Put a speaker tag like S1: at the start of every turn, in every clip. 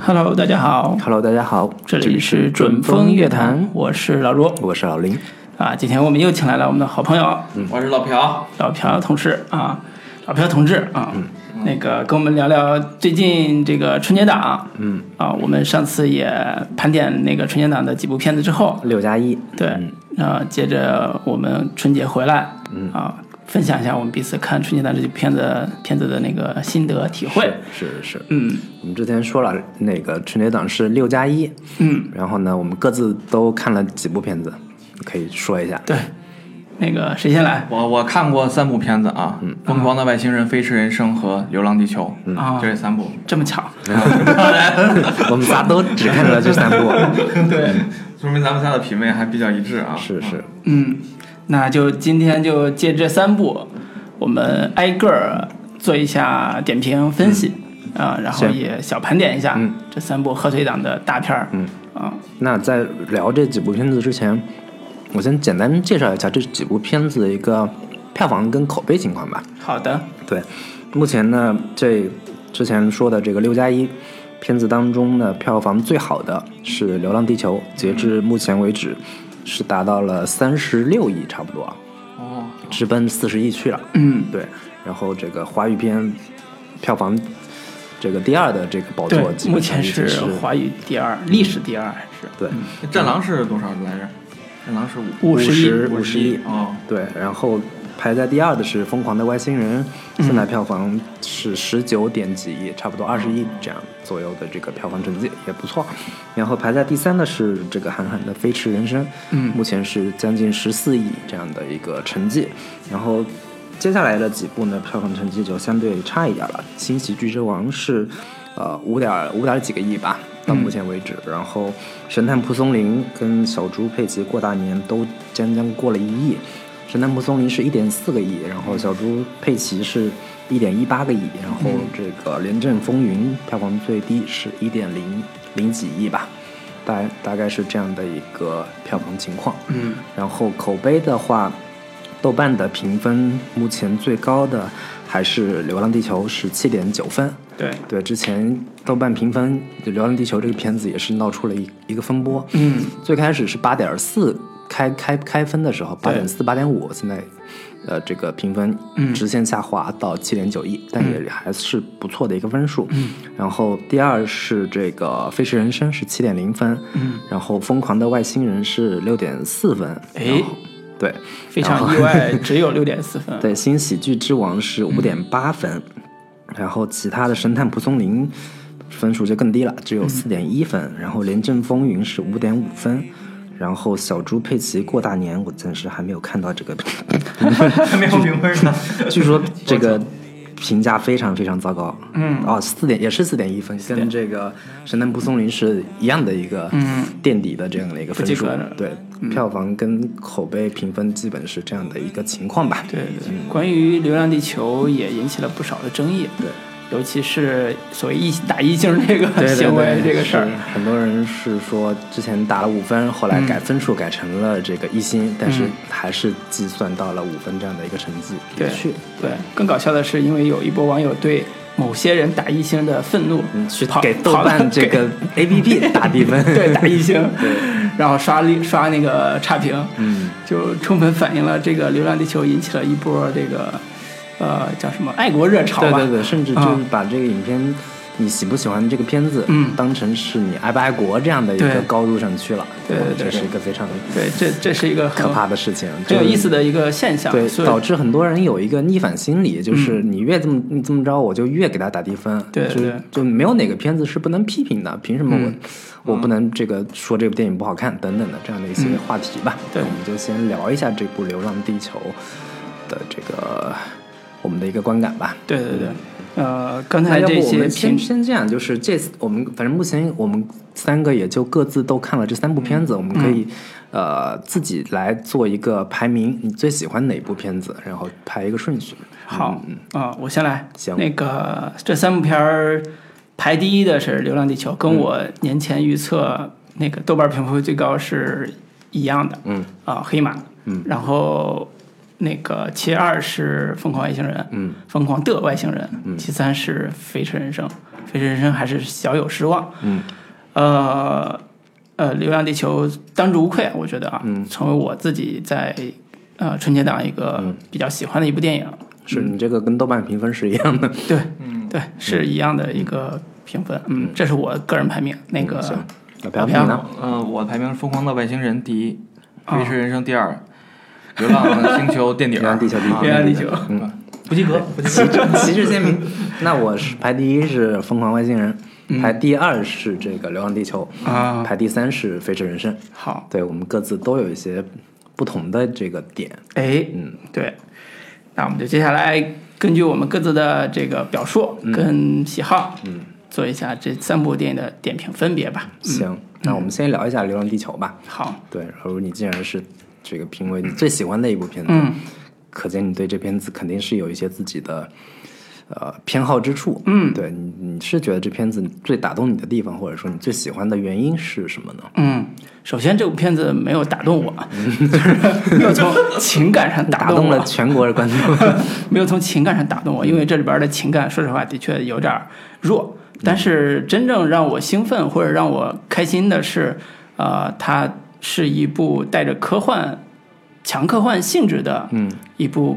S1: Hello，大家好，
S2: Hello，大家好，
S1: 这里是准风乐坛，，我是老卢
S2: 我是老林。
S1: 啊。今天我们又请来嗯了我们的好朋友
S3: 我是老朴，
S1: 老朴同事啊，老朴同志啊，那个跟我们聊聊最近这个春节档，嗯啊，我们上次也盘点那个春节档的几部片子之后，
S2: 六加一，
S1: 对，啊，接着我们春节回来，嗯啊，分享一下我们彼此看春节档这几部片子片子的那个心得体会，
S2: 是是，
S1: 嗯
S2: 我们之前说了，那个春节档是六加一，
S1: 嗯，
S2: 然后呢，我们各自都看了几部片子，可以说一下。
S1: 对，那个谁先来？
S3: 我我看过三部片子啊，
S2: 嗯
S3: 疯狂的外星人》《飞驰人生》和《流浪地球》
S1: 啊
S3: 这是三部。
S1: 这么巧，
S2: 我们仨都只看了这三部，
S3: 对，说明咱们仨的品味还比较一致啊。
S2: 是是，
S1: 嗯，那就今天就借这三部，我们挨个儿做一下点评分析啊、然后
S2: 嗯行嗯
S1: 也小盘点一下这三部贺岁档的大片儿。嗯啊，
S2: 那在聊这几部片子之前，我先简单介绍一下这几部片子的一个票房跟口碑情况吧。
S1: 好的，
S2: 对，目前呢，这之前说的这个六加一片子当中呢，票房最好的是《流浪地球》，截至目前为止是达到了三十六亿，差不多啊，
S3: 哦，
S2: 直奔四十亿去了。
S1: 嗯，
S2: 对，然后这个华语片票房这个第二的这个宝
S1: 对
S2: 座，，基
S1: 目
S2: 本上
S1: 前
S2: 已经
S1: 是
S2: 是嗯
S1: 华语第二，历史第二还是？
S2: 对
S3: 那战狼是多少来着？战狼是五
S1: 五十
S2: 十
S1: 亿
S2: 五十亿
S3: 哦，
S2: 对，然后排在第二的是《疯狂的外星人》，现在票房是十九点几亿，差不多二十亿这样左右的这个票房成绩也不错。然后排在第三的是这个韩寒的《飞驰人生》，
S1: 嗯
S2: 目前是将近十四亿这样的一个成绩。然后接下来的几部呢，票房成绩就相对差一点了，《新喜剧之王》是呃五点五点几个亿吧。到目前为止，然后《神探蒲松龄》跟《小猪佩奇过大年》都将将过了一亿，《神探蒲松龄》是一点四个亿，然后《小猪佩奇》是一点一八个亿，然后这个《廉政风云》票房最低是一点零零几亿吧，大大概是这样的一个票房情况。
S1: 嗯，
S2: 然后口碑的话，豆瓣的评分目前最高的还是《流浪地球》，是七点九分。
S1: 对，
S2: 对，之前豆瓣评分《流浪地球》这个片子也是闹出了一一个风波。
S1: 嗯，
S2: 最开始是八点四开开开分的时候，八点四、八点五，现在呃这个评分直线下滑到七点九一，但也还是不错的一个分数。嗯，然后第二是这个《飞驰人生》是七点零分，嗯，然后《疯狂的外星人》是六点四分，
S1: 哎，
S2: 对，
S1: 非常意外， 只有六点四分。
S2: 对，《新喜剧之王》是五点八分，然后其他的《神探蒲松龄》分数就更低了，只有四点一分，然后《廉政风云》是五点五分。然后小猪佩奇过大年，我暂时还没有看到这个，
S3: 还没有评分呢。
S2: 据说这个评价非常非常糟糕。嗯，哦，四点也是四点一分，跟这个《神探蒲松龄》是一样的一个垫底的这样的一个分
S1: 嗯及
S2: 数
S1: 格的。嗯
S2: 对，票房跟口碑评分基本是这样的一个情况吧。嗯
S1: 对对，关于《流浪地球》也引起了不少的争议，
S2: 对。
S1: 尤其是所谓“一打一星”这个
S2: 对对
S1: 行为
S2: 对
S1: 这个事儿
S2: 是，很多人是说之前打了五分，后来改分数改成了这个一星，但是还是计算到了五分这样的一个成绩
S1: 嗯对
S2: 的确，
S1: 对，更搞笑的是，因为有一波网友对某些人打一星的愤怒，
S2: 嗯去
S1: 跑
S2: 给豆
S1: 跑
S2: 瓣
S1: 到
S2: 这 个 A P P 打低分，
S1: 给 对打一星， 然后刷了刷那个差评，嗯，就充分反映了这个《流浪地球》引起了一波这个呃叫什么爱国热潮
S2: 对
S1: 吧？
S2: 对对，甚至就
S1: 啊
S2: 是把这个影片。你喜不喜欢这个片子？
S1: 嗯
S2: 当成是你爱不爱国这样的一
S1: 对
S2: 个高度上去了。
S1: 对对对
S2: 这是一个非常
S1: 对这这是一个很
S2: 可怕的事情，
S1: 很有
S2: 就是
S1: 意思的一个现象，
S2: 对，
S1: 所以嗯
S2: 导致很多人有一个逆反心理，就是你越这么、你这么着，我就越给他打低分。
S1: 对
S2: 就
S1: 对嗯
S2: 是就没有哪个片子是不能批评的，凭什么我、我不能这个说这部电影不好看等等的这样的一些话题吧？
S1: 嗯对
S2: 我们就先聊一下这部《流浪地球》的这个我们的一个观感吧。
S1: 对对对，呃，刚
S2: 那
S1: 才
S2: 要
S1: 这
S2: 不我
S1: 些
S2: 们先
S1: 评
S2: 先这样，就是这次我们反正目前我们三个也就各自都看了这三部片
S1: 嗯
S2: 子，我们可以、呃自己来做一个排名，你最喜欢哪部片子，然后排一个顺序。
S1: 好啊、我先来。
S2: 行
S1: 那个这三部片儿排第一的是《流浪地球》，跟我年前预测那个豆瓣评分最高是一样的。嗯啊、黑马。嗯，然后那个嗯其二是《疯狂外星人》，嗯，《疯狂的外星人》，其三是《飞驰人生》，飞驰人生》还是小有失望。嗯，呃呃，《流浪地球》当之无愧，我觉得啊，成为我自己在呃春节档一个比较喜欢的一部电影。
S2: 是
S1: 嗯
S2: 你这个跟豆瓣评分是一样的，
S1: 对，嗯，对，是一样的一个评分。嗯，这是我个人排名。那个
S2: 行 老
S1: 老朴
S2: 朴你呢？
S3: 呃，我的排名是《疯狂的外星人》第一，《飞驰人生》第二，《流浪星球》垫底儿，
S2: 流浪地球第一嗯
S3: 啊
S1: 《流浪地球》
S3: 不及格，不及
S2: 旗帜 旗帜鲜明。那我是排第一是《疯狂外星人》，排第二是这个《流浪地球》
S1: 嗯啊
S2: 排第三是《飞驰人生》。
S1: 好，
S2: 对我们各自都有一些不同的这个点。
S1: 哎，
S2: 嗯，
S1: 对，那我们就接下来根据我们各自的这个表述跟喜好，嗯，做一下这三部电影的点评分别吧。
S2: 行，那我们先聊一下《流浪地球》吧。
S1: 好，
S2: 对，然后你既然是这个评为你最喜欢的一部片子，
S1: 嗯
S2: 可见你对这片子肯定是有一些自己的呃偏好之处。嗯，对你你是觉得这片子最打动你的地方，或者说你最喜欢的原因是什么呢？
S1: 嗯，首先这部片子没有打动我， 就是没有从情感上 打
S2: 打动
S1: 我，
S2: 了全国的观众。
S1: 没有从情感上打动我，因为这里边的情感，说实话的确有点弱。但是真正让我兴奋或者让我开心的是，呃，它是一部带着科幻、强科幻性质的，嗯，一部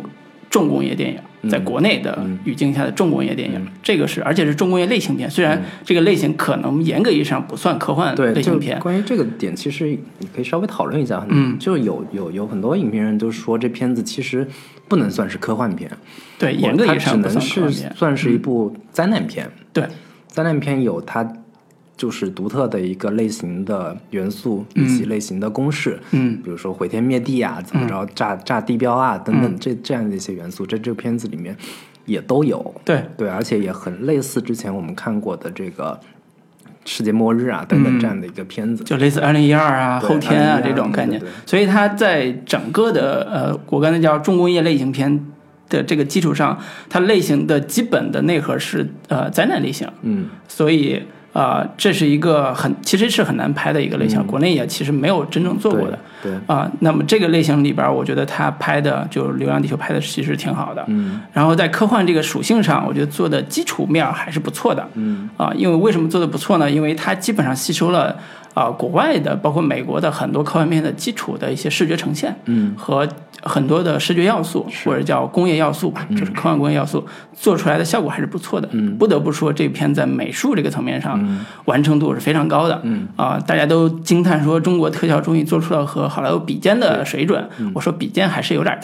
S1: 重工业电
S2: 嗯
S1: 影，在国内的语境下的重工业电影，这个是而且是重工业类型片，虽然这个类型可能严格意义上不算科幻
S2: 嗯对，
S1: 类
S2: 就
S1: 型片，
S2: 关于这个点，其实你可以稍微讨论一下。嗯，就有有有很多影评人就说这片子其实不能算是科幻片，
S1: 对，严格意义
S2: 它只
S1: 上不
S2: 能
S1: 算科幻
S2: 是
S1: 片，嗯
S2: 算是一部灾难片。
S1: 对，
S2: 灾难片有它就是独特的一个类型的元素以及类型的公式，
S1: 嗯，
S2: 比如说毁天灭地啊，怎么着炸炸地标啊等
S1: 嗯
S2: 等，这这样的一些元素，在这个片子里面也都有。
S1: 对，
S2: 对，而且也很类似之前我们看过的这个世界末日啊等
S1: 嗯
S2: 等这样的一个片子。
S1: 就类似二零一二啊、
S2: 对
S1: 后天啊
S2: 2012
S1: 这种概念
S2: 对对对。
S1: 所以它在整个的呃，我刚才叫重工业类型片的这个基础上，它类型的基本的内核是呃灾难类型，
S2: 嗯，
S1: 所以。啊、这是一个很其实是很难拍的一个类型，
S2: 嗯
S1: 国内也其实没有真正做过的。
S2: 对，对
S1: 啊、那么这个类型里边儿，我觉得他拍的就《流浪地球》拍的其实挺好的，嗯，然后在科幻这个属性上，我觉得做的基础面儿还是不错的，嗯，啊、因为为什么做的不错呢？因为它基本上吸收了啊、国外的，包括美国的很多科幻片的基础的一些视觉呈现，嗯，和很多的视觉要素或者叫工业要素吧，就是科幻工业要素做出来的效果还是不错的，嗯，不得不说这片在美术这个层面上完成度是非常高的，嗯，啊、大家都惊叹说中国特效终于做出了和好莱坞比肩的水准，我说比肩还是有点儿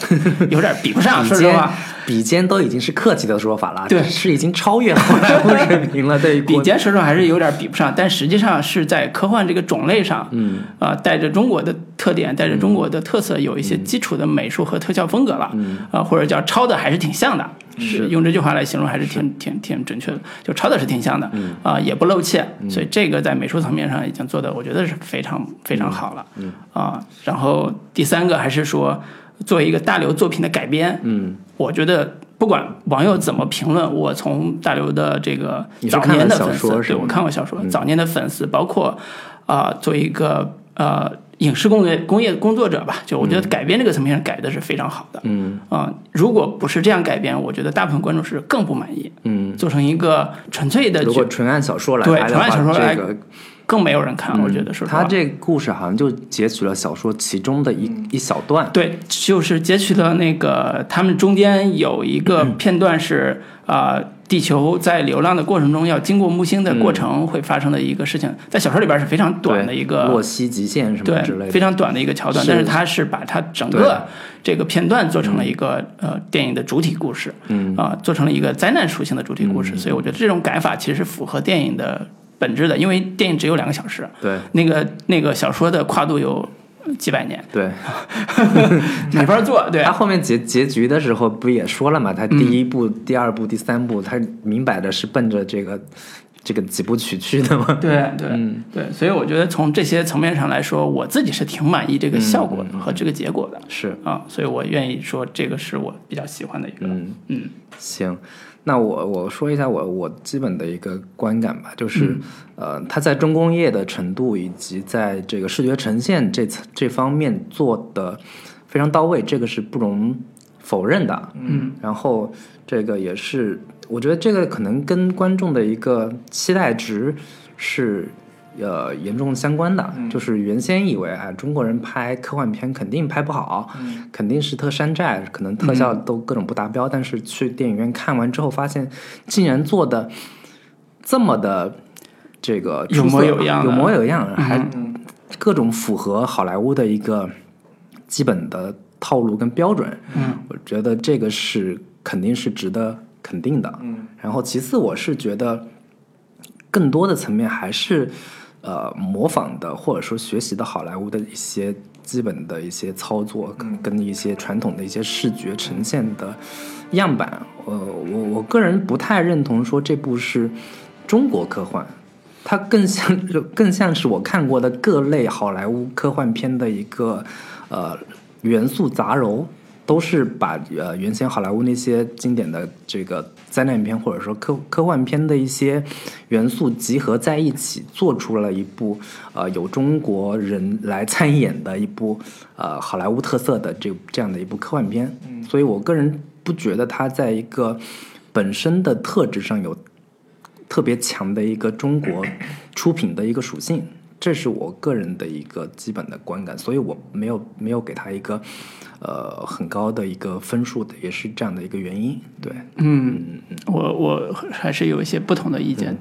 S1: 有点儿比不上，
S2: 比
S1: 说实
S2: 肩
S1: 话，
S2: 比肩都已经是客气的说法了，
S1: 对
S2: 是已经超 越好莱坞水平了。对于
S1: 比
S2: 国
S1: 肩说实话还是有点比不上，但实际上是在科幻这个种类上，嗯，啊，带着中国的特点，带着中国的特色，有一些基础的美术和特效风格了，嗯，啊，或者叫抄的还是挺像的，是用这句话来形容还是挺挺挺准确的，就抄的是挺像的，啊，也不露怯，所以这个在美术层面上已经做的，我觉得是非常非常好了，嗯，啊，然后第三个还是说作为一个大刘作品的改编，嗯，我觉得。不管网友怎么评论，我从大刘的这个
S2: 你是
S1: 早
S2: 看
S1: 年
S2: 了
S1: 的
S2: 小
S1: 粉丝，
S2: 说是
S1: 对
S2: 吗嗯
S1: 我看过小说，早年的粉丝，包括啊、作为一个呃影视工业工业工作者吧，就我觉
S2: 嗯
S1: 得改编这个层面上改的是非常好的，嗯啊、如果不是这样改编，我觉得大部分观众是更不满意，嗯，做成一个纯粹的
S2: 如
S1: 剧
S2: 果，纯按小说来
S1: 对
S2: 拍的
S1: 纯按小
S2: 话，
S1: 说来
S2: 这个
S1: 更没有人看，我觉得是
S2: 嗯他这个故事好像就截取了小说其中的一
S1: 嗯
S2: 一小段。
S1: 对，就是截取了那个他们中间有一个
S2: 嗯
S1: 片段是啊、呃地球在流浪的过程中要经过木星的过程会发生的一个事情，在小说里边是非常短的
S2: 嗯对
S1: 一个
S2: 洛希极限什么
S1: 对
S2: 之类
S1: 非
S2: 的，
S1: 常短的一个桥段，
S2: 是
S1: 但是它是把它整
S2: 对
S1: 个这个片段做成了一个、呃电影的主体故事，嗯啊、做成了一个灾难属性的主体故
S2: 嗯
S1: 事，所以我觉得这种改法其实是符合电影的本质的，因为电影只有两个小时，
S2: 对
S1: 那个那个小说的跨度有几百 年，
S2: 对。
S1: 没法做，对 嗯
S2: 他后面结结局的时候不也说了嘛？他第一部、第二部、第三部，他明摆着是奔着这个这个几部曲去 的嘛。
S1: 对对、
S2: 嗯
S1: 对，所以我觉得从这些层面上来说，我自己是挺满意这个效果和这个结果的。
S2: 嗯是，
S1: 啊，所以我愿意说这个是我比较喜欢的一个，嗯嗯
S2: 行，那我我说一下我我基本的一个观感吧，就是、呃，它在重工业的程度以及在这个视觉呈现这层这方面做的非常到位，这个是不容否认的。
S1: 嗯，
S2: 然后这个也是，我觉得这个可能跟观众的一个期待值是呃严重相关的。
S3: 嗯
S2: 就是原先以为啊，中国人拍科幻片肯定拍不好，
S3: 嗯
S2: 肯定是特山寨，可能特效都各种不达标。但是去电影院看完之后，发现竟然做的这么的。这个
S1: 有
S2: 出色
S1: 模有样的
S2: 有模有样，还
S3: 嗯
S2: 各种符合好莱坞的一个基本的套路跟标准，
S1: 嗯，
S2: 我觉得这个是肯定是值得肯定的。
S3: 嗯
S2: 然后其次，我是觉得更多的层面还是呃模仿的或者说学习的好莱坞的一些基本的一些操作
S3: 嗯
S2: 跟一些传统的一些视觉呈现的样板。呃，我我个人不太认同说这部是中国科幻。它更像， 就更像是我看过的各类好莱坞科幻片的一个呃元素杂糅，都是把呃原先好莱坞那些经典的这个灾难片或者说科科幻片的一些元素集合在一起，做出了一部呃有中国人来参演的一部呃好莱坞特色的这这样的一部科幻片。
S3: 嗯
S2: 所以我个人不觉得它在一个本身的特质上有特别强的一个 中国出品的一个属性，这是我个人的一个基本的观感，所以我没有没有给他一个呃很高的一个分数的，也是这样的一个原因。对，
S1: 嗯，我我还是有一些不同的意见。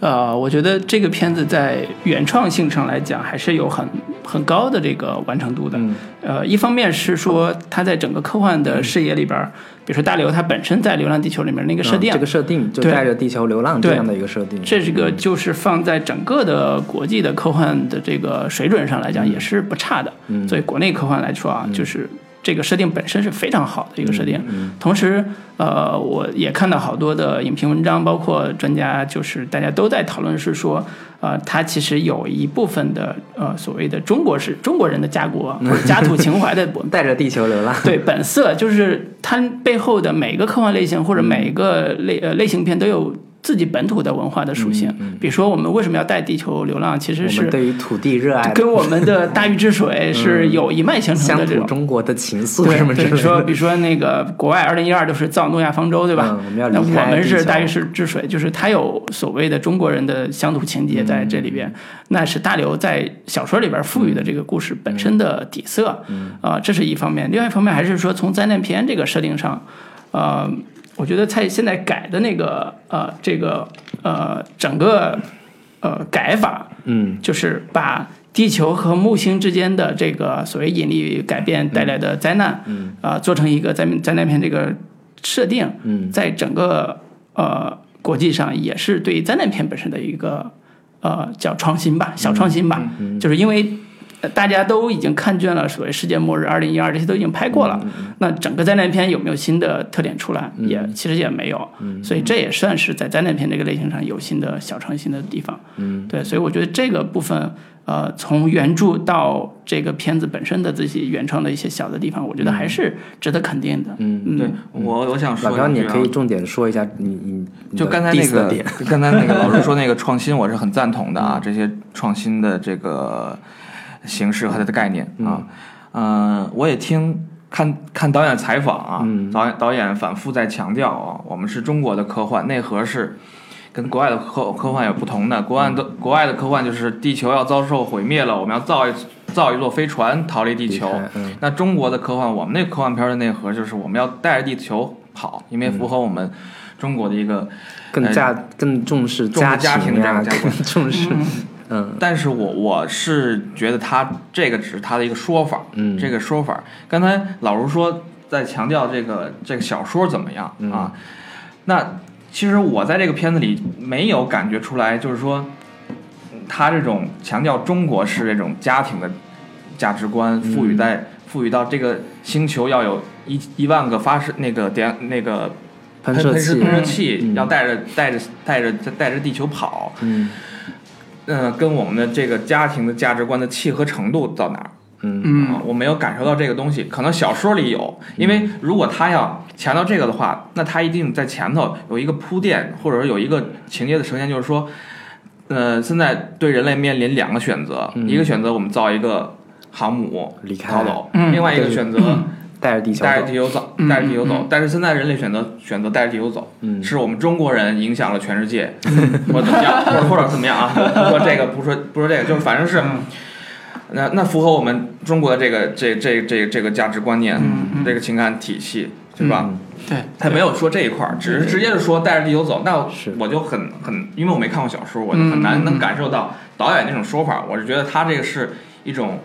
S1: 呃，我觉得这个片子在原创性上来讲，还是有很很高的这个完成度的。
S2: 嗯
S1: 呃，一方面是说它在整个科幻的视野里边儿，比如说大刘他本身在《流浪地球》里面那个设定，啊
S2: 嗯这个设定就
S1: 对
S2: 带着地球流浪
S1: 对
S2: 这样的一个设定，嗯
S1: 这个就是放在整个的国际的科幻的这个水准上来讲，也是不差的。
S2: 嗯
S1: 所以国内科幻来说啊，就是这个设定本身是非常好的一个设定。
S2: 嗯
S1: 同时，呃，我也看到好多的影评文章，包括专家，就是大家都在讨论是说，呃，它其实有一部分的呃所谓的中国式中国人的家 国或者家土情怀的部分
S2: 带着地球流浪，
S1: 对本色，就是它背后的每个科幻类型或者
S2: 嗯
S1: 每个类呃类型片都有自己本土的文化的属性。比如说，我们为什么要带地球流浪，其实
S2: 嗯我们
S1: 是
S2: 对于土地热爱，
S1: 跟我们的大禹治水是有一脉相承
S2: 乡
S1: 的这
S2: 土
S1: 种。
S2: 中国的情愫
S1: 对，
S2: 什么之
S1: 对
S2: 类
S1: 你说，
S2: 的。
S1: 比如说那个国外二零一二就是造诺亚方舟，对吧？
S2: 嗯我们要离
S1: 那我
S2: 开
S1: 们
S2: 地
S1: 是
S2: 球
S1: 大禹治治水，就是它有所谓的中国人的乡土情节在这里
S2: 嗯
S1: 边，那是大刘在小说里边赋予的这个故事本身
S2: 嗯
S1: 的底色，啊、这是一方面。另外一方面还是说从灾难片这个设定上，呃，我觉得在现在改的那个呃这个呃整个呃改法，
S2: 嗯，
S1: 就是把地球和木星之间的这个所谓引力改变带来的灾难，嗯，啊、做成一个灾灾难片这个设定，
S2: 嗯，
S1: 在整个呃国际上也是对灾难片本身的一个呃叫创新吧，小创新吧，就是因为。呃大家都已经看倦了所谓世界末日、二零一二这些都已经拍过了，那整个灾难片有没有新的特点出来？也其实也没有，所以这也算是在灾难片这个类型上有新的小创新的地方。对，所以我觉得这个部分，呃，从原著到这个片子本身的这些原创的一些小的地方，我觉得还是值得肯定的。嗯
S3: 对我我想说
S2: 老高，
S3: 两
S2: 你
S3: 句啊，
S2: 可以重点说一下你你你
S3: 就
S2: 的
S3: 刚才
S2: diss
S3: 那
S2: 的
S3: 个
S2: 点，
S3: 就
S2: 嗯
S3: 刚才那个老师说那个创 新，我是很赞同的啊，这些创新的这个形式和它的概念啊，嗯、我也听看看导演采访啊，
S2: 嗯
S3: 导演导演反复在强调啊，我们是中国的科幻，内核是。跟国外的科科幻有不同的，国外
S2: 嗯
S3: 的国外的科幻就是地球要遭受毁灭了，我们要造一造一座飞船逃离地球
S2: 离开嗯。
S3: 那中国的科幻，我们那科幻片的内核就是我们要带着地球跑，因
S2: 嗯
S3: 为符合我们中国的一个
S2: 更加更重视
S3: 哎重视家
S2: 庭
S3: 庭这
S2: 呀，
S3: 个家
S2: 更 重视嗯
S3: 但是我我是觉得他这个只是他的一个说法，
S2: 嗯
S3: 这个说法。刚才老卢说在强调这个这个小说怎么样、
S2: 嗯
S3: 啊？那其实我在这个片子里没有感觉出来，就是说嗯他这种强调中国式这种家庭的价值观，
S2: 嗯
S3: 赋予在、赋予到这个星球要有一一万个发射那个点那个
S2: 喷射器，
S3: 喷射器
S2: 嗯
S3: 要带着带着带着带着地球跑，
S2: 嗯
S3: 嗯，跟我们的这个家庭的价值观的契合程度到哪儿？
S2: 嗯嗯
S1: 嗯
S3: 啊，我没有感受到这个东西，可能小说里有，因为如果他要强调这个的话，那他一定在前头有一个铺垫，或者说有一个情节的呈现，就是说，呃，现在对人类面临两个选择，一个选择我们造一个航母
S2: 嗯离开
S3: 逃走，
S1: 嗯
S3: 另外一个
S2: 对
S3: 选择
S2: 带着地
S3: 嗯
S2: 球
S3: 带着
S2: 走
S3: 地。球走，带着地球走。但是现在人类选择选择带着地球走，
S2: 嗯
S3: 是我们中国人影响了全世界， 或者怎么样，或者或者怎么样 啊？不说这个，不说不说这个，就是反正是，
S2: 嗯
S3: 那那符合我们中国的这个这这这这个价值观念，
S2: 嗯
S3: 这个情感体系，对吧？
S1: 对，
S3: 他没有说这一块儿，只是直接的说带着地球走，那
S2: 是
S3: 我就很很，因为我没看过小说，我就很
S1: 嗯嗯
S3: 难
S1: 嗯
S3: 能感受到导演那种说法。我是觉得他这个是一种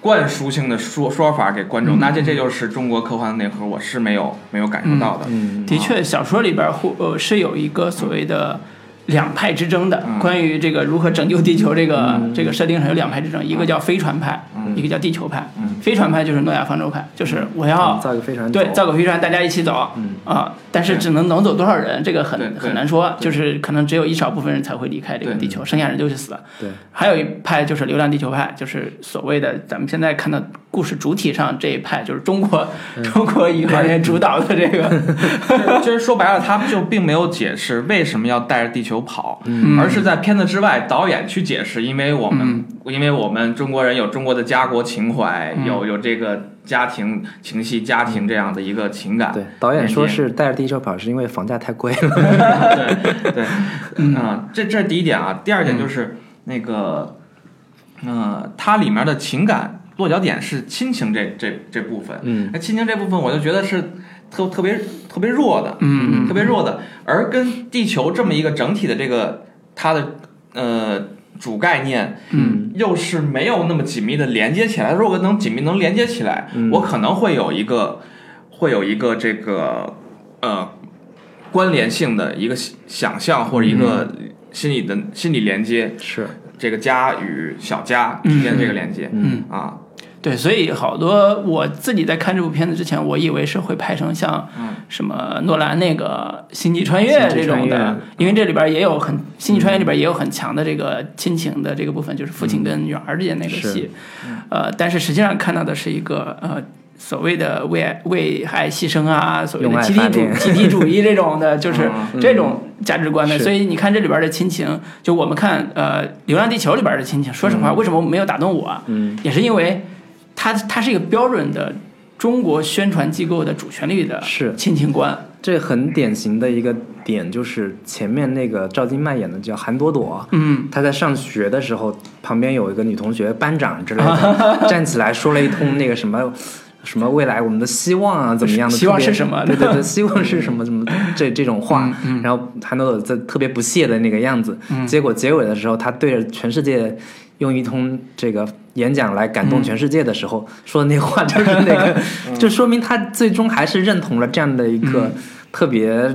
S3: 灌输性的说说法给观
S1: 嗯
S3: 众，那这这就是中国科幻的内核，我是没有没有感受到的。
S2: 嗯，
S1: 的确，小说里边儿互呃是有一个所谓的两派之争的，
S3: 嗯
S1: 关于这个如何拯救地球这个、这个设定上有两派之
S3: 嗯
S1: 争，一个叫飞船派，一个叫地球派。飞船派就是诺亚方舟派，就是我
S3: 嗯
S1: 要、
S2: 嗯造一个飞船走，
S1: 对造个飞船，大家一起走、啊，但是只能能走多少人，这个很
S3: 对对
S1: 很难说，
S3: 对
S1: 就是可能只有一少部分人才会离开这个
S3: 对
S1: 地球，剩下人就去死了。
S2: 对，
S1: 还有一派就是流浪地球派，就是所谓的咱们现在看到故事主体上这一派，就是中国、
S3: 嗯
S1: 中国宇航员主导的这个，
S3: 就是就是说白了，他就并没有解释为什么要带着地球跑，
S1: 嗯
S3: 而是在片子之外，导演去解释，因为我们、因为我们中国人有中国的家国情怀，
S1: 嗯
S3: 有有这个家庭情系、家庭这样的一个情感。
S2: 对，导演说
S3: 连接
S2: 是带着地球跑，是因为房价太贵 了。
S3: 对对，嗯、这这是第一点啊。第二点就是那个，呃，它里面的情感落脚点是亲情这这这部分。
S2: 嗯，
S3: 那亲情这部分，我就觉得是特特别特别弱的，
S1: 嗯，
S3: 特别弱的。而跟地球这么一个整体的这个它的呃主概念，
S1: 嗯，
S3: 又是没有那么紧密的连接起来。如果能紧密能连接起来，
S2: 嗯
S3: 我可能会有一个会有一个这个呃关联性的一个想想象或者一个
S1: 嗯
S3: 心理的、心理连接，
S2: 是，
S3: 这个家与小家之间的这个连接，
S1: 嗯
S3: 啊，
S1: 对，所以好多我自己在看这部片子之前，我以为是会拍成像
S3: 嗯
S1: 什么诺兰那个《星际穿越》
S2: 星
S1: 这
S2: 际穿
S1: 种
S2: 越嗯
S1: 的，因为这里边也有很《星际穿越》里边也有很强的这个亲情的这个部分，就是父亲跟女儿之间那个
S2: 是
S1: 戏。呃，但是实际上看到的是一个呃所谓的为爱为爱牺牲啊，所谓
S2: 用
S1: 的
S2: 爱
S1: 集
S2: 发
S1: 体主
S2: 电
S1: 集体主义这种 的，就是
S3: 嗯
S1: 这种价值观的。
S2: 是
S1: 所以你看这里边的亲情，就我们看呃《流浪地球》里边的亲情，说实话，为什么没有打动我？啊
S2: 嗯，
S1: 也是因为它它是一个标准的中国宣传机构的主旋律的
S2: 是
S1: 亲情观，
S2: 这很典型的一个点就是前面那个赵今麦演的叫韩朵朵，啊
S1: 嗯，
S2: 她在上学的时候，旁边有一个女同学班长之类 的站起来说了一通那个什么。什么未来我们的希望啊，怎么样的？
S1: 希望
S2: 特别
S1: 是什么
S2: 对对对，希望是什么？怎么这这种话？
S1: 嗯
S2: 然后韩朵朵在特别不屑的那个样子。结果结尾的时候，她对着全世界用一通这个演讲来
S1: 嗯
S2: 感动全世界的时候、说的那话，就是 那个，就说明她最终还是认同了这样的一
S1: 嗯
S2: 个特别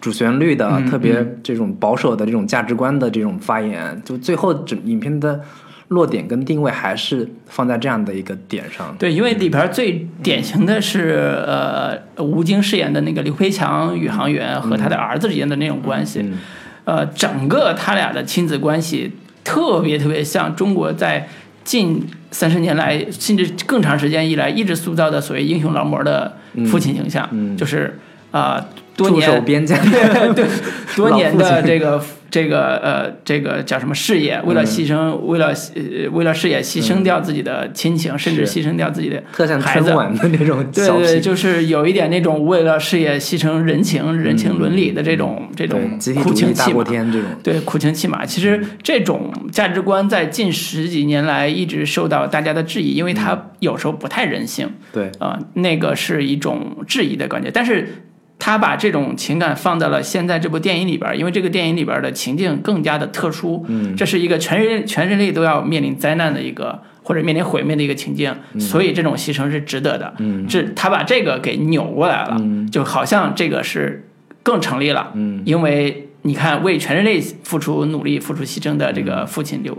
S2: 主旋律的、特别这种保守的这种价值观的这种发言，就最后整影片的落点跟定位还是放在这样的一个点上。
S1: 对，因为里边最典型的是呃吴京饰演的那个刘培强宇航员和他的儿子之间的那种关系，
S2: 嗯
S1: 呃，整个他俩的亲子关系特别特别像中国在近三十年来甚至更长时间以来一直塑造的所谓英雄劳模的父亲形象，
S2: 嗯嗯
S1: 就是啊、呃多
S2: 驻守
S1: 年
S2: 边疆，
S1: 对， 多年
S2: 老
S1: 的
S2: 父亲嗯
S1: 这个这个呃这个叫什么事业，为了牺牲，为了呃为了事业牺牲掉自己的亲情，甚至牺牲掉自己的
S2: 特像
S1: 孩
S2: 春
S1: 子。
S2: 晚的那种
S1: 对
S2: 小品，
S1: 对，就是有一点那种为了事业牺牲人情、人情伦理的这种、这
S2: 嗯对
S1: 种
S2: 集体
S1: 苦
S2: 主义
S1: 情
S2: 大
S1: 戏
S2: 过
S1: 码。
S2: 天嗯这种。
S1: 对苦情戏码，其实这种价值观在近十几年来一直受到大家的质疑，因为
S2: 嗯
S1: 它有时候不太人性。
S2: 对，
S1: 啊、那个是一种质疑的感觉。但是他把这种情感放到了现在这部电影里边儿，因为这个电影里边儿的情境更加的特殊，
S2: 嗯，
S1: 这是一个全人全人类都要面临灾难的一个或者面临毁灭的一个情境，所以这种牺牲是值得的。
S2: 嗯，
S1: 这他把这个给扭过来了，
S2: 嗯
S1: 就好像这个是更成立了，
S2: 嗯，
S1: 因为。你看，为全人类付出努力、付出牺牲的这
S2: 嗯
S1: 个父亲刘，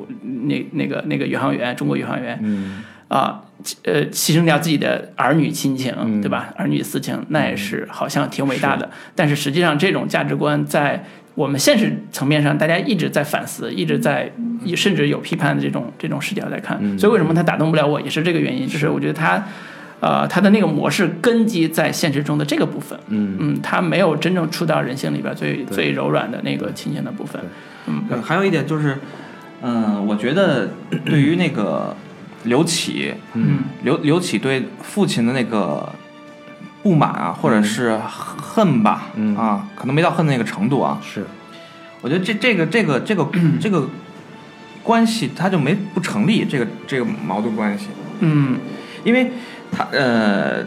S1: 那那个那个宇航员，中国宇航员，
S2: 嗯，
S1: 啊，呃，牺牲掉自己的儿女亲情，
S2: 嗯
S1: 对吧？儿女私情，那也是好像挺伟大的。但是实际上，这种价值观在我们现实层面上，大家一直在反思，一直在，甚至有批判的这种这种视角在看。
S2: 嗯
S1: 所以为什么他打动不了我，也是这个原因，就是我觉得他。呃，他的那个模式根基在现实中的这个部分，
S2: 嗯
S1: 他没有真正触到人性里边最
S2: 对
S1: 最柔软的那个亲情的部分
S2: 对。
S3: 对，呃还有一点就是，嗯、我觉得对于那个刘启，
S1: 嗯
S3: 刘刘启对父亲的那个不满啊，或者
S2: 嗯
S3: 是恨吧，啊，可能没到恨的那个程度啊。
S2: 是，
S3: 我觉得这这个这个 这个这个关系，它就没不成立，这个这个矛盾关系，
S1: 嗯
S3: 因为他呃，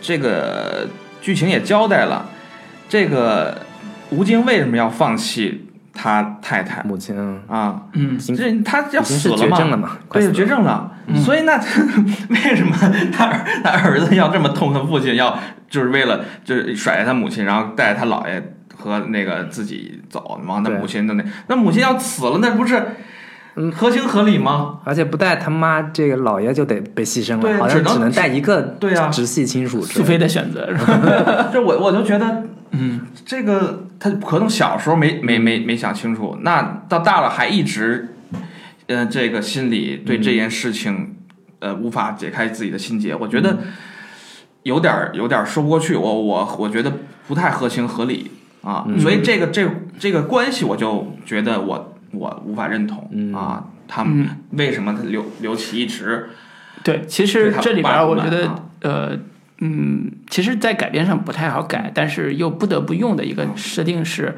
S3: 这个剧情也交代了，这个吴京为什么要放弃他太太
S2: 母亲啊
S3: 啊？
S1: 嗯
S2: 已经
S3: 这他要
S2: 已经
S3: 死
S2: 是
S3: 了
S2: 绝
S3: 嘛？
S2: 症了嘛，快
S3: 对，
S2: 死了嗯
S3: 绝症了。所以那 为什么他儿 他儿子要这么痛恨父亲？要就是为了就是甩下他母亲，然后带着他姥爷和那个自己走，往他
S2: 对
S3: 母亲的那那母亲要死了，那不是
S2: 嗯
S3: 合情合理吗？
S2: 而且不带他妈，这个姥爷就得被牺牲
S3: 对
S2: 了，好
S3: 只
S2: 像
S3: 能
S2: 只能带一个
S3: 对啊
S2: 直系亲属之
S1: 苏
S2: 类的。
S1: 菲的选择是吧？
S3: 这我我就觉得，嗯，这个他可能小时候没没没没想清楚，那到大了还一直，呃，这个心里对这件事情，呃，无法解开自己的心结，我觉得有点儿有点儿说不过去，我我我觉得不太合情合理啊，所以这个这这个关系我就觉得我我无法认同、啊，他们为什么他刘刘琦一直
S1: 对，其
S3: 对
S1: 实
S3: 他
S1: 这里边
S3: 爸
S1: 儿
S3: 不
S1: 我
S3: 满
S1: 觉得
S3: 啊，
S1: 呃，嗯，其实，在改编上不太好改，但是又不得不用的一个设定是，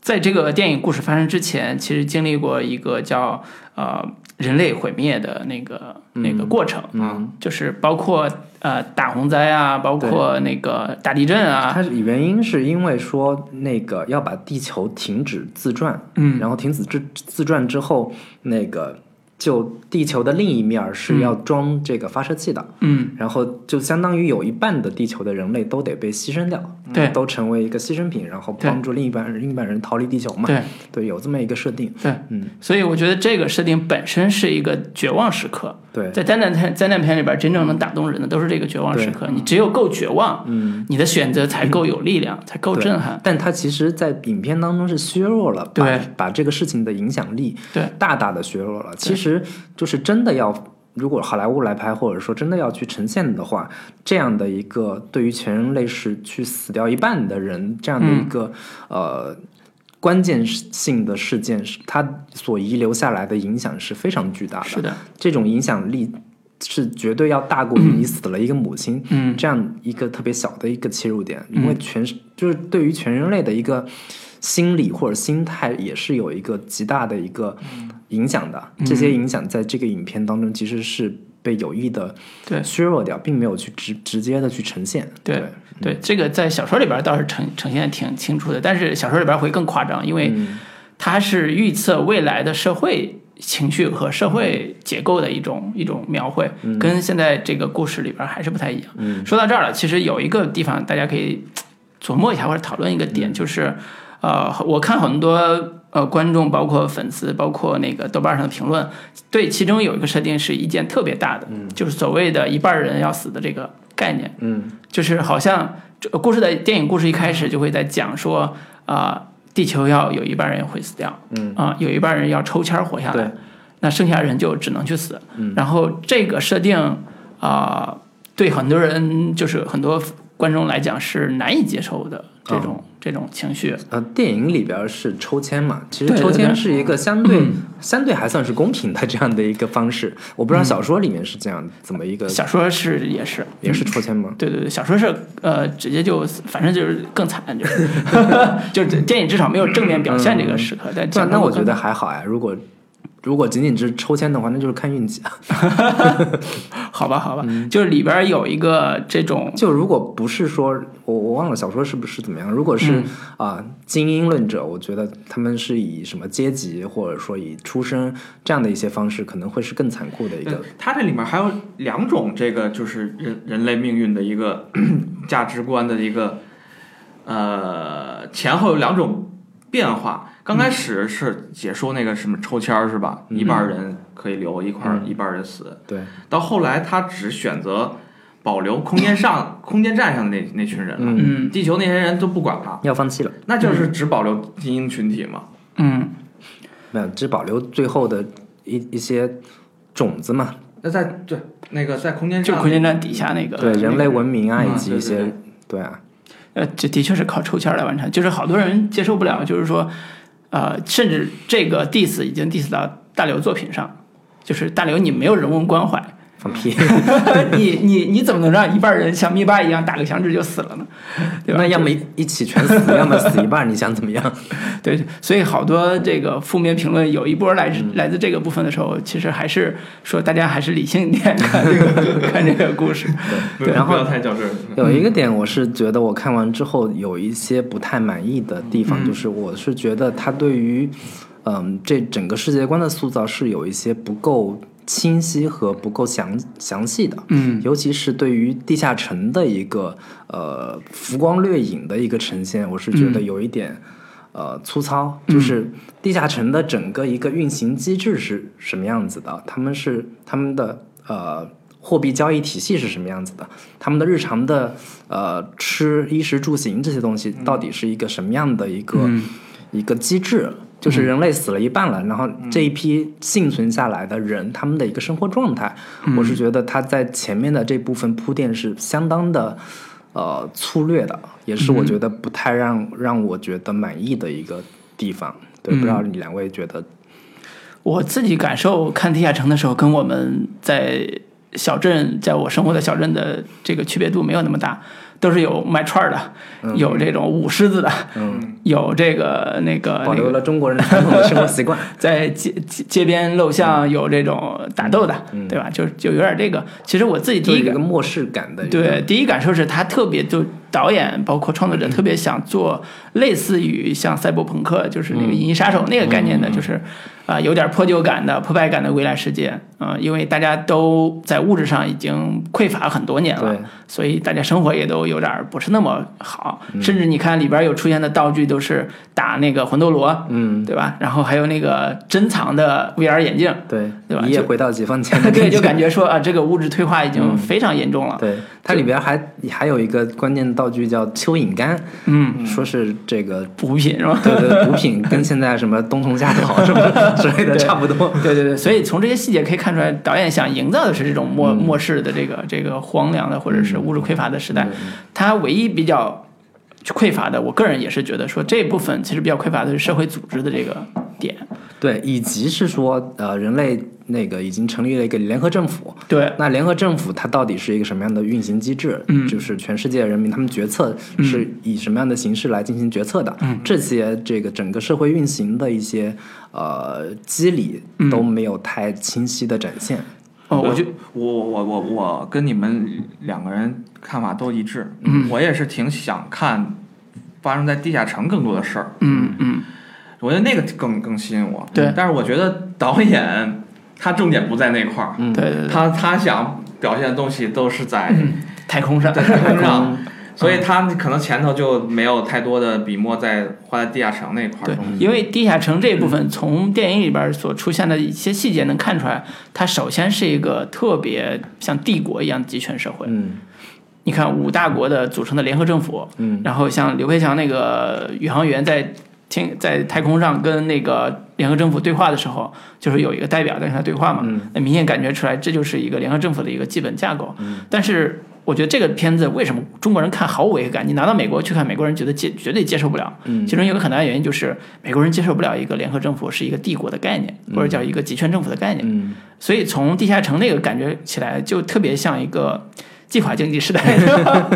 S1: 在这个电影故事发生之前，其实经历过一个叫呃人类毁灭的那个那个过程，
S2: 嗯，
S1: 就是包括呃大洪灾啊，包括那个大地震啊，
S2: 它是原因是因为说那个要把地球停止自转，
S1: 嗯
S2: 然后停止自自转之后，那个就地球的另一面儿
S3: 嗯
S2: 是要装这个发射器的，
S1: 嗯，
S2: 然后就相当于有一半的地球的人类都得被牺牲掉，
S1: 对
S2: 都成为一个牺牲品，然后
S1: 对
S2: 帮助另一半另一半人逃离地球嘛，
S1: 对
S2: 对，有这么一个设定，
S1: 对，
S2: 嗯，
S1: 所以我觉得这个设定本身是一个绝望时刻，
S2: 对，
S1: 在灾难片灾难片里边，真正能打动人的都是这个绝望时刻。你只有够绝望，嗯，你的选择才够有力量，才够
S2: 对
S1: 震撼。
S2: 但它其实，在影片当中是削弱了把
S1: 嗯对
S2: 把这个事情的影响力，
S1: 对，
S2: 大大的削弱了。其实就是真的要，如果好莱坞来拍，或者说真的要去呈现的话，这样的一个对于全人类是去死掉一半的人，这样的一个、
S1: 嗯
S2: 呃。关键性的事件是它所遗留下来的影响是非常巨大
S1: 是的，
S2: 这种影响力是绝对要大过于你死了一个母亲，
S1: 嗯，
S2: 这样一个特别小的一个切入点，因为全是就是对于全人类的一个心理或者心态也是有一个极大的一个影响的。
S1: 嗯
S2: 这些影响在这个影片当中其实是被有意的
S1: 对
S2: 削弱掉，并没有去直直接的去呈现。
S1: 对对，这个在小说里边倒是呈呈现得挺清楚的，但是小说里边会更夸张，因为它是预测未来的社会情绪和社会结构的一种一种描绘，跟现在这个故事里边还是不太一样。说到这儿了，其实有一个地方大家可以嘖琢磨一下或者讨论一个点，就是呃，我看很多。呃，观众包括粉丝，包括那个豆瓣上的评论，对其中有一个设定是意见特别大的，就是所谓的一半人要死的这个概念。就是好像这故事的电影故事一开始就会在讲说啊、地球要有一半人会死掉，嗯啊、有一半人要抽签儿活下
S2: 对嗯
S1: 来，那剩下人就只能去死。然后这个设定啊、对很多人就是很多观众来讲是难以接受
S2: 嗯
S1: 的这种、这种情绪。
S2: 呃，电影里边是抽签嘛，其实
S1: 对对
S2: 抽签
S1: 对嗯
S2: 是一个相对相对还算是公平的这样的一个方式。我
S1: 嗯
S2: 不知道小说里面是这样怎么一个，
S1: 小说是也是
S2: 也是抽签吗？
S1: 对对对，小说是呃，直接就反正就是更惨，就是 就是电影至少没有正面表现这个时刻，但
S2: 对啊
S1: 讲，
S2: 那
S1: 到
S2: 我
S1: 更
S2: 觉得还好呀。如果如果仅仅是抽签的话，那就是看运气啊。
S1: 好吧，好吧，
S2: 嗯
S1: 就是里边儿有一个这种，
S2: 就如果不是说我我忘了小说是不是怎么样，如果是啊、精英论者，我觉得他们是以什么阶级或者说以出身这样的一些方式，可能会是更残酷的一
S3: 对
S2: 个。，
S3: 它这里面还有两种这个就是人人类命运的一个 价值观的一个呃前后有两种变化。刚开始是解说那个什么抽签儿是吧？一半人可以留，一块儿一半人死。
S2: 对，
S3: 到后来他只选择保留空间上空间站上的那那群人了，
S1: 嗯
S3: 地球那些人都不管了，
S2: 要放弃了，
S3: 那就是只保留精英群体嘛。
S1: 嗯，
S2: 没有，只保留最后的一一些种子嘛。
S3: 那在对那个在空间
S1: 就
S3: 站
S1: 空间站底下那个，
S2: 嗯对，人类文明啊，
S3: 嗯
S2: 以及一
S3: 对
S2: 些
S3: 对
S2: 对啊，
S1: 呃，这的确是靠抽签儿来完成，就是好多人接受不了，就是说，呃，甚至这个 diss 已经 diss 到大刘作品上，就是大刘你没有人文关怀，
S2: 放屁，
S1: 你你你怎么能让一半人像灭霸一样打个响指就死了呢？对吧？
S2: 那要么一一起全死，要么死一半，你想怎么样？
S1: 对，所以好多这个负面评论有一波来自、
S2: 嗯
S1: 来自这个部分的时候，其实还是说大家还是理性一点看这个 看这个故事。
S3: 对，然后不要太较真儿。
S2: 有一个点，我是觉得我看完之后有一些不太满意的地方，就是我是觉得他对于，嗯，这整个世界观的塑造是有一些不够清晰和不够详详细的，
S1: 嗯，
S2: 尤其是对于地下城的一个呃浮光掠影的一个呈现，我是觉得有一点。呃，粗糙就是地下城的整个一个运行机制是什么样子的？他们是他们的呃货币交易体系是什么样子的？他们的日常的呃吃衣食住行这些东西到底是一个什么样的一个、一个机制？就是人类死了一半了，然后这一批幸存下来的人，他们的一个生活状态，我
S1: 嗯
S2: 是觉得他在前面的这部分铺垫是相当的，呃，粗略的，也是
S1: 嗯
S2: 我觉得不太让、让我觉得满意的一个地方。对，不
S1: 嗯
S2: 知道你两位觉得？
S1: 我自己感受看地下城的时候，跟我们在小镇，在我生活的小镇的这个区别度没有那么大，都是有卖串儿的，
S2: 嗯
S1: 有这种舞狮子的，有这个那个
S2: 保
S1: 呃那
S2: 留
S1: 个
S2: 了中国人传统的生活习 惯，
S1: 在街街街边陋
S2: 嗯
S1: 巷有这种打斗的，对吧？就就有点这个。其实我自己第
S2: 就
S1: 一
S2: 是一
S1: 个
S2: 个漠视感的一个
S1: 对，第一感受是他特别就导演包括创作
S2: 嗯
S1: 者特别想做类似于像赛博朋克，就是
S2: 嗯
S1: 那个《银翼杀手》那个概念的，就是啊、有点破旧感的、破败感的未来世界啊、因为大家都在物质上已经匮乏很多年了
S2: 对，
S1: 所以大家生活也都有点不是那么好，
S2: 嗯
S1: 甚至你看里边有出现的道具都是打那个魂斗罗，嗯，对吧？然后还有那个珍藏的 VR 眼 镜。
S2: 对
S1: 对吧
S2: 一夜
S1: 就
S2: 回到解放 前的
S1: 对，
S2: 感
S1: 就
S2: 觉。
S1: 感觉说啊，这个物质退化已经
S2: 嗯
S1: 非常严重了。
S2: 对，它里边还还有一个关键道具叫蚯蚓杆，嗯，说是这个
S1: 补品是吧？
S2: 对对，毒品跟现在什么冬虫夏草什么之类的
S1: 对
S2: 差不多。
S1: 对对对，所
S3: 嗯
S1: 以从这些细节可以看出来，导演想营造的是这种末末世的这个这个荒凉的或者是
S3: 嗯
S1: 物质匮乏的时代。它唯一比较匮乏的，我个人也是觉得说这部分其实比较匮乏的是社会组织的这个点。
S2: 对，以及是说，呃，人类那个已经成立了一个联合政府。
S1: 对，
S2: 那联合政府它到底是一个什么样的运行机制？嗯，就是全世界人民他们决策
S1: 嗯
S2: 是以什么样的形式来进行决策的？嗯，这些这个整个社会运行的一些呃机理
S1: 嗯
S2: 都没有太清晰的展现。
S1: 哦，我就
S3: 我我我我跟你们两个人看法都一致，
S1: 嗯
S3: 我也是挺想看发生在地下城更多的事儿，
S1: 嗯嗯
S3: 我觉得那个更更吸引我。
S1: 对
S3: 但是我觉得导演他重点不在那块儿，
S1: 对对嗯对，
S3: 嗯他他想表现的东西都是在
S1: 太空上
S3: 在太空上，
S1: 嗯
S3: 所以他可能前头就没有太多的笔墨在花在地下城那一块
S1: 对
S3: 儿。，
S1: 因为地下城这一部
S3: 嗯
S1: 分，从电影里边所出现的一些细节能看出来，它首先是一个特别像帝国一样的集权社会。
S2: 嗯
S1: 你看五大国的组成的联合政府，
S2: 嗯，
S1: 然后像刘培强那个宇航员在天在太空上跟那个联合政府对话的时候，就是有一个代表在跟他对话嘛，那明显感觉出来这就是一个联合政府的一个基本架构。但是我觉得这个片子为什么中国人看毫无违和感？你拿到美国去看，美国人觉得接绝对接受不了。其中有一个很大的原因就是美国人接受不了一个联合政府是一个帝国的概念，或者叫一个集权政府的概念。
S2: 嗯，
S1: 所以从地下城那个感觉起来，就特别像一个 计划经济时代， 对吧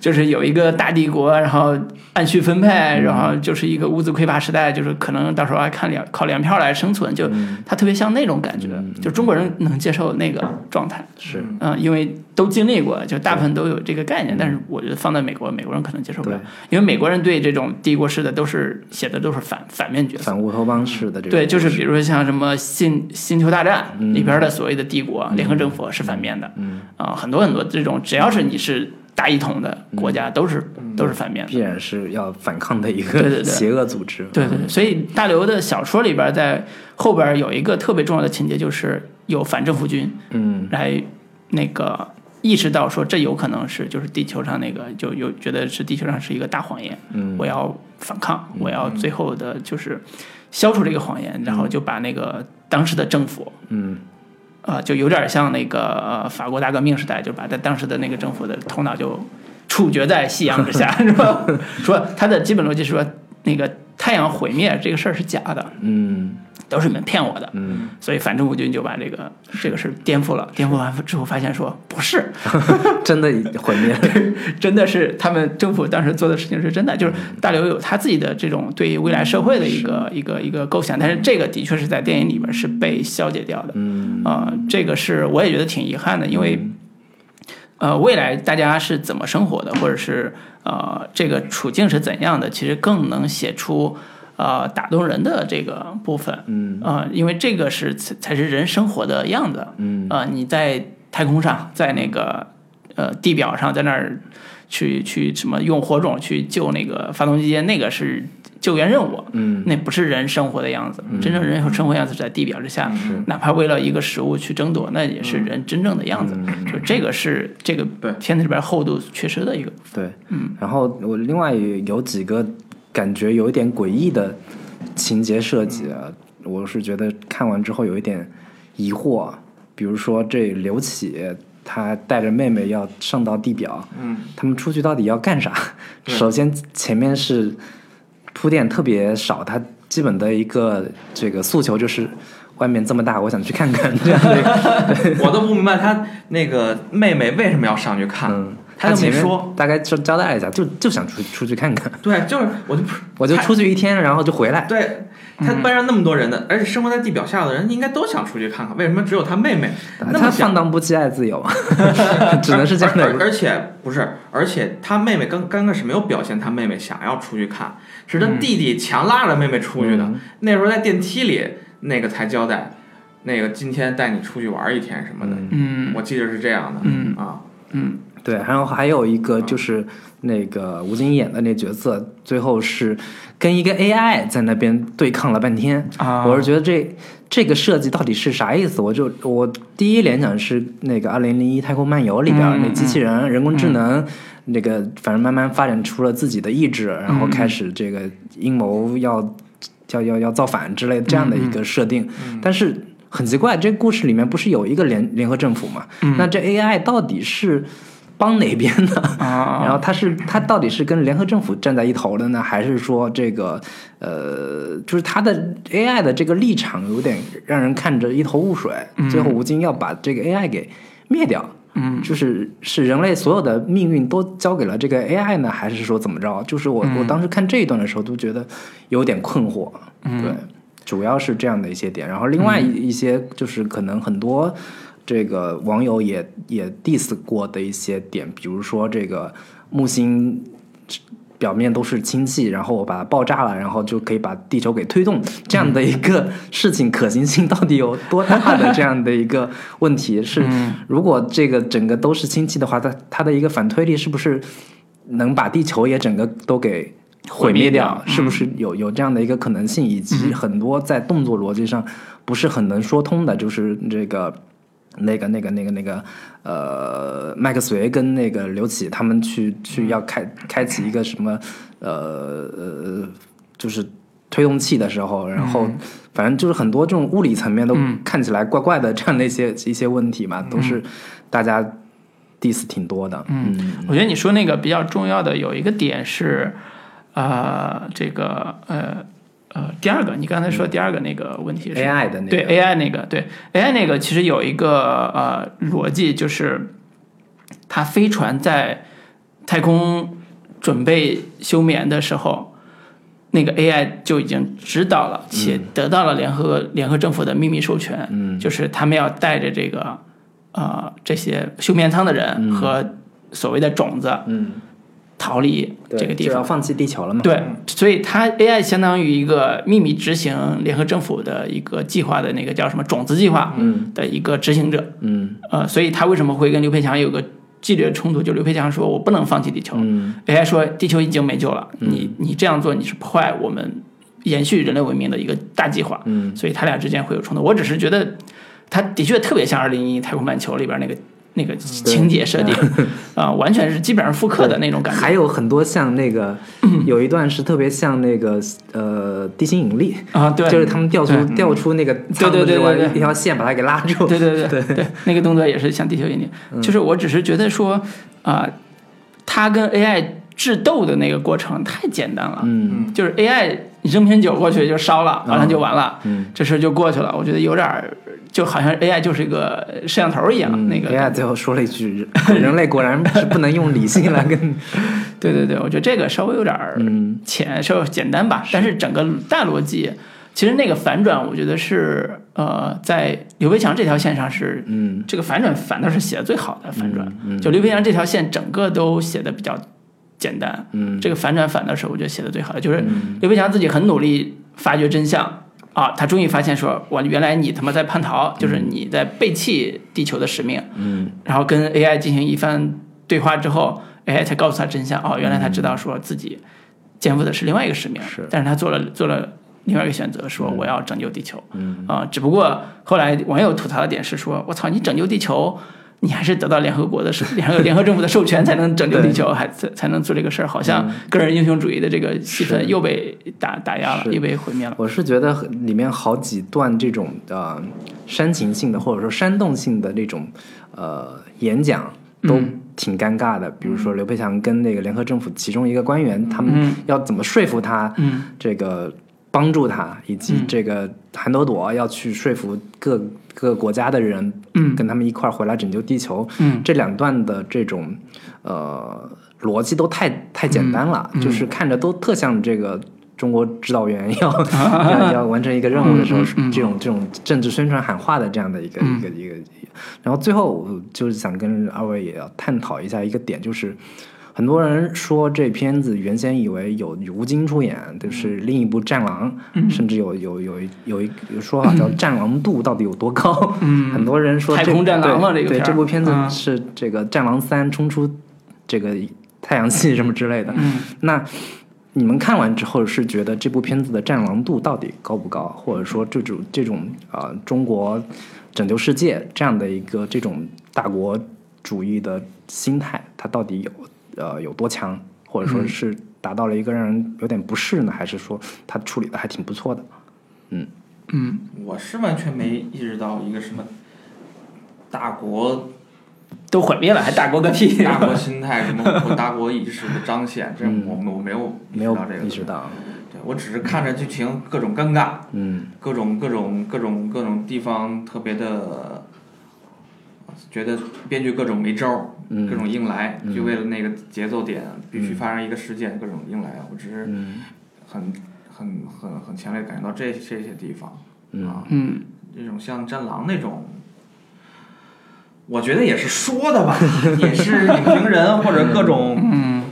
S1: 就是有一个大帝国，然后按需分配，
S2: 嗯
S1: 然后就是一个物资匮乏时代，就是可能到时候还看粮靠粮票来生存，就
S2: 嗯
S1: 它特别像那种感觉，就中国人能接受那个状态，
S2: 是
S1: 嗯，因为都经历过，就大部分都有这个概念，但是我觉得放在美国，美国人可能接受不了
S2: 对，
S1: 因为美国人对这种帝国式的都是写的都是反反面角色，
S2: 嗯反乌托邦式的这个
S1: 对，就是比如说像什么星《星球大战》里边的所谓的帝国、啊联合政府是反面的，嗯啊、很多很多这种只要是你是大一统的国家，都是都是反面的。
S2: 必然是要反抗的一
S1: 对对对
S2: 个邪恶组织。
S1: 对对对，所以大刘的小说里边在后边有一个特别重要的情节，就是有反政府军
S2: 嗯，
S1: 来那个意识到说这有可能是就是地球上那个就有觉得是地球上是一个大谎言，
S2: 嗯，
S1: 我要反抗，我要最后的就是消除这个谎言，然后就把那个当时的政府，
S2: 嗯，
S1: 呃，就有点像那个、呃、法国大革命时代，就把他当时的那个政府的头脑就处决在夕阳之 下，是吧？说他的基本逻辑是说那个太阳毁灭这个事儿是假的，
S2: 嗯，
S1: 都是你们骗我的。
S2: 嗯，
S1: 所以反正吴军就把这个这个事儿颠覆了，颠覆完之后发现说不是，
S2: 真的毁灭了。
S1: 真的是他们政府当时做的事情是真的，就是大刘有他自己的这种对于未来社会的一个一个一个构想，但是这个的确是在电影里边是被消解掉的。嗯，啊，这个是我也觉得挺遗憾的，因为。
S2: 嗯
S1: 呃，未来大家是怎么生活的，或者是呃这个处境是怎样的，其实更能写出呃打动人的这个部分。
S2: 嗯
S1: 啊、因为这个是才才是人生活的样子。
S2: 嗯
S1: 啊、你在太空上，在那个呃地表上，在那儿去去什么用火种去救那个发动机，那个是救援任务。
S2: 嗯，
S1: 那不是人生活的样子，真正人生活样子是在地表之下，哪怕为了一个食物去争夺，那也是人真正的样子。就这个是这个
S3: 对
S1: 片子里边厚度缺失的一个。
S2: 对，嗯。然后我另外有几个感觉有一点诡异的情节设计啊，我是觉得看完之后有一点疑惑。啊比如说这刘启他带着妹妹要上到地表，
S3: 嗯，
S2: 他们出去到底要干啥？首先前面是铺垫特别少，他基本的一个这个诉求就是外面这么大，我想去看看这样的一个。
S3: 我都不明白他那个妹妹为什么要上去 看，
S2: 嗯，
S3: 他
S2: 他
S3: 又没
S2: 前面
S3: 说。
S2: 大概就交代了一下，就就想出出去看看。
S3: 对，就是我就不是
S2: 我就出去一天，然后就回来。
S3: 哎对他
S2: 嗯
S3: 班上那么多人呢，而且生活在地表下的人应该都想出去看看，为什么只有他妹妹那
S2: 他
S3: 么想？
S2: 放荡不羁，爱自由， 只能是这样
S3: 而 而
S2: 的。
S3: 而且不是，而且他妹妹刚刚开始没有表现他妹妹想要出去看，是他弟弟强拉着妹妹出去的。
S2: 嗯
S3: 那时候在电梯里，那个才交代，那个今天带你出去玩一天什么的。
S1: 嗯
S3: 我记得是这样的。
S1: 嗯
S3: 啊，
S1: 嗯
S2: 对，然后还有一个就是那个吴京演的那角色，最后是跟一个 AI 在那边对抗了半天。
S1: 啊
S2: 我是觉得这这个设计到底是啥意思？我就我第一联想是那个《二零零一太空漫游》里边儿
S1: 嗯
S2: 那机器人、人工智能，那个反正慢慢发展出了自己的意志，然
S1: 嗯
S2: 后开始这个阴谋要要要要造反之类这样的一
S1: 嗯
S2: 个设定。但是很奇怪，这故事里面不是有一个联联合政府嘛？
S1: 嗯
S2: 那这 AI 到底是帮哪边呢？
S1: 啊，
S2: 然后他是他到底是跟联合政府站在一头的呢，还是说这个呃，就是他的 AI 的这个立场有点让人看着一头雾水。最后吴京要把这个 AI 给灭掉，
S1: 嗯，
S2: 就是是人类所有的命运都交给了这个 AI 呢，还是说怎么着？就是我、
S1: 嗯
S2: 我当时看这一段的时候都觉得有点困惑，
S1: 嗯
S2: 对。主要是这样的一些点，然后另外一一些就是可能很多这个网友也也 diss 过的一些点，比如说这个木星表面都是氢气，然后我把它爆炸了，然后就可以把地球给推动，这样的一个事情可行性到底有多大的这样的一个问题是，如果这个整个都是氢气的话，它它的一个反推力是不是能把地球也整个都给毁
S1: 毁
S2: 灭
S1: 灭掉嗯
S2: 是不是有有这样的一个可能性？以及很多在动作逻辑上不是很能说通的，就是这个。那个、那个、那个、那个，呃，麦克隋跟那个刘启他们去去要开开启一个什么，呃呃，就是推动器的时候，然后反正就是很多这种物理层面都
S1: 嗯
S2: 看起来怪怪的这样的一些 一些问题嘛，都是大家 diss 挺多的。嗯
S1: 我觉得你说那个比较重要的有一个点是，呃，这个呃呃，第二个，你刚才说第二个那个问题是
S2: ，AI 的那个
S1: 对 AI 那个，对 AI 那个，其实有一个呃逻辑，就是它飞船在太空准备休眠的时候，那个 AI 就已经知道了，
S2: 嗯
S1: 且得到了联合、联合政府的秘密授权，嗯，就是他们要带着这个呃这些休眠舱的人和所谓的种子
S2: 嗯，
S1: 逃离
S2: 对
S1: 这个地
S2: 就
S1: 方
S2: 要。放弃地球了嘛？
S1: 对，所以它 AI 相当于一个秘密执行联合政府的一个计划的那个叫什么种子计划的一个执行者，
S2: 嗯
S1: 呃，所以他为什么会跟刘培强有个激烈冲突？就刘培强说我不能放弃地球、
S2: 嗯
S1: a i 说地球已经没救了，你你这样做你是破坏我们延续人类文明的一个大计划，
S2: 嗯
S1: 所以他俩之间会有冲突。我只是觉得，他的确特别像《二零一太空漫球》里边那个那
S2: 嗯
S1: 个情节设定，啊、完全是基本上复刻的那种感觉。嗯
S2: 还有很多像那个，有一段是特别像那个呃地心引力，
S1: 啊，对，
S2: 就是他们调出
S1: 对
S2: 调出那个舱
S1: 对对
S2: 子
S1: 对
S2: 之外
S1: 对对
S2: 一条线把它给拉住。
S1: 对 对对对，那个动作也是像地球引力。就是我只是觉得说，啊、它跟 AI 智斗的那个过程太简单了。
S2: 嗯
S1: 就是 AI 你扔瓶酒过去就烧了，完了就完了，这事儿就过去了。我觉得有点儿就好像 AI 就是一个摄像头一样，
S2: 嗯
S1: 那个
S2: AI 最后说了一句：“人类果然是不能用理性来跟。
S1: 对对对，我觉得这个稍微有点儿浅，稍微简单吧。嗯但是整个大逻辑，其实那个反转，我觉得是呃，在刘培强这条线上是，嗯，这个反转反倒是写的最好的反转。就刘培强这条线整个都写的比较简单，嗯，这个反转反倒是我觉得写的最好的，就是刘培强自己很努力发掘真相。啊，他终于发现说，我原来你他妈在叛逃，
S2: 嗯
S1: 就是你在背弃地球的使命。嗯，然后跟 AI 进行一番对话之后，AI 才告诉他真相。哦，原来他知道说自己肩负的是另外一个使命，
S2: 嗯是嗯
S1: 但是他做了做了另外一个选择，说我要拯救地球。嗯啊、只不过后来网友吐槽的点是说，我操，你拯救地球。你还是得到联合国的授， 联合联合政府的授权才能拯救地球，还才才能做这个事儿。好像个人英雄主义的这个气氛
S2: 嗯是
S1: 又被打打压了，
S2: 是
S1: 又被毁灭了”。
S2: 我是觉得里面好几段这种呃煽情性的或者说煽动性的这种呃演讲都挺尴尬的。比如说刘培强跟那个联合政府其中一个官员，他们要怎么说服他？
S1: 嗯，
S2: 这个帮助他，以及这个韩朵朵要去说服各各个国家的人，
S1: 嗯
S2: 跟他们一块儿回来拯救地球，
S1: 嗯，
S2: 这两段的这种呃逻辑都太太简单了，
S1: 嗯
S2: 就是看着都特像这个。中国指导员要 要要完成一个任务的时
S1: 嗯
S2: 候，这种这种政治宣传喊话的这样的一个一个一个，然后最后我就是想跟二位也要探讨一下一个点，就是很多人说这片子原先以为有吴京出演，就是
S1: 嗯
S2: 另一部《战狼》甚至有有有一有一有说法叫“战狼度”到底有多高？嗯， 很多人说这
S1: 嗯太空战狼了
S2: 对
S1: 这个
S2: 对
S1: 片儿
S2: 这部片子
S1: 嗯
S2: 是这个《战狼三》冲出这个太阳系什么之类的。
S1: 嗯
S2: 那你们看完之后是觉得这部片子的战狼度到底高不高，或者说这种这种啊、呃中国拯救世界这样的一个这种大国主义的心态，它到底有呃有多强，
S1: 嗯
S2: 或者说是达到了一个让人有点不适呢，还是说它处理的还挺不错的？
S1: 嗯，
S3: 我是完全没意识到一个什么大 国
S1: 都毁灭了，还大国个屁！
S3: 大国心态什么国大国意识的彰显，这我我没有意
S2: 嗯没
S3: 识
S2: 有
S3: 到这个
S2: 意，识到，
S3: 对我只是看着剧情各种尴尬，
S2: 嗯
S3: 各种各种各种各种地方特别的，觉得编剧各种没招儿，各种硬来，就为了那个节奏点必须发生一个事件，各种硬来。我只是
S2: 嗯
S3: 很很很很强烈地感觉到这这些地方啊，
S1: 嗯，
S3: 这种像《战狼》那种。我觉得也是说的吧， 也是影评人或者各种，
S1: 嗯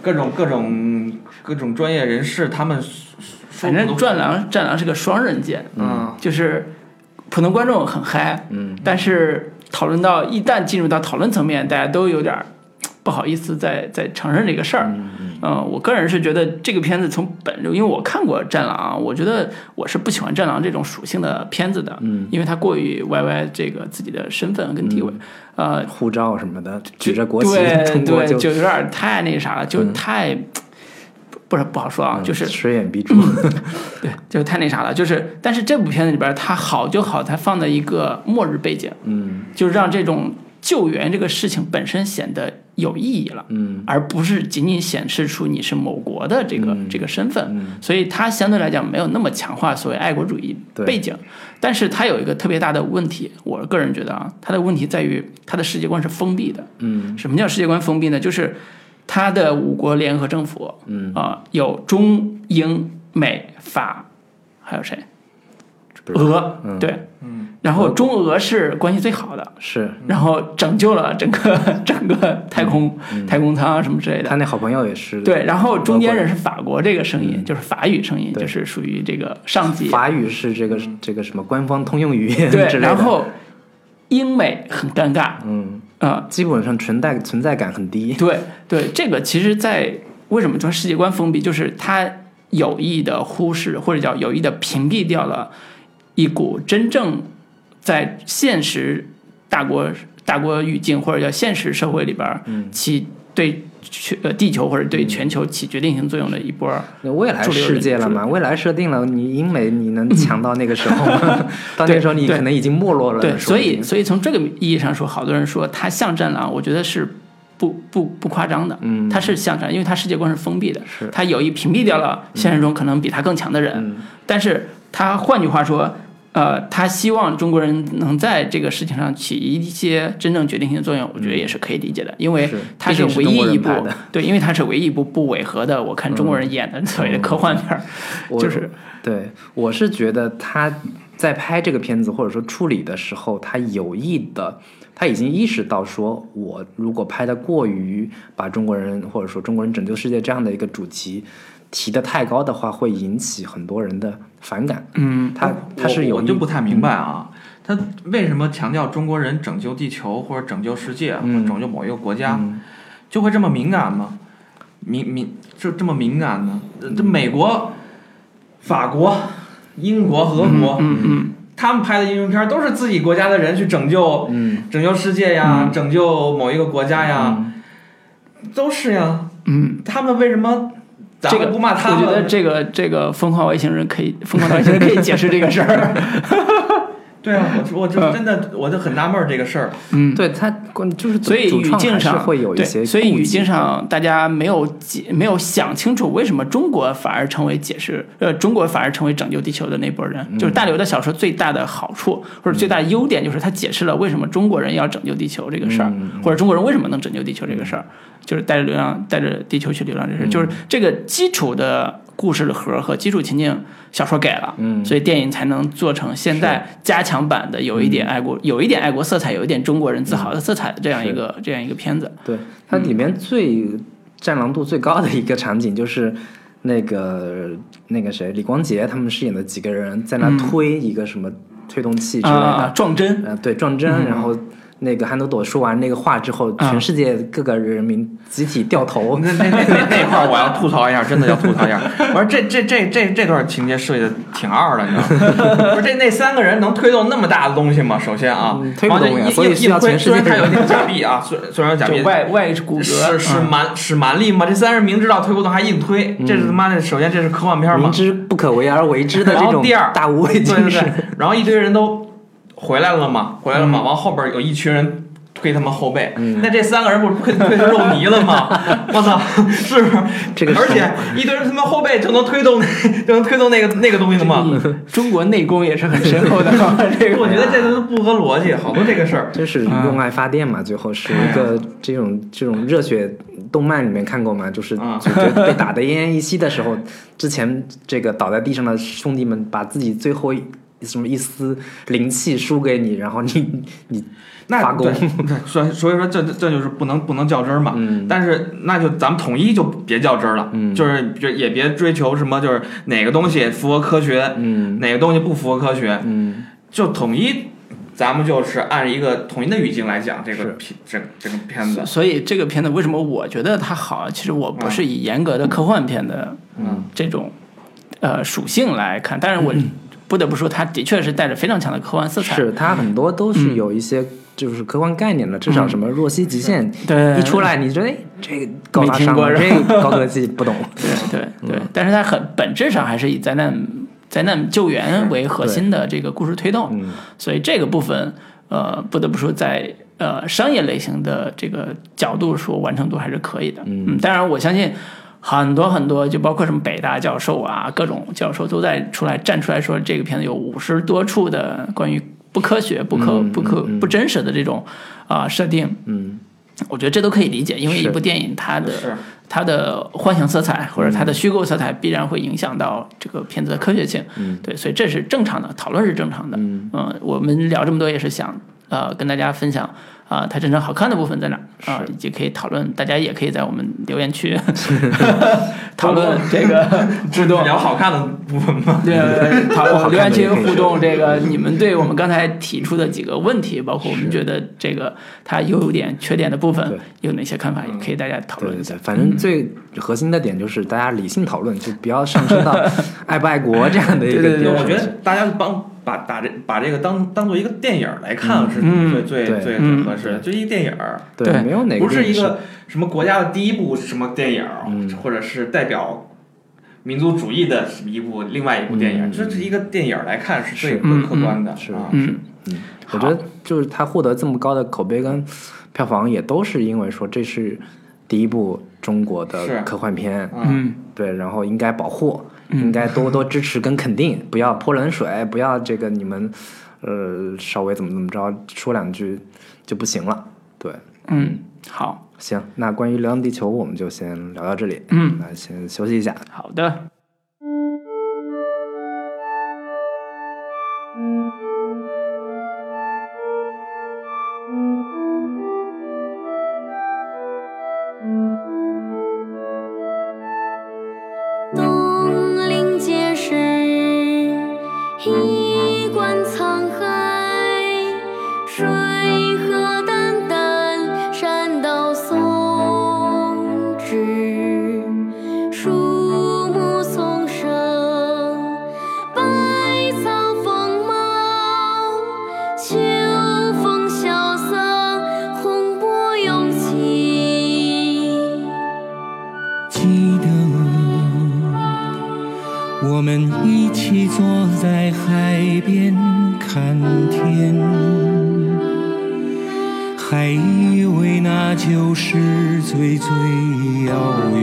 S3: 各种各种各种专业人士，他们说说
S1: 反
S3: 不
S1: 正
S3: 都
S1: 《战狼》《战狼》是个双刃剑，
S3: 嗯，
S1: 就是普通观众很嗨，
S2: 嗯，
S1: 但是讨论到一旦进入到讨论层面，大家都有点儿嘖不好意思再再承认这个事儿。嗯、我个人是觉得这个片子从本就，因为我看过《战狼》，我觉得我是不喜欢《战狼》这种属性的片子的，嗯，因为它过于 YY 这个自己的身份跟地位，呃，
S2: 护照什么的，举着国旗
S1: 对
S2: 通过
S1: 对，
S2: 就
S1: 就有点儿太那啥了，就太、不不是不好说
S2: 嗯
S1: 啊，就是
S2: 水 眼逼注，
S1: 对，就太那啥了。就是，但是这部片子里边儿，它好就好，它放在一个末日背景，
S2: 嗯
S1: 就是让这种救援这个事情本身显得有意义了，
S2: 嗯
S1: 而不是仅仅显示出你是某国的这个、
S2: 嗯
S1: 这个身份。所以它相对来讲没有那么强化所谓爱国主义
S2: 对
S1: 背景，但是它有一个特别大的问题，我个人觉得啊，它的问题在于它的世界观是封闭的。
S2: 嗯
S1: 什么叫世界观封闭呢？就是它的五国联合政府，嗯啊、有中英美法，还有谁？
S2: 不知道
S1: 俄，
S2: 嗯
S1: 对，嗯，然后中俄是关系最好的，
S2: 是
S1: 然后拯救了整 个整个太空、
S2: 嗯
S1: 太空舱啊什么之类的
S2: 他。那好朋友也是
S1: 对，然后中间
S2: 俄国
S1: 人是法国这个声音，就是法语声音，
S2: 嗯对
S1: 就是属于这个上级。
S2: 法语是这个这个什么官方通用语言之类
S1: 嗯对，
S2: 的，
S1: 然后英美很尴尬，
S2: 嗯，
S1: 啊。
S2: 基本上存在存在感很低，
S1: 对对，这个其实在，为什么说世界观封闭，就是它有意的忽视或者叫有意的屏蔽掉了一股真正在现实大国大国语境或者叫现实社会里边儿起对全呃地球或者对全球起决定性作用的一波儿。
S2: 那未来
S1: 主流人
S2: 世界了嘛，未来设定了，你英美 你能强到那个时候吗？ 到那个时候你
S1: 对
S2: 可能已经没落了，
S1: 对，
S2: 说
S1: 所
S2: 不定
S1: 啊以所以从这个意义上说，好多人说它像战狼，我觉得是不不不夸张的，
S2: 嗯
S1: 它是向上，因为它世界观是封闭的，
S2: 是
S1: 它有意屏蔽掉了现实中可能比他更强的人，
S2: 嗯
S1: 但是他换句话说，呃，他希望中国人能在这个事情上起一些真正决定性作用，我觉得也是可以理解的，因为
S2: 嗯是
S1: 它
S2: 毕竟是
S1: 唯
S2: 中国
S1: 一
S2: 人
S1: 一部
S2: 拍的嗯
S1: 对，因为它是唯一一部不违和的，我看中国人演的所谓的科幻片儿，
S2: 我
S1: 就是
S2: 对，我是觉得他在拍这个片子或者说处理的时候，他有意的，他已经意识到说，我如果拍的过于把中国人或者说中国人拯救世界这样的一个主题提的太高的话，会引起很多人的反感。
S1: 嗯，
S2: 他他是
S3: 我
S2: 有
S3: 我
S2: 意
S3: 就不太明白啊，他为什么强调中国人拯救地球或者拯救世界、
S2: 嗯
S3: 或者拯救某一个国家，
S2: 嗯
S3: 就会这么敏感吗？敏敏就这么敏感呢？呃这美国、法国、英国、俄国，
S1: 嗯嗯
S3: 他们拍的英雄片都是自己国家的人去拯救
S2: 嗯
S3: 拯救世界呀，
S1: 嗯
S3: 拯救某一个国家呀，都是呀。
S1: 嗯，
S3: 他们为什么咱
S1: 这
S3: 们
S1: 个
S3: 不骂他
S1: 我
S3: 们？
S1: 觉得这个这个疯狂外星人可以疯狂的外星人可以解释这个事 儿，
S3: 对啊，我就我就
S1: 嗯
S3: 真的我就很纳闷儿这个事儿。
S1: 嗯。
S2: 对他关就是主
S1: 所以
S2: 主
S1: 语
S2: 创
S1: 境
S2: 还是
S1: 上
S2: 会有一
S1: 对
S2: 些
S1: 所以
S2: 顾
S1: 语
S2: 忌
S1: 境上大家没有解没有想清楚为什么中国反而成为解释呃中国反而成为拯救地球的那波人，
S2: 嗯
S1: 就是大刘的小说最大的好处或者最大的优点就是他解释了为什么中国人要拯救地球这个事儿，
S2: 嗯
S1: 或者中国人为什么能拯救地球这个事儿，就是带着流浪带着地球去流浪这事
S3: 嗯
S1: 儿，就是这个基础的。故事的核和基础情境小说给了，嗯，所以电影才能做成现在加强版的，有一
S3: 嗯
S1: 点爱国，有一点爱国色彩，有一点中国人自豪的色彩的这样一个这样一个片子。
S2: 对，它里面最战狼度最高的一个场景就是那个那个谁，李光洁他们饰演的几个人在
S3: 嗯
S2: 那推一个什么推动器之类
S1: 啊
S2: 的，，
S1: 撞针，
S2: 呃，对，撞针，
S3: 嗯
S2: 然后。那个憨豆朵说完那个话之后，
S1: 啊
S2: 全世界各个人民集体掉头。
S3: 那那那那那块儿我要吐槽一下，真的要吐槽一下。我说这这这这这段情节设计的挺二的，你知道吗？不是这那三个人能推动那么大的东西吗？首先啊，
S2: 嗯推不动呀
S3: 然后就一
S2: 所以
S3: 一
S2: 需要
S3: 一推
S2: 全世
S3: 虽
S2: 界
S3: 然
S2: 的
S3: 他
S2: 人
S3: 有点假币啊，虽虽然有假
S1: 就
S3: 币。
S1: 外外骨骼
S3: 是是
S1: 嗯
S3: 蛮是蛮力吗？这三人明知道推不动还硬推，这是他妈的！首先这是科幻片嘛
S2: 嗯明，知不可为而为之的
S3: 然
S2: 这
S3: 后
S2: 种
S3: 第二
S2: 大无畏
S3: 对
S2: 精
S3: 对对
S2: 神，，
S3: 然后一堆人都回来了嘛，回来
S2: 嗯
S3: 了嘛，往后边有一群人。推他们后背，那这三个人不是推推成肉泥了 吗？我操，是不是？
S2: 这个是
S3: 而且一堆人他妈后背就能推动， 就能推动那个那个东西的吗？
S1: 中国内功也是很深 厚的。这个
S3: 我觉得这都不合逻辑，好多这个事儿。
S2: 就是
S1: 啊
S2: 用爱发电嘛。最后是一个这种这种热血动漫里面看过嘛，就是
S3: 嗯
S2: 主角被打得奄奄一息的时候，之前这个倒在地上的兄弟们把自己最后一什么一丝灵气输给你，然后你你
S3: 那
S2: 发
S3: 对
S2: 功，
S3: 对，所以所以说这这这就是不能不能较真儿嘛。
S2: 嗯
S3: 但是那就咱们统一就别较真儿了，
S2: 嗯
S3: 就是就也别追求什么，就是哪个东西符合科学，
S2: 嗯
S3: 哪个东西不符合科学，
S2: 嗯，
S3: 就统一，咱们就是按一个统一的语境来讲这个
S2: 是
S3: 片这个这个片子。
S1: 所以这个片子为什么我觉得它好？其实我不是以严格的科幻片的
S3: 嗯
S1: 这种呃属性来看，但是我不得不说，它的确是带着非常强的科幻色彩。
S2: 是它很多都
S1: 嗯
S2: 是有一些就是科幻概念的，至少什么弱西极限。
S1: 对，
S2: 一出来，你觉得哎，这个高大
S1: 没听
S2: 上
S1: 过
S2: 了，
S1: 是吧
S2: 这个高科技 不懂。
S1: 对对
S2: 嗯
S1: 对，但是它很本质上还是以灾难灾难救援为核心的这个故事推动，
S2: 嗯
S1: 所以这个部分呃不得不说在呃商业类型的这个角度说完成度还是可以的。嗯，当然我相信。很多很多，就包括什么北大教授啊，各种教授都在出来站出来说，这个片子有五十多处的关于不科学、不可、
S2: 嗯
S1: 不可、
S2: 嗯嗯
S1: 不真实的这种啊、设定。
S2: 嗯，
S1: 我觉得这都可以理解，因为
S2: 是
S1: 一部电影它的
S3: 是
S1: 它的幻想色彩或者
S2: 嗯
S1: 它的虚构色彩必然会影响到这个片子的科学性，
S2: 嗯，
S1: 对，所以这是正常的，讨论是正常的，嗯，我们聊这么多也是想呃跟大家分享啊、它真正好看的部分在哪儿啊、以及可以讨论，大家也可以在我们留言 区讨论这个制作。
S3: 聊好看的部分 吗？
S1: 对，讨论
S2: 好看的
S1: 留言区
S2: 也可以
S1: 互动，这 个你们对我们刚才提出的几个问题，包括我们觉得这个它优点、缺点的部分
S2: 对
S1: 有哪些看法，也可以大家讨
S2: 对
S1: 论一
S2: 对
S1: 下
S2: 对，。反正最核心的点就是大家理性讨论，就不要 上升到爱不爱国这样的一个
S1: 对对
S2: 点
S1: 对
S3: 我
S2: 上去。
S3: 觉得大家帮把打这把这个当当做一个电影儿来看是
S1: 嗯
S3: 最最
S2: 对
S3: 最
S1: 嗯
S3: 最合适的，就一电影儿。
S2: 对
S1: 对
S2: 没有哪个
S3: 不是
S2: 电影嗯
S3: 一个什么国家的第一部什么电影儿，或者是代表民族主义的什么一部另外一部电影儿，
S2: 嗯
S3: 这是一个电影儿来看是最
S2: 是嗯
S3: 客观的
S2: 是
S3: 啊。
S1: 嗯，
S2: 嗯，我觉得就是他获得这么高的口碑跟票房，也都是因为说这是第一部中国
S4: 是
S2: 的科幻片，
S1: 嗯，
S2: 对，然后应该保护，应该多多支持跟肯定，不要泼冷水，不要这个你们呃稍微怎么怎么着说两句就不行了。对，
S1: 嗯，好，
S2: 行，那关于《流浪地球》我们就先聊到这里，
S1: 嗯，
S2: 那先休息一下。
S1: 好的，
S5: 东临碣石，以观沧海。水何澹澹，山岛松枝。树木丛生，百草丰茂。秋风萧瑟，洪波涌起。
S6: 记得我们一起坐在海边看天，还以为那就是最最遥远，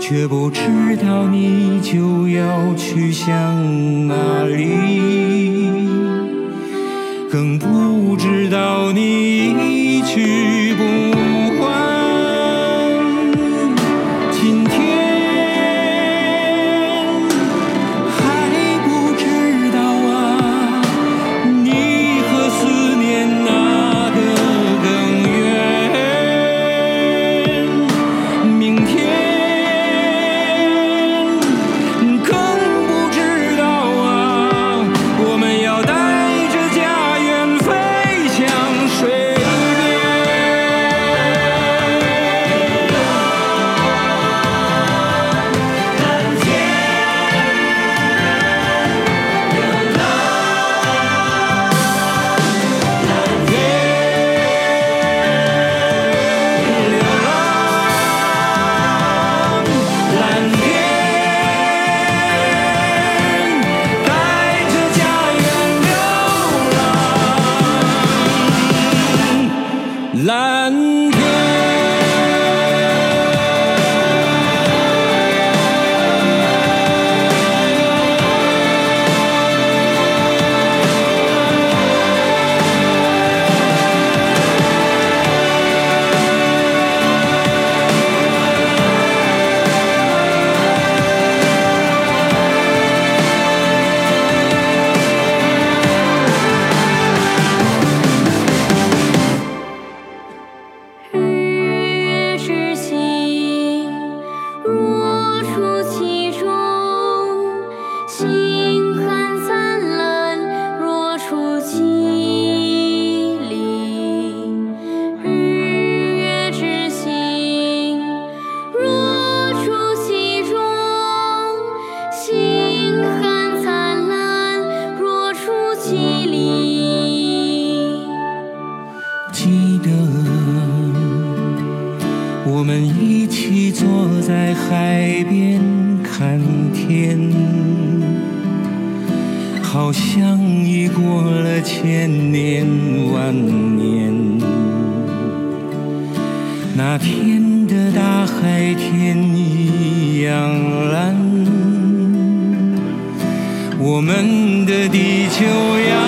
S6: 却不知道你就要去向哪里。更不知道你一去不还。今天还不知道啊，你和思念哪个更远？明天更不知道啊，我们要带着家园飞向水边。流浪，蓝天，带着家园流浪，蓝天。
S5: 日月之行，若出其中；星汉灿烂，若出其里。日月之行，若出其中；星汉灿烂，若出其里。
S6: 记得我们一起坐在海边看天，好像已过了千年万年。那天的大海天一样蓝，我们的地球阳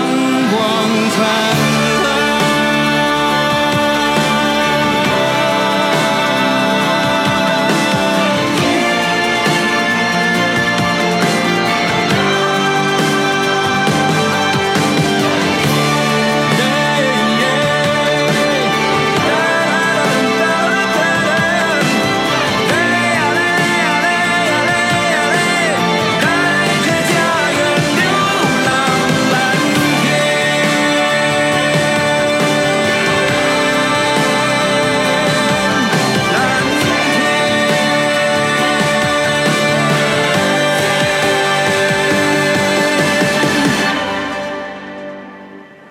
S6: 光灿烂。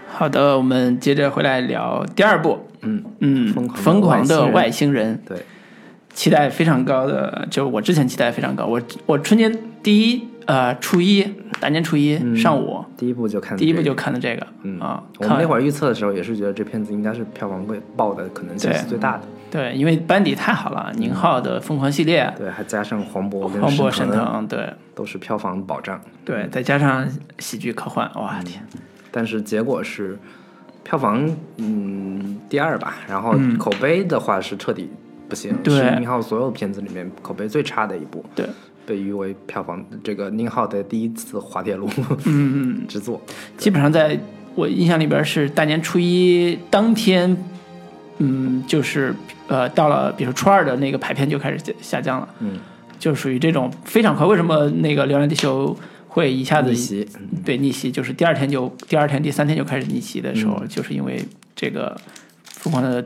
S1: 好的，我们接着回来聊第二部，
S2: 嗯，
S1: 嗯，
S2: 疯狂的
S1: 疯狂的
S2: 外星人
S1: 外星人，
S2: 对，
S1: 期待非常高的，就是我之前期待非常高，我我春节第一，呃，初一大年初一、上午，
S2: 第一部就看，
S1: 第一部就看的这个，
S2: 嗯
S1: 啊，
S2: 我
S1: 看
S2: 们
S1: 完
S2: 那会儿预测的时候也是觉得这片子应该是票房会爆的可能性是
S1: 对
S2: 最大的，
S1: 对，因为班底太好了，宁浩的疯狂系列，
S2: 嗯对，还加上黄渤跟
S1: 黄渤、
S2: 沈
S1: 沈
S2: 腾
S1: 腾，对
S2: 都是票房保障，
S1: 对，再加上喜剧科幻，
S2: 嗯
S1: 哇天，
S2: 但是结果是票房嗯第二吧，然后口碑的话是彻底不行，
S1: 嗯对
S2: 是宁浩所有片子里面口碑最差的一部，
S1: 对，
S2: 被誉为票房这个宁浩的第一次滑铁卢
S1: 嗯嗯，
S2: 之作，
S1: 基本上在我印象里边是大年初一当天，嗯，就是呃，到了比如初二的那个排片就开始下下降了，
S2: 嗯，
S1: 就属于这种非常快。为什么那个《流浪地球》会一下子
S2: 逆袭，
S1: 对逆袭，就是第二天就第二天第三天就开始逆袭的时候，
S2: 嗯
S1: 就是因为这个疯狂的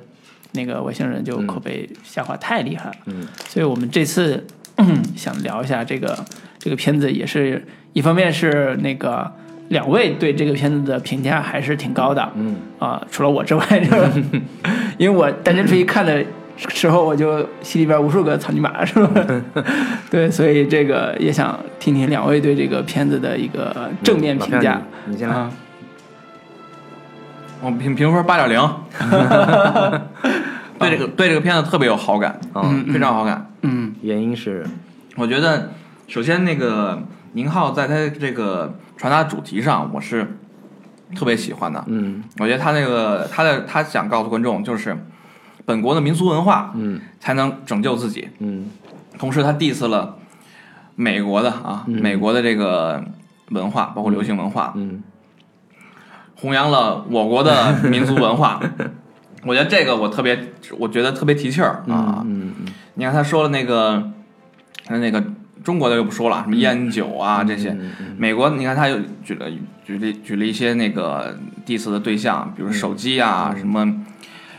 S1: 那个外星人就口碑下滑太厉害了，
S2: 嗯，
S1: 所以我们这次、 嗯想聊一下这个这个片子，也是一方面是那个两位对这个片子的评价还是挺高的，
S2: 嗯
S1: 啊、除了我之外，就是 因为我单纯出去看的时候，我就心里边无数个草泥马，是吧？ 对，所以这个也想听听两位对这个片子的一个正面评价
S2: 嗯老。票你，你先来
S3: 啊，我评评分八点 零，对这个对这个片子特别有好感，啊
S2: 嗯
S3: 非常有好感。
S1: 嗯，
S2: 原因是
S3: 我觉得首先那个宁浩在他这个传达主题上，我是特别喜欢的。
S2: 嗯
S3: 我觉得他那个他的他想告诉观众就是，本国的民俗文化
S2: 嗯
S3: 才能拯救自己。
S2: 嗯
S3: 同时，他 diss 了美国的啊，美国的这个文化，包括流行文化，
S2: 嗯
S3: 弘扬了我国的民族文化。我觉得这个我特别，我觉得特别提气儿啊。
S2: 嗯嗯
S3: 你看他说了那个，他那个中国的就不说了，什么烟酒啊、这些。
S2: 嗯嗯
S3: 美国，你看他又举了举例举了一些那个 diss 的对象，
S2: 嗯
S3: 比如手机啊、什么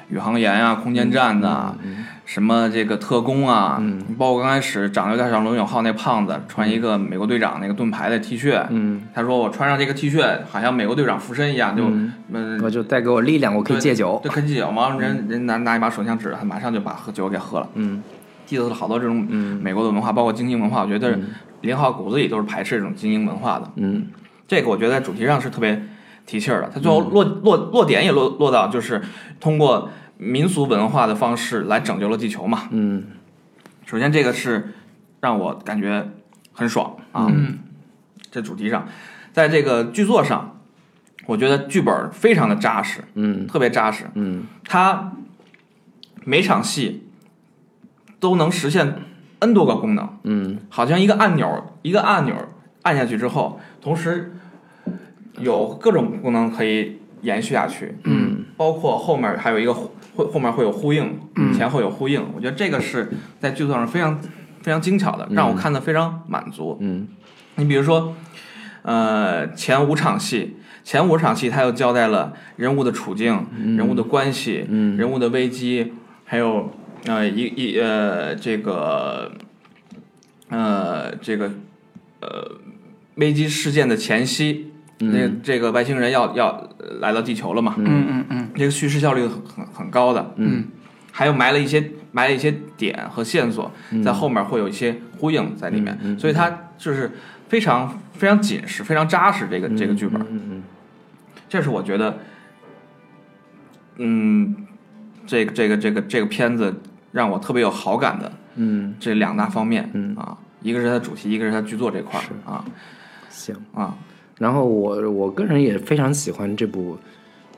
S3: 宇航员啊、空间站呐、
S2: 嗯
S3: 什么这个特工啊，包括刚开始长得有点像罗永浩那胖子，穿一个美国队长那个盾牌的 T 恤，
S2: 嗯
S3: 他说我穿上这个 T 恤，好像美国队长附身一样，就
S2: 嗯
S3: 嗯
S2: 嗯，我就带给我力量，我可以戒酒，
S3: 对，可以戒酒嘛。人人拿拿一把手枪指着他，马上就把喝酒给喝了。
S2: 嗯
S3: 记得了好多这种
S2: 嗯
S3: 美国的文化，包括精英文化，我觉得林浩骨子里都是排斥这种精英文化的。
S2: 嗯
S3: 这个我觉得在主题上是特别提气儿的。他最后落、落落点也落落到就是通过民俗文化的方式来拯救了地球嘛。
S2: 嗯
S3: 首先这个是让我感觉很爽啊，
S1: 嗯
S3: 这主题上，在这个剧作上，我觉得剧本非常的扎实，
S2: 嗯
S3: 特别扎实。
S2: 嗯
S3: 它每场戏都能实现 n 多个功能，
S2: 嗯
S3: 好像一个按钮一个按钮按下去之后，同时有各种功能可以延续下去，
S2: 嗯，
S3: 包括后面还有一个呼会后面会有呼应，
S2: 嗯
S3: 前后有呼应，我觉得这个是在剧作上非常非常精巧的，让我看得非常满足。
S2: 嗯
S3: 你比如说，呃，前五场戏，前五场戏他又交代了人物的处境、人物的关系、
S2: 嗯
S3: 人物的危机，还有呃一一呃这个呃这个呃危机事件的前夕，
S2: 嗯
S3: 那、这个外星人要要来到地球了嘛，
S1: 嗯嗯嗯
S3: 这个叙事效率很很很高的，
S1: 嗯，
S3: 还有埋了一些埋了一些点和线索，
S2: 嗯
S3: 在后面会有一些呼应在里面，所以它就是非常非常紧实、非常扎实这个、这个剧本，
S2: 嗯
S3: 这是我觉得，嗯，这个这个这个这个片子让我特别有好感的
S2: 嗯，
S3: 这两大方面，
S2: 嗯
S3: 啊，一个是它的主题，一个是它剧作这块儿啊
S2: 行。
S3: 啊，
S2: 然后我我个人也非常喜欢这部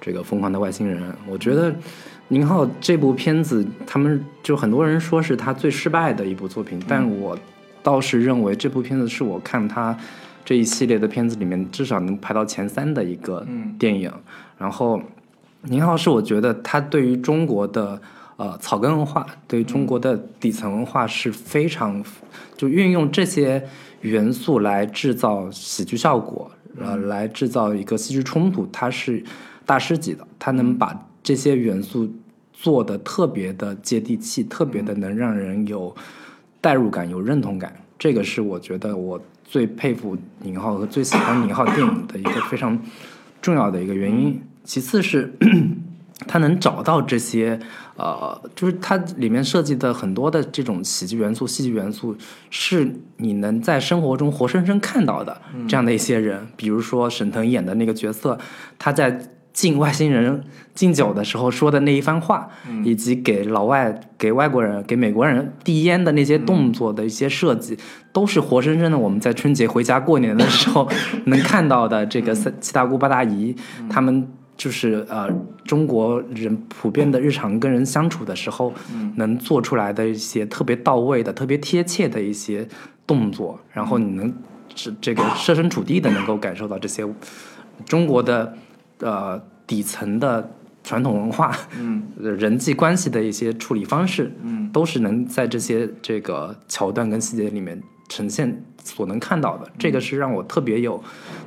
S2: 这个《疯狂的外星人》，我觉得宁浩这部片子，他们就很多人说是他最失败的一部作品，但我倒是认为这部片子是我看他这一系列的片子里面至少能排到前三的一个
S3: 嗯
S2: 电影。然后宁浩是我觉得他对于中国的呃草根文化，对于中国的底层文化是非常就运用这些元素来制造喜剧效果，呃，来制造一个戏剧冲突，他是大师级的，他能把这些元素做的特别的接地气，特别的能让人有代入感、有认同感。这个是我觉得我最佩服宁浩和最喜欢宁浩电影的一个非常重要的一个原因。其次是他能找到这些，呃，就是它里面设计的很多的这种喜剧元素、戏剧元素，是你能在生活中活生生看到的这样的一些人。比如说沈腾演的那个角色，他在敬外星人敬酒的时候说的那一番话，以及给老外、给外国人、给美国人递烟的那些动作的一些设计，都是活生生的。我们在春节回家过年的时候能看到的这个三七大姑八大姨他们。就是呃，中国人普遍的日常跟人相处的时候，能做出来的一些特别到位的、特别贴切的一些动作，然后你能这这个设身处地的能够感受到这些中国的呃底层的传统文化，嗯，人际关系的一些处理方式，嗯，都是能在这些这个桥段跟细节里面呈现所能看到的，这个是让我特别有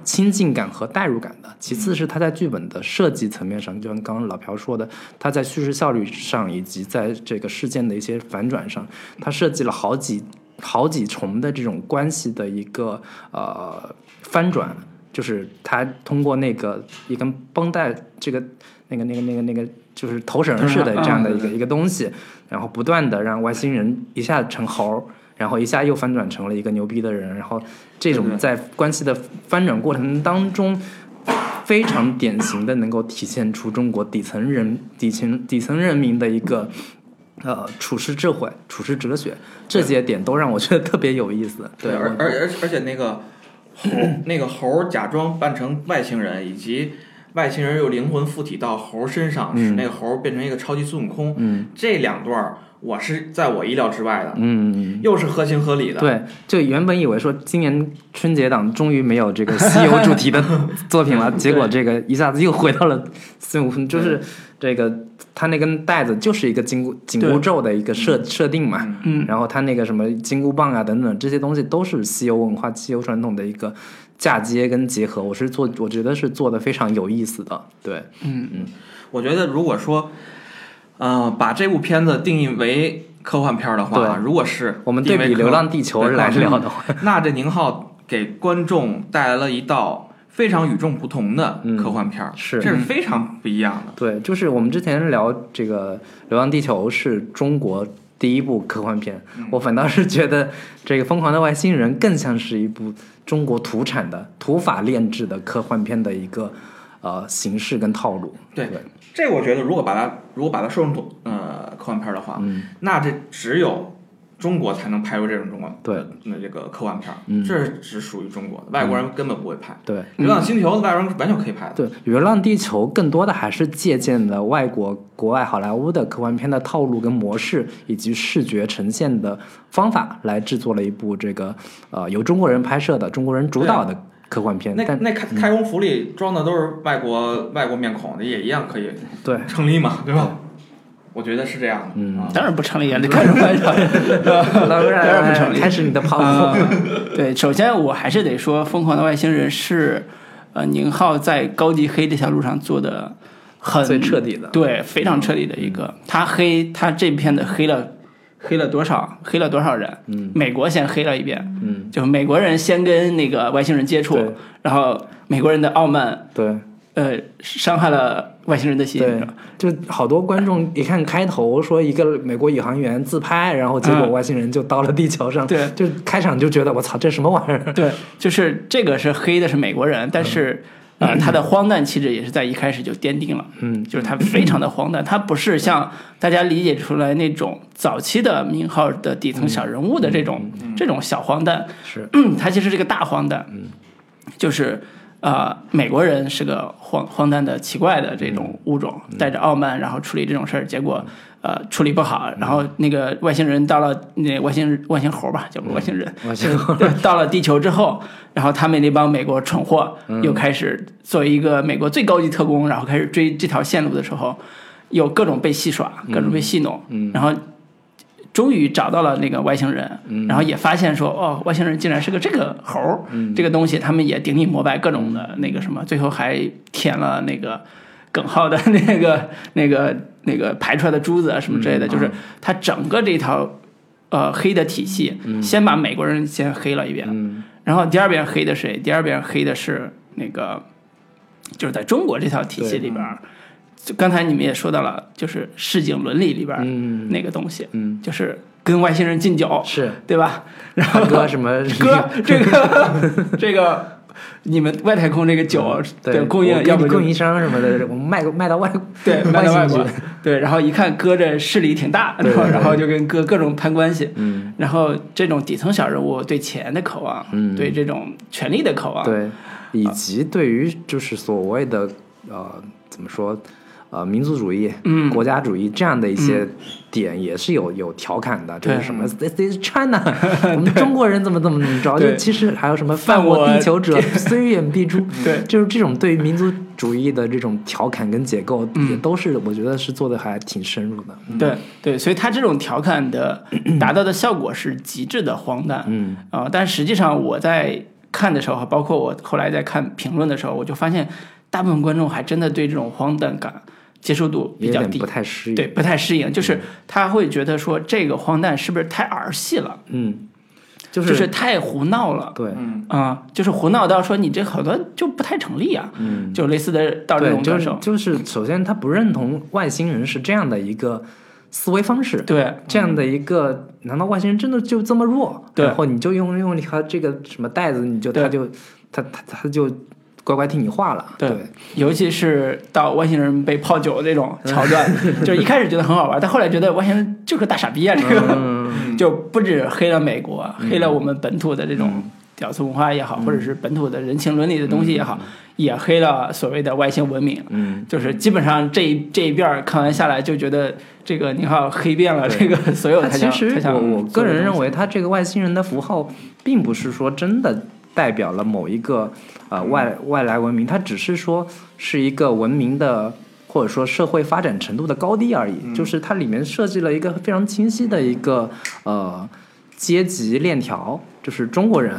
S2: 亲近感和代入感的。其次是他在剧本的设计层面上，就像刚刚老朴说的，他在叙事效率上以及在这个事件的一些反转上，他设计了好几好几重的这种关系的一个呃翻转，就是他通过那个一根绷带，这个那个那个那个那个就是头绳似的这样的一个一个东西，然后不断的让外星人一下成猴儿。然后一下又翻转成了一个牛逼的人，然后这种在关系的翻转过程当中，非常典型的能够体现出中国底层人、底层底层人民的一个呃处世智慧、处世哲学，这些点都让我觉得特别有意思。对，
S3: 而
S2: 我
S3: 而而而且那个猴，那个猴假装扮成外星人，以及外星人又灵魂附体到猴身上，
S2: 嗯
S3: 使那个猴变成一个超级孙悟空。嗯，这两段儿我是在我意料之外的，
S2: 嗯。嗯
S3: 又是合情合理的。，
S2: 对，就原本以为说今年春节档终于没有这个西游主题的作品了，结果这个一下子又回到了孙悟空，就是这个他那根带子就是一个紧箍紧箍
S1: 对
S2: 咒的一个设设定嘛，
S1: 嗯
S2: 然后他那个什么金箍棒啊等等这些东西都是西游文化、西游传统的一个嫁接跟结合，我是做我觉得是做的非常有意思的，对，
S1: 嗯
S3: 我觉得如果说，呃，把这部片子定义为科幻片儿的话，
S2: 对
S3: 如果是
S2: 我们对
S3: 定义为
S2: 比
S3: 科
S2: 《流浪地球》
S3: 对
S2: 来
S3: 科幻
S2: 聊的话，
S3: 那这宁浩给观众带来了一道非常与众不同的科幻片儿、
S2: 嗯是
S3: 这是非常不一样的。
S2: 对，就是我们之前聊这个《流浪地球》是中国第一部科幻片，
S3: 嗯
S2: 我反倒是觉得这个《疯狂的外星人》更像是一部中国土产的土法炼制的科幻片的一个呃形式跟套路。
S3: 对这我觉得，如果把它如果把它说成呃科幻片儿的话、那这只有中国才能拍出这种中国
S2: 对
S3: 那这个科幻片儿、
S2: 嗯
S3: 这是只属于中国的，外国人根本不会拍。
S2: 对
S3: 流浪星球》外国人完全可以拍的。
S2: 对，《流浪地球》更多的还是借鉴了外国国外好莱坞的科幻片的套路跟模式，以及视觉呈现的方法来制作了一部这个呃由中国人拍摄的中国人主导的科幻片。
S3: 啊那
S2: 但
S3: 那开开工服里装的都是外国外国面孔的，也一样可以
S2: 对。
S3: 成立嘛，对吧？我觉得是这样的。嗯，
S1: 当然不成 立啊，这开什么玩笑？
S2: 当然，
S1: 当然不成立
S2: 开始你的跑
S1: 啊
S2: 步。，
S1: 对，首先我还是得说，《疯狂的外星人》是呃宁浩在高级黑这条路上做的很
S2: 最彻底的嗯
S1: 对，非常彻底的一个。他黑他这片子黑了。黑了多少？黑了多少人？嗯，美国先黑了一遍，嗯，就是美国人先跟那个外星人接触
S2: 对，
S1: 然后美国人的傲慢，
S2: 对
S1: 呃，伤害了外星人的心，
S2: 对，就好多观众一看开头说一个美国宇航员自拍，然后结果
S1: 嗯
S2: 外星人就到了地球上，
S1: 对
S2: 就开场就觉得我操，这什么玩意儿？
S1: 对，就是这个是黑的是美国人，但是。呃，他的荒诞气质也是在一开始就奠定了，嗯，就是他非常的荒诞，他不是像大家理解出来那种早期的名号的底层小人物的这种、这种小荒诞，
S2: 是，
S1: 他其实是个大荒诞，嗯，就是呃，美国人是个荒荒诞的、奇怪的这
S2: 嗯
S1: 种物种，带着傲慢，然后处理这种事儿，结果呃处理不好，
S2: 嗯
S1: 然后那个外星人到了那外星外星猴吧，叫外星人，
S2: 嗯外星猴
S1: 对到了地球之后，然后他们那帮美国蠢货又开始作为一个美国最高级特工，然后开始追这条线路的时候，有各种被戏耍，各种被戏弄，
S2: 嗯
S1: 然后终于找到了那个外星人，然后也发现说，哦，外星人竟然是个这个猴儿，这个东西他们也顶礼膜拜，各种的那个什么，最后还舔了那个 耿浩的那个 那个那个排出来的珠子啊什么之类的，就是他整个这条呃黑的体系，先把美国人先黑了一遍，然后第二遍黑的谁？第二遍黑的是那个，就是在中国这条体系里边儿。就刚才你们也说到了，就是市井伦理里边儿
S2: 嗯
S1: 那个东西，
S2: 嗯，
S1: 就是跟外星人敬酒，
S2: 是
S1: 对吧？然后
S2: 大哥什 么
S1: 哥，这个这个，你们外太空这个酒的
S2: 嗯对
S1: 供
S2: 我
S1: 应，
S2: 给
S1: 要
S2: 你
S1: 不就
S2: 供应商什么的，我们卖卖到 外
S1: 对卖到外
S2: 外星
S1: 国
S2: 去，，
S1: 对，然后一看哥这势力挺大，
S2: 对对对
S1: 然后就跟哥各种攀关系，
S2: 嗯
S1: 然后这种底层小人物对钱的渴望，
S2: 嗯
S1: 对这种权力的渴望，
S2: 对，以
S1: 啊
S2: 及对于就是所谓的呃怎么说呃民族主义、
S1: 嗯
S2: 国家主义这样的一些点也是有有调侃的，就
S1: 对嗯
S2: 是什么 This is China，我们中国人怎么怎么怎么着，就
S1: 对
S2: 其实还有什么
S1: 犯
S2: 犯我
S1: 我
S2: 地球者， 虽远必诛，
S1: 对
S2: 就是这种对于民族主义的这种调侃跟解构，
S1: 嗯
S2: 也都是我觉得是做的还挺深入的，
S1: 对对，所以他这种调侃 的达到的效果是极致的荒诞，
S2: 嗯
S1: 啊、但实际上我在看的时候，包括我后来在看评论的时候，我就发现大部分观众还真的对这种荒诞感接受度比
S2: 也有
S1: 较
S2: 点
S1: 低
S2: 不，太适应，嗯
S1: 对，，不太适应，就是他会觉得说这个荒诞是不是太儿戏了，
S2: 嗯，就嗯
S1: 就是太胡闹了。
S2: 对。
S1: 啊、就是胡闹到说你这好多就不太成立啊，嗯、就类似的到这
S2: 对，
S1: 种
S2: 就
S1: 感
S2: 是
S1: 受，嗯
S2: 就是，首先他不认同外星人是这样的一个思维方式，
S1: 对
S2: 这样的一个，难道外星人真的就这么弱？
S1: 嗯对
S2: 然后你就用用他这个什么袋子，你就
S1: 对
S2: 他就他他他就乖乖听你话了，
S1: 对
S2: 对
S1: 尤其是到外星人被泡酒这种
S2: 嗯
S1: 桥段， 就是一开始觉得很好玩，但后来觉得外星人就是个大傻逼啊！这
S2: 嗯
S1: 个 就不止黑了美国，黑了我们本土的这种
S2: 嗯
S1: 屌丝文化也好，或者是本土的人情伦理的东西也好，也黑了所谓的外星文明。
S2: 嗯，
S1: 就是基本上这一这一遍儿看完下来，就觉得这个你看黑遍了这个所有
S2: 他
S1: 他
S2: 其
S1: 想
S2: 实
S1: 他想
S2: 我我个人认
S1: 为
S2: 为，他这个外星人的符号，并不是说真的代表了某一个呃外外来文明，它只是说是一个文明的或者说社会发展程度的高低而已。
S1: 嗯
S2: 就是它里面设计了一个非常清晰的一个呃阶级链条，就是中国人、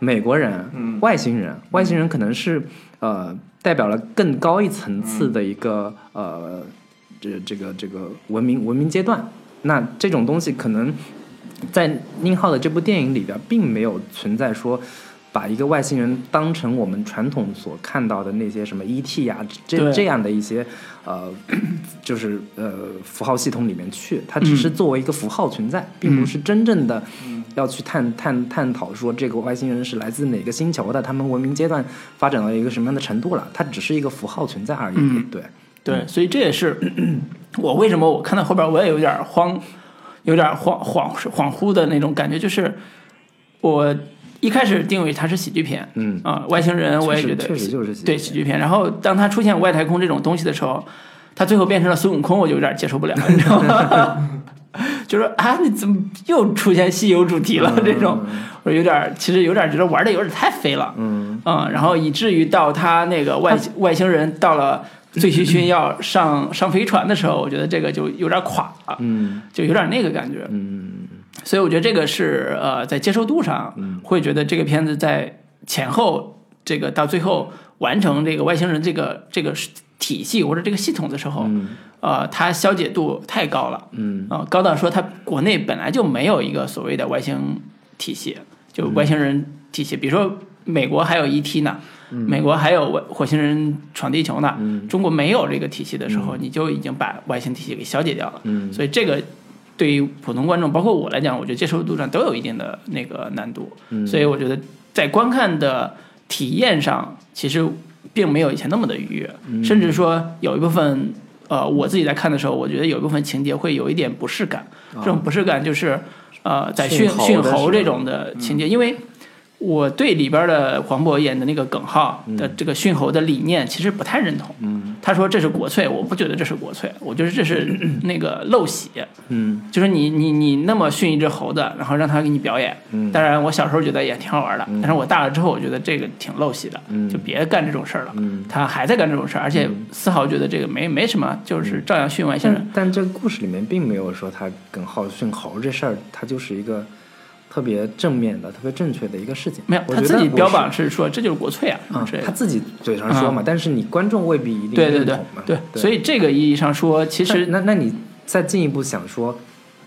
S2: 美国人、
S3: 嗯
S2: 外星人，外星人可能是呃代表了更高一层次
S3: 嗯
S2: 的一个、呃这这个这个文明文明阶段。那这种东西可能在宁浩的这部电影里边，并没有存在说把一个外星人当成我们传统所看到的那些什么 ET 啊，这
S1: 对
S2: 这样的一些呃， 就是呃符号系统里面去，它只
S1: 嗯
S2: 是作为一个符号存在，并不是真正的要去探探探讨说这个外星人是来自哪个星球的，他们文明阶段发展到一个什么样的程度了，它只是一个符号存在而已。
S1: 嗯
S2: 对，
S1: 对，所以这也是 我为什么我看到后边我也有点慌，有点恍恍恍惚的那种感觉，就是我一开始定位它是喜剧片
S2: 嗯，
S1: 啊、外星人我也
S2: 确
S1: 觉
S2: 实
S1: 得
S2: 确实就是喜
S1: 对
S2: 剧
S1: 喜剧片，然后当它出现外太空这种东西的时候，它最后变成了孙悟空，我就有点接受不 了，你知道吗？就说啊，你怎么又出现西游主题了？
S2: 嗯
S1: 这种我有点，其实有点觉得玩的有点太飞了，
S2: 嗯
S1: 嗯，然后以至于到他那个外外星人到了醉醺醺要上上飞船的时候，我觉得这个就有点垮了，
S2: 嗯
S1: 就有点那个感觉。
S2: 嗯
S1: 所以我觉得这个是呃，在接受度上会觉得这个片子在前后这个到最后完成这个外星人这个这个体系或者这个系统的时候，呃，它消解度太高了。
S2: 嗯
S1: 啊，高到说他国内本来就没有一个所谓的外星体系，就外星人体系，比如说美国还有 ET 呢，
S2: 嗯
S1: 美国还有外火星人闯地球呢，中国没有这个体系的时候，你就已经把外星体系给消解掉了，
S2: 嗯
S1: 所以这个。对于普通观众，包括我来讲，我觉得接受度上都有一定的那个难度，
S2: 嗯
S1: 所以我觉得在观看的体验上，其实并没有以前那么的愉悦，
S2: 嗯
S1: 甚至说有一部分呃，我自己在看的时候，我觉得有一部分情节会有一点不适感。这种不适感就是呃，在
S2: 驯
S1: 驯
S2: 猴
S1: 驯
S2: 啊的时
S1: 猴
S2: 候嗯
S1: 这种的情节，因为我对里边的黄渤演的那个耿浩的
S2: 嗯
S1: 这个驯猴的理念其实不太认同。他说这是国粹，我不觉得这是国粹，我觉得这是那个陋习。
S2: 嗯
S1: 就是你你你那么训一只猴子，然后让它给你表演。
S2: 嗯
S1: 当然，我小时候觉得也挺好玩的，但是我大了之后，我觉得这个挺陋习的，
S2: 嗯
S1: 就别干这种事儿了。
S2: 嗯。
S1: 他还在干这种事儿，而且丝毫觉得这个没没什么，就是
S2: 嗯
S1: 照样训外星人
S2: 但。但这个故事里面并没有说他耿浩训猴这事儿，他就是一个特别正面的、特别正确的一个事情。
S1: 没有，
S2: 我
S1: 他
S2: 觉
S1: 自
S2: 得
S1: 己
S2: 我
S1: 标
S2: 是
S1: 榜是说这就是国粹啊什么
S2: 啊
S1: 之类，
S2: 他
S1: 的。
S2: 自己嘴上说嘛，但是你观众未必一定
S1: 对对
S2: 认
S1: 对
S2: 同嘛。
S1: 对，所
S2: 以
S1: 以这个意义上说，其
S2: 其
S1: 实
S2: 那那你再进一步想说，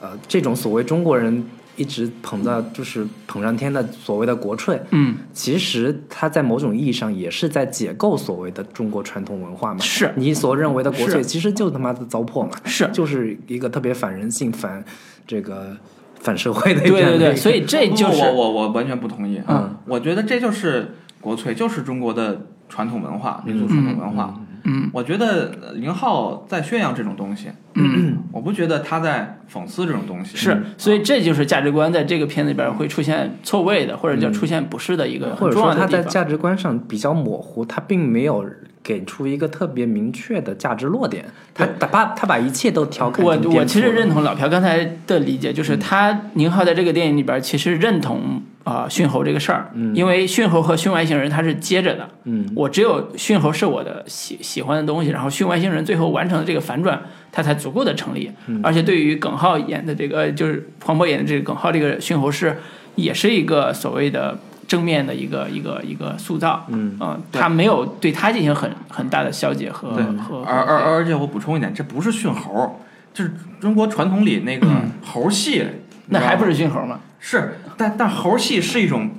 S2: 呃，这种所谓中国人一直捧到就是捧上天的所谓的国粹，
S1: 嗯，
S2: 其实它在某种意义上也是在解构所谓的中国传统文化嘛。
S1: 是
S2: 你所认为的国粹，
S1: 是
S2: 其实就他妈的糟粕嘛。
S1: 是
S2: 就是一个特别反人性、反这个反社会的这
S1: 对
S2: 样的
S1: 对
S2: 一个。
S1: 对，所以这就
S3: 不
S1: 是
S3: 嗯我我我完全不同意。嗯，我觉得这就是国粹，就是中国的传统文化，民族传统文化。
S1: 嗯
S3: 我觉得林浩在宣扬这种东西，
S1: 嗯，
S3: 我不觉得他在讽刺这种东西。
S2: 嗯
S1: 是，所以这就是价值观在这个片子里边会出现错位的，或者叫出现不适的一个
S2: 嗯 或
S1: 很
S2: 者
S1: 重
S2: 说
S1: 要
S2: 他
S1: 的
S2: 在
S1: 地方。
S2: 价值观上比较模糊，他并没有给出一个特别明确的价值落点，他他把他把一切都调侃
S1: 我
S2: 成
S1: 我
S2: 颠
S1: 其
S2: 覆
S1: 实
S2: 了
S1: 认同老朴刚才的理解，
S3: 嗯
S1: 就是他宁浩在这个电影里边其实认同啊、呃驯猴这个事儿，
S3: 嗯
S1: 因为驯猴和凶外星人它是接着的，
S2: 嗯，
S1: 我只有驯猴是我的喜喜欢的东西，然后驯外星人最后完成了这个反转，它才足够的成立。
S3: 嗯
S1: 而且对于耿浩演的这个，呃就是黄渤演的这个耿浩这个驯猴师，也是一个所谓的正面的一个一个一个塑造，嗯
S3: 对
S1: 他没有对他进行很很大的消解和
S3: 对，
S1: 和
S3: 而而而且我补充一点，这不是驯猴，这是中国传统里那个猴戏，你
S1: 嗯那
S3: 知道
S1: 还不
S3: 吗
S1: 是驯猴吗？
S3: 是，但但猴戏是一种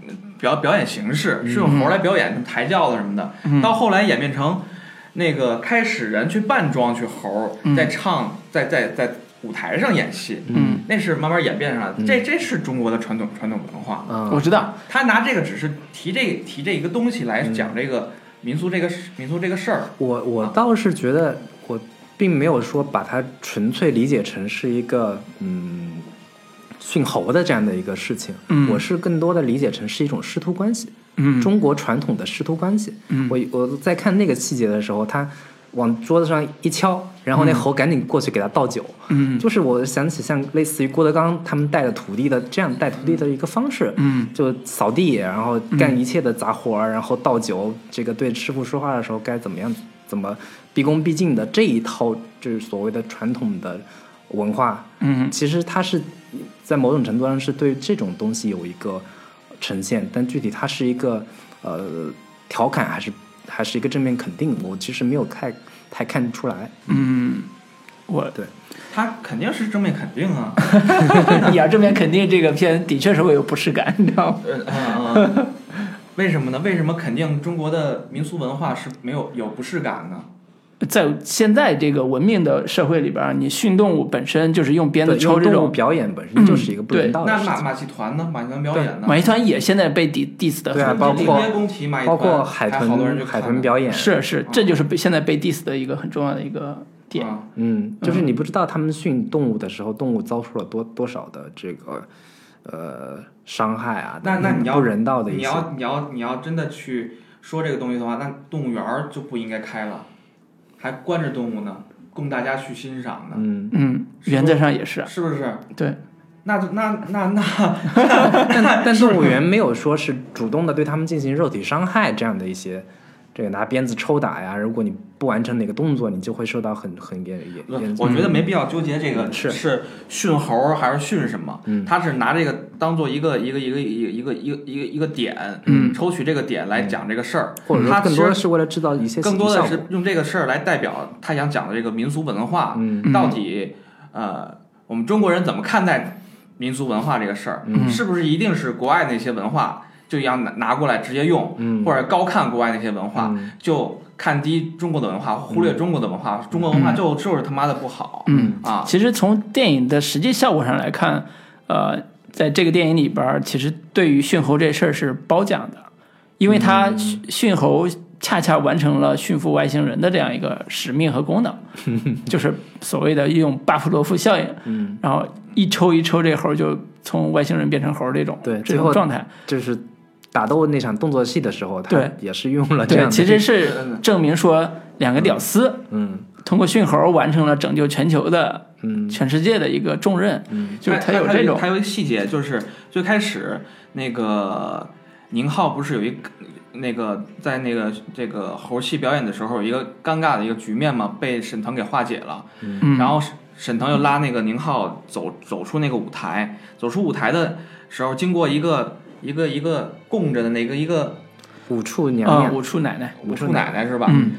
S3: 表表演形式，是用猴来表演抬轿子什么的。到后来演变成那个开始人去扮装去猴，在唱，在在在舞台上演戏，
S1: 嗯，
S3: 那是慢慢演变上来的。这这是中国的传统传统文化。
S2: 啊，
S1: 我知道，
S3: 他拿这个只是提这提这一个东西来讲这个民俗这个事民俗这个事儿，
S2: 我我倒是觉得，我并没有说把它纯粹理解成是一个嗯驯猴的这样的一个事情，
S1: 嗯
S2: 我是更多的理解成是一种师徒关系，
S1: 嗯
S2: 中国传统的师徒关系。
S1: 嗯
S2: 我我在看那个细节的时候，他往桌子上一敲，然后那猴赶紧过去给他倒酒。
S1: 嗯
S2: 就是我想起像类似于郭德纲他们带的徒弟的这样带徒弟的一个方式，
S1: 嗯
S2: 就扫地，然后干一切的杂活儿，然后倒酒，这个对师傅说话的时候该怎么样，怎么毕恭毕敬的这一套，就是所谓的传统的文化，
S1: 嗯
S2: 其实它是在某种程度上是对这种东西有一个呈现，但具体它是一个呃调侃还是还是一个正面肯定，我其实没有太太看出来。
S1: 嗯，我
S2: 对，
S3: 他肯定是正面肯定啊。
S1: 你要这边肯定这个片的确是会有不适感，你知道吗？
S3: 呃嗯嗯，为什么呢？为什么肯定中国的民俗文化是没有有不适感呢？
S1: 在现在这个文明的社会里边儿，你训动物本身就是用鞭子
S2: 对，
S1: 抽
S2: 用
S1: 这
S2: 动物
S1: 种。嗯
S2: 表演本身就是一个不人
S1: 对
S2: 道的
S3: 那
S2: 事
S3: 马
S2: 情，
S3: 马戏团呢？马戏团表演呢？
S1: 马戏团也现在被 dis- diss 的
S2: 对啊
S1: 很
S2: 包
S1: 厉害
S2: 括
S3: 别宫崎马戏
S2: 包
S3: 团，
S2: 括海
S3: 还好多人就
S2: 豚海豚表演
S1: 是是，这就是被现在被 diss 的一个很重要的一个
S3: 演
S1: 点。
S2: 嗯，就是你不知道他们训动物的时候，动物遭受了多多少的这个呃伤害啊，
S3: 那那你要
S2: 不人道的一
S3: 你
S2: 些，
S3: 要你要你要真的去说这个东西的话，那动物园儿就不应该开了，还关着动物呢，供大家去欣赏呢，
S2: 嗯，
S1: 嗯，
S3: 是
S1: 原则上也是啊，
S3: 是不是？
S1: 对，
S3: 那就那那那
S2: 但但动物园没有说是主动的对他们进行肉体伤害这样的一些，这个拿鞭子抽打呀，如果你不完成哪个动作，你就会受到很很严严
S3: 不
S2: 严
S3: 我觉得没必要纠结这个
S2: 嗯是嗯
S3: 是训猴儿还是训什么，他是拿这个当做一个一个一个一个一个一个一个一个点，
S1: 嗯
S3: 抽取这个点来讲这个事儿，
S2: 或者说
S3: 他
S2: 更
S3: 其
S2: 多的
S3: 实
S2: 是为了制造一些
S3: 更多
S2: 喜
S3: 的
S2: 剧效
S3: 是
S2: 果
S3: 用这个事儿来代表他想讲的这个民俗文化，
S2: 嗯
S3: 到底呃我们中国人怎么看待民俗文化这个事儿，
S2: 嗯
S3: 是不是一定是国外那些文化就要拿拿过来直接用，
S2: 嗯
S3: 或者高看国外那些文化，
S2: 嗯
S3: 就看低中国的文化，忽略中国的文化，中国文
S2: 嗯
S3: 化就就是他妈的不好，
S1: 嗯
S3: 啊，
S1: 其实从电影的实际效果上来看，呃，在这个电影里边儿，其实对于驯猴这事儿是褒奖的，因为它
S2: 嗯
S1: 驯驯猴恰恰完成了驯服外星人的这样一个使命和 功能，就是所谓的用巴甫洛夫效应，
S2: 嗯，
S1: 然后一抽一抽这猴就从外星人变成猴这种
S2: 对
S1: 这
S2: 最
S1: 种
S2: 后
S1: 状态，
S2: 就是打斗那场动作戏的时候，他
S1: 对
S2: 也是用了这
S1: 对，
S2: 样的，
S1: 其实是
S3: 对对对
S1: 证明说两个屌丝。
S2: 嗯
S1: 通过驯猴完成了拯救全球的、
S2: 嗯
S1: 全世界的一个重任，就是
S3: 他
S1: 有这种
S3: 他有一个细节，就是最开始那个宁浩不是有一个那个在那个这个猴戏表演的时候有一个尴尬的一个局面嘛，被沈腾给化解了，
S1: 嗯
S3: 然后沈沈腾又拉那个宁浩走走出那个舞台，走出舞台的时候，经过一个一个一个供着的那个一个
S2: 五处娘
S1: 啊，
S2: 娘
S3: 嗯
S1: 五处奶奶，
S3: 五处奶奶是吧？
S1: 嗯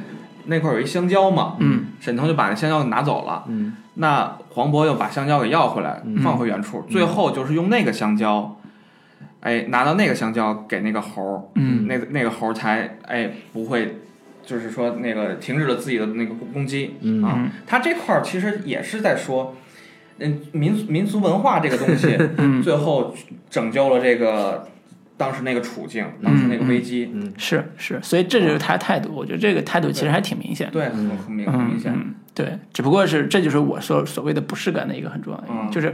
S3: 那块儿有一香蕉嘛，
S1: 嗯，
S3: 沈腾就把那香蕉给拿走了，
S2: 嗯，
S3: 那黄渤又把香蕉给要回来，
S1: 嗯
S3: 放回原处，最后就是用那个香蕉，哎，拿到那个香蕉给那个猴儿，
S1: 嗯
S3: 那个那个猴儿才哎不会，就是说那个停止了自己的那个攻击、
S2: 嗯
S3: 啊
S1: 嗯。
S3: 他这块儿其实也是在说，嗯，民俗民俗文化这个东西，
S1: 嗯
S3: 最后拯救了这个当时那个处境，当时那个危机，
S1: 嗯是是，所以这就是他的态度。我觉得这个态度其实还挺明显的。
S3: 对，很很明很
S1: 嗯
S3: 明显。
S1: 嗯，对，只不过是这就是我说所谓的不适感的一个很重要的原因，
S3: 嗯
S1: 就是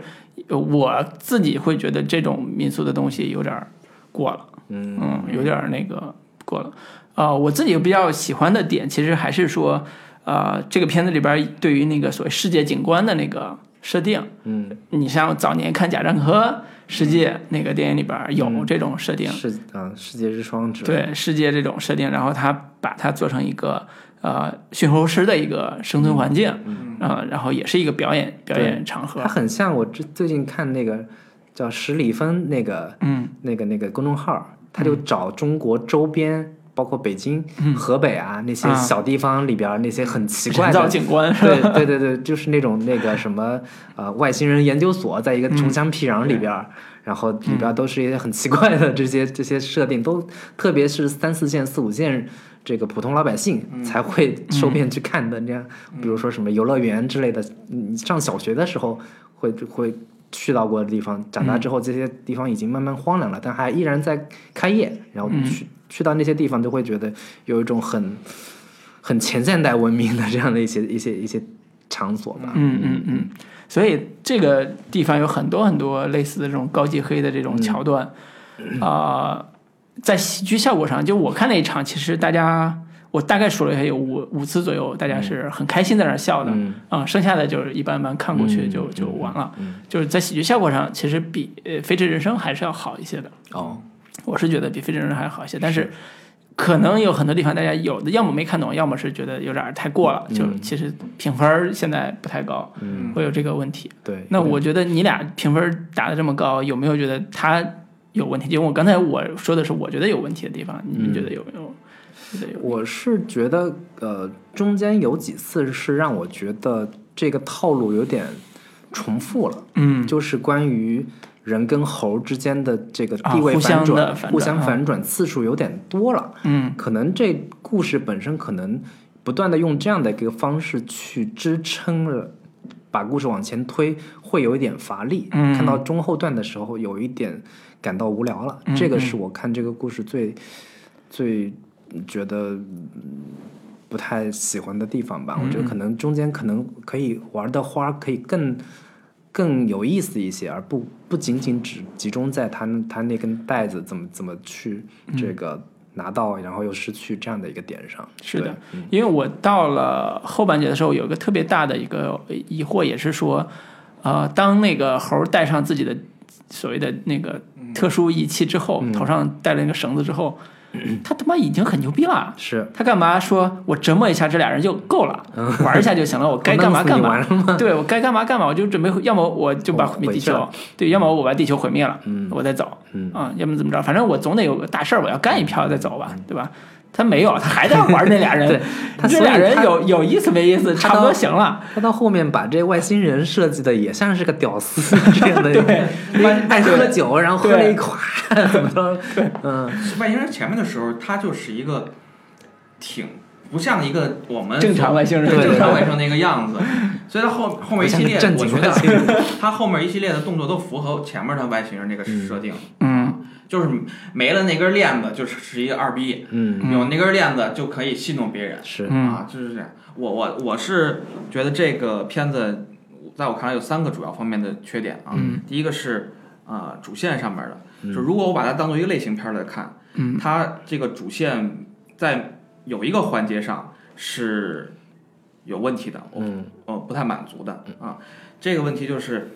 S1: 我自己会觉得这种民俗的东西有点儿过了，
S2: 嗯
S1: 嗯，有点儿那个过了。呃，我自己比较喜欢的点，其实还是说，呃，这个片子里边儿对于那个所谓世界景观的那个设定，
S2: 嗯，
S1: 你像早年看《贾樟柯世界》那个电影里边儿有这种设定，
S2: 世啊世界之窗之类的，
S1: 对世界这种设定，然后他把它做成一个呃驯猴师的一个生存环境，嗯、然后也是一个表演表演场合
S2: 它，很像我最最近看那个叫十里芬那个
S1: 嗯
S2: 那个那个公众号，他就找中国周边。包括北京、河北啊那些
S1: 嗯啊
S2: 小地方里边儿那些很奇怪
S1: 人造
S2: 的
S1: 景观，
S2: 对对对对，就是那种那个什么呃外星人研究所，在一个穷乡僻壤里边儿，然后里边儿都是一些很奇怪的这些这些设定，都特别是三四线、四五线这个普通老百姓才会受骗去看的那样，比如说什么游乐园之类的，你上小学的时候会会。去到过的地方，长大之后这些地方已经慢慢荒凉了，但还依然在开业。然后去、去到那些地方，就会觉得有一种很很前现代文明的这样的一些一些一些场所吧。
S1: 嗯嗯嗯，所以这个地方有很多很多类似的这种高级黑的这种桥段，啊、在喜剧效果上，就我看那一场，其实大家我大概数了一下，有五五次左右，大家是很开心在那儿笑的，啊、
S2: 嗯
S1: 剩下的就是一般般看过去
S2: 嗯
S1: 就、
S2: 嗯
S1: 就完了，
S2: 嗯
S1: 就是在喜剧效果上，其实比呃《飞驰人生》还是要好一些的，
S2: 哦，
S1: 我是觉得比《飞驰人生》还好一些，但是。可能有很多地方，大家有的要么没看懂，要么是觉得有点儿太过了，就
S2: 嗯
S1: 其实评分儿现在不太高。
S2: 嗯，
S1: 会有这个问题。
S2: 对。
S1: 那我觉得你俩评分打得这么高，有没有觉得他有问题？因为我刚才我说的是我觉得有问题的地方，你们觉得有没有？觉得有？
S2: 嗯我是觉得，呃，中间有几次是让我觉得这个套路有点重复了，
S1: 嗯，
S2: 就是关于人跟猴之间的这个
S1: 啊
S2: 地位
S1: 互相
S2: 反转、
S1: 的反
S2: 互
S1: 转
S2: 相
S1: 啊
S2: 反转次数有点多了。
S1: 嗯
S2: 可能这故事本身可能不断的用这样的一个方式去支撑了，把故事往前推，会有一点乏力。
S1: 嗯
S2: 看到中后段的时候，有一点感到无聊了。
S1: 嗯
S2: 这个是我看这个故事最最觉得嗯不太喜欢的地方
S1: 嗯
S2: 吧。我觉得可能中间可能可以玩的花可以更。更有意思一些，而不不仅仅只集中在他那他那根带子怎么怎么去这个拿到，然后又失去这样的一个点上。
S1: 是的
S2: 对，嗯
S1: 因为我到了后半截的时候，有一个特别大的一个呃疑惑，也是说，呃，当那个猴儿戴上自己的所谓的那个
S2: 嗯
S1: 特殊仪器之后，头上戴了那个绳子之后，他他妈已经很牛逼了。
S2: 是
S1: 他干嘛说我折磨一下这俩人就够了，玩一下就行了，我该干嘛干
S2: 嗯 我弄
S1: 嘛
S2: 死你 完了。
S1: 对我该干嘛干嘛，我就准备，要么我就把毁灭地
S2: 我
S1: 球
S2: 回，
S1: 对，要么我把地球毁灭了，我再走，
S2: 嗯
S1: 啊，要么怎么着，反正我总得有个大事儿，我要干一票再走吧，对吧？他没有，他还在玩那俩人
S2: 对他，
S1: 这
S2: 所以
S1: 俩人
S2: 他
S1: 有有意思没意思，
S2: 他
S1: 差不
S2: 到
S1: 多行了，
S2: 他到后面把这外星人设计的也像是个屌丝这 样的一
S1: 对
S2: 个，哎爱喝酒，然后喝了一垮，怎么着？嗯，
S3: 外星人前面的时候，他就是一个挺不像一个我们
S1: 正常外星人
S3: 嗯对
S2: 对
S3: 正常外星人那个样子，所以他后后面一系列，
S2: 不像个
S3: 我
S2: 正
S3: 觉
S2: 经外星
S3: 得 他后面一系列的动作都符合前面他外星人这个设定，
S1: 嗯
S3: 就是没了那根链子就是是一个二逼，
S2: 嗯，
S3: 有那根链子就可以戏弄别人
S2: 是
S1: 嗯
S3: 啊，就是这样。我我我是觉得这个片子在我看来有三个主要方面的缺点啊，
S1: 嗯
S3: 第一个是啊、呃主线上面的，
S2: 嗯
S3: 就如果我把它当做一个类型片儿来看。
S1: 嗯
S3: 它这个主线在有一个环节上是有问题的，我
S2: 嗯
S3: 我不太满足的啊。这个问题就是，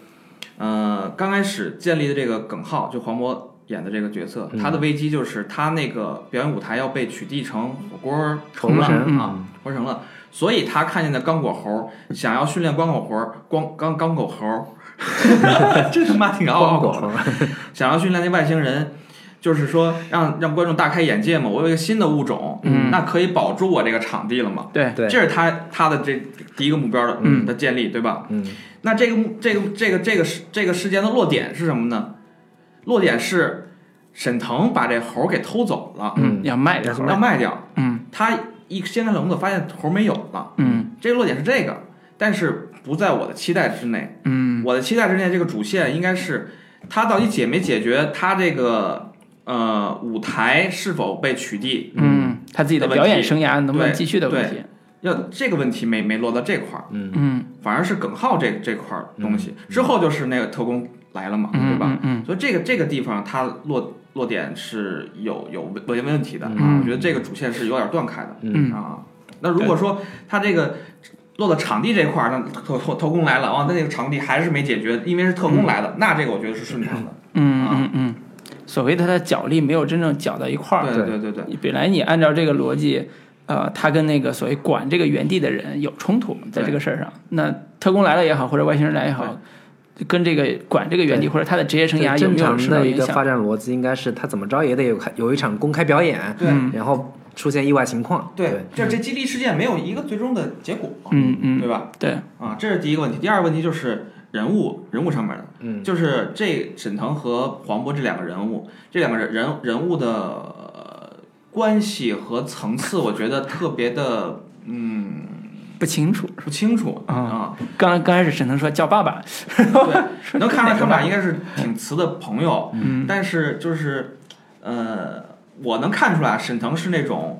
S3: 呃，刚开始建立的这个耿浩，就黄渤演的这个角色，
S2: 嗯
S3: 他的危机就是他那个表演舞台要被取缔成火锅
S2: 火锅
S3: 了
S2: 神
S3: 啊，火锅城了。所以他看见的刚果猴想要训练刚果猴，光刚刚果 猴，这他妈挺拗
S2: 光
S3: 口
S2: 狗
S3: 的。想要训练那外星人，就是说让让观众大开眼界嘛。我有一个新的物种，嗯，那可以保住我这个场地了嘛。
S1: 对
S2: 对
S3: 这是他他的这第一个目标的，嗯，的建立，对吧？
S2: 嗯，
S3: 那这个目这个这个这个事这个事件的落点是什么呢？落点是沈腾把这猴给偷走了，
S1: 嗯，要卖掉，
S3: 要卖掉。
S1: 嗯
S3: 他一掀开笼子，发现猴没有了。
S1: 嗯
S3: 这个落点是这个，但是不在我的期待之内。
S1: 嗯
S3: 我的期待之内，这个主线应该是他到底解没解决他这个呃舞台是否被取缔，
S1: 嗯，他自己的表演生涯能不能
S3: 对
S1: 继续的问
S3: 对
S1: 题，
S3: 要这个问题没没落到这块儿，
S1: 嗯，
S3: 反而是耿浩这这块儿东西。之后就是那个特工来了嘛，
S1: 嗯
S3: 对吧？？
S1: 嗯
S3: 所以这个这个地方它落落点是有有问有问题的、啊
S1: 嗯，
S3: 我觉得这个主线是有点断开的、
S1: 嗯
S3: 啊。那如果说它这个落到场地这块儿，那特特特工来了啊，那这个场地还是没解决，因为是特工来的，那这个我觉得是顺畅的。
S1: 嗯嗯嗯嗯，所谓他的脚力没有真正搅到一块儿，
S3: 对对对对，
S1: 你本来你按照这个逻辑，呃，他跟那个所谓管这个原地的人有冲突，在这个事儿上，那特工来了也好，或者外星人来也好，跟这个管这个原地或者他的职业生涯有
S2: 正
S1: 没有
S2: 常
S1: 受到
S2: 的一
S1: 影
S2: 个发
S1: 响？
S2: 展逻辑应该是他怎么着也得有开有一场公开表演，
S3: 对
S2: 然后出现意外情况，
S3: 对，就是这基地事件没有一个最终的结果，
S1: 嗯嗯，
S3: 对吧？
S1: 对，
S3: 啊，这是第一个问题。第二个问题就是人物人物上面的，
S2: 嗯
S3: 就是这沈腾和黄渤这两个人物，这两个人人人物的、呃关系和层次，我觉得特别的
S1: 不清楚。
S3: 不清楚
S1: 啊
S3: 啊。
S1: 刚刚开始沈腾说叫爸爸，
S3: 对，能看出来他们俩应该是挺瓷的朋友，但是就是呃，我能看出来沈腾是那种。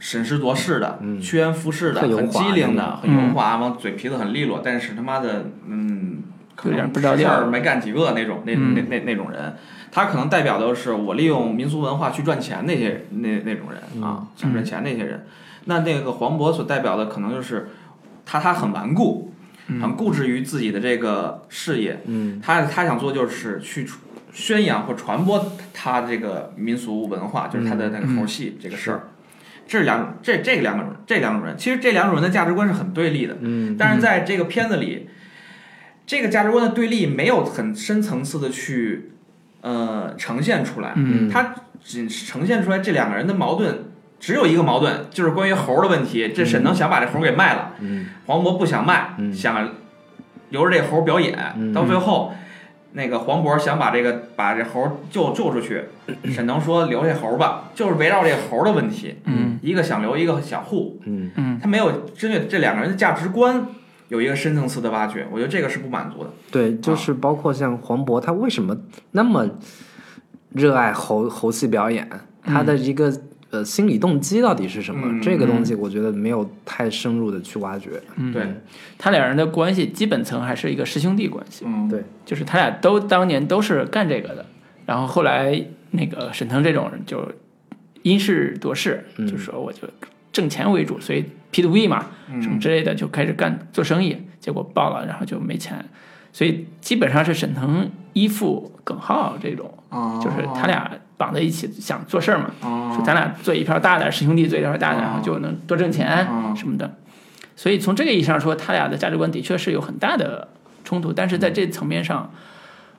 S3: 审时度势的，趋炎附势的，
S2: 很油
S3: 很
S2: 滑
S3: 机灵的，很
S1: 嗯
S3: 油滑，往嘴皮子很利落，但是他妈的，嗯，可
S1: 有点
S3: 能
S1: 不着调嗯
S3: 事儿没干几个那种，那那那那种人，他可能代表的是我利用民俗文化去赚钱那些那那种
S1: 嗯
S3: 人啊，想赚钱那些人。那那个黄渤所代表的可能就是他他很顽固，
S1: 嗯
S3: 很固执于自己的这个事业，
S2: 嗯
S3: 他他想做就是去传宣扬或传播他这个民俗文化，就是他
S1: 嗯
S3: 的
S2: 嗯
S3: 那个猴戏这个事儿。这两种，这这两种，这两种人，其实这两种人的价值观是很对立的。
S2: 嗯，
S3: 但是在这个片子里，这个价值观的对立没有很深层次的去呃呈现出来，
S1: 嗯
S3: 它只呈现出来这两个人的矛盾。只有一个矛盾，就是关于猴的问题。这沈腾想把这猴给卖了，
S2: 嗯
S3: 黄渤不想卖，
S2: 嗯
S3: 想留着这猴表演。
S2: 嗯
S3: 到最后，那个黄渤想把这个把这猴救救出去， 沈腾说留下猴吧，就是围绕这猴的问题，
S1: 嗯
S3: 一个想留，一个想护，
S2: 嗯
S1: 嗯
S3: 他没有针对这两个人的价值观有一个深层次的挖掘，我觉得这个是不满足的。
S2: 对，就是包括像黄渤，他为什么那么热爱猴猴戏表演？他的一个、呃心理动机到底是什么？
S3: 嗯
S2: 这个东西我觉得没有太深入的去挖掘。
S1: 嗯，
S3: 对，，
S1: 他俩人的关系基本层还是一个师兄弟关系，
S3: 嗯，
S2: 对
S1: 就是他俩都当年都是干这个的，然后后来那个沈腾这种人就因势夺势，
S2: 嗯
S1: 就说我就挣钱为主，所以 P to P 嘛，什么
S3: 嗯，
S1: 之类的就开始干做生意，结果爆了，然后就没钱，所以基本上是沈腾依附耿浩这种，
S3: 哦
S1: 就是他俩绑在一起想做事儿嘛，
S3: 哦
S1: 说咱俩做一票大点儿，师兄弟做一票大点儿，
S3: 哦
S1: 然后就能多挣钱
S3: 哦
S1: 什么的。所以从这个意义上说，他俩的价值观的确是有很大的冲突，但是
S3: 嗯
S1: 在这层面上，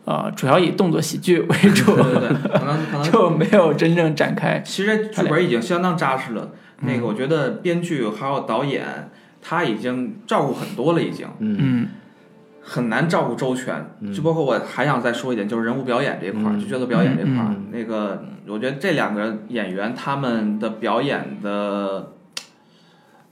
S1: 呃，主要以动作喜剧为 主，
S3: 对对对，可能可能
S1: 就没有真正展开。
S3: 其实剧本已经相当扎实了。
S1: 嗯
S3: 那个，我觉得编剧还有导演他已经照顾很多了，已经
S1: 嗯
S3: 很难照顾周全。就包括我还想再说一点，就是人物表演这一块儿，
S2: 嗯
S3: 就角色表演这一块儿
S1: 嗯，
S3: 那个我觉得这两个演员他们的表演的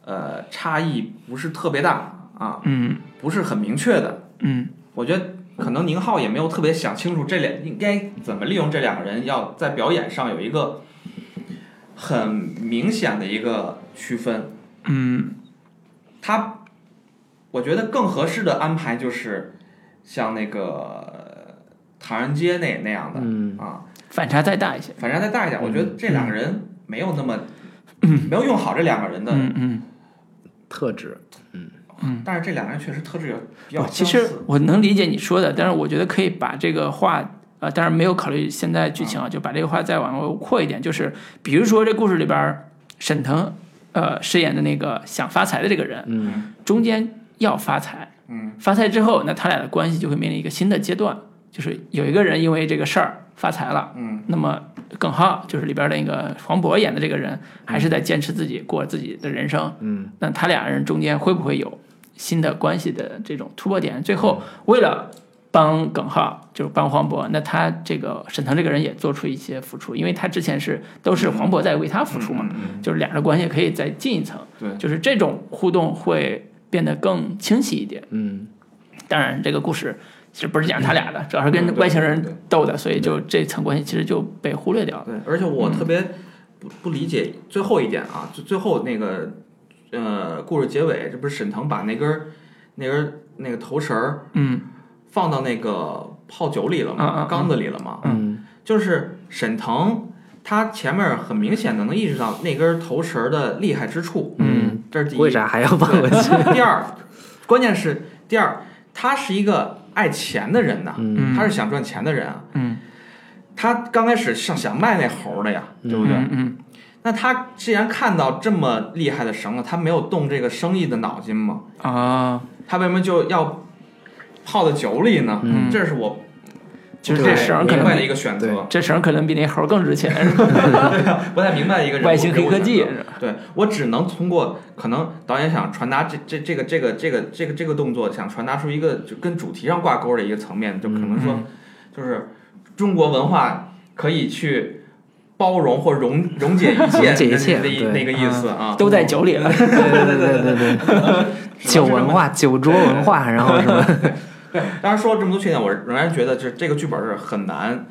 S3: 呃差异不是特别大啊，
S1: 嗯
S3: 不是很明确的。
S1: 嗯
S3: 我觉得可能宁浩也没有特别想清楚这两应该怎么利用这两个人要在表演上有一个很明显的一个区分。
S1: 嗯
S3: 他我觉得更合适的安排就是像那个呃唐人街那那样的、
S2: 嗯
S3: 啊，
S1: 反差再大一些。
S3: 反正再大一
S1: 嗯
S3: 点，我觉得这两个人没有那么、没有用好这两个人的，
S1: 嗯嗯。
S2: 特质，
S3: 但是这两个人确实特质有比较
S1: 哦，
S3: 相
S1: 其
S3: 似。
S1: 实我能理解你说的，但是我觉得可以把这个话，呃，当然没有考虑现在剧
S3: 嗯
S1: 情啊，就把这个话再往后扩一点，就是比如说这故事里边儿，沈腾，呃，饰演的那个想发财的这个人，
S2: 嗯
S1: 中间要发财，
S3: 嗯，
S1: 发财之后，那他俩的关系就会面临一个新的阶段，就是有一个人因为这个事儿发财了，
S3: 嗯，
S1: 那么耿浩，就是里边那个黄渤演的这个人，还是在坚持自己过自己的人生。嗯，那他俩人中间会不会有新的关系的这种突破点？最
S3: 嗯
S1: 后为了帮耿浩，就是帮黄渤，那他这个沈腾这个人也做出一些付出，因为他之前是都是黄渤在为他付出嘛，就是俩人关系可以再进一层，
S3: 嗯对
S1: 就是这种互动会变得更清晰一点。
S2: 嗯，
S1: 当然，这个故事其实不是讲他俩的，主要是跟外星
S3: 对
S1: 人斗的，所以就这层关系其实就被忽略掉了。
S3: 对，而且我特别不不理解最后一点啊，就最后那个呃，故事结尾，这不是沈腾把那根儿那根儿那个头绳儿
S1: 嗯，
S3: 放到那个泡酒里了
S1: 嗯嗯
S3: 嘛，
S1: 嗯
S3: 缸子里了嘛，
S2: 嗯，
S3: 就是沈腾。他前面很明显的能意识到那根头绳儿的厉害之处，
S2: 嗯，
S3: 这是第一。
S2: 为啥还要放回 去？
S3: 对第二，关键是第二，他是一个爱钱的人呐，
S1: 嗯
S3: 他是想赚钱的人啊。
S1: 嗯，
S3: 他刚开始是想卖那猴儿的呀，对不对？
S1: 嗯嗯
S3: 那他既然看到这么厉害的绳子，他没有动这个生意的脑筋吗？
S1: 啊，
S3: 他为什么就要泡到酒里呢？
S1: 嗯
S3: 这是我
S1: 就是
S3: 不太
S1: 这绳儿可
S3: 明白的一
S1: 能
S3: 个选
S2: 对
S3: 择，
S1: 这绳儿可能比那猴儿更值钱，
S3: 不太明白的一个人
S1: 外星黑科技
S3: 给我选择对我只能通过可能导演想传达这这这个这个这个这个这个动作，想传达出一个就跟主题上挂钩的一个层面，就可能说
S1: 嗯
S3: 就是中国文化可以去包容或溶溶解一切，
S2: 溶解一切
S3: 那那
S2: 对
S3: 那个意思啊，
S1: 都在酒里了。
S2: 嗯 对对对对对对， 酒文化、酒桌文化，然后什么？
S3: 对，当然说了这么多缺点，我仍然觉得就是这个剧本是很难，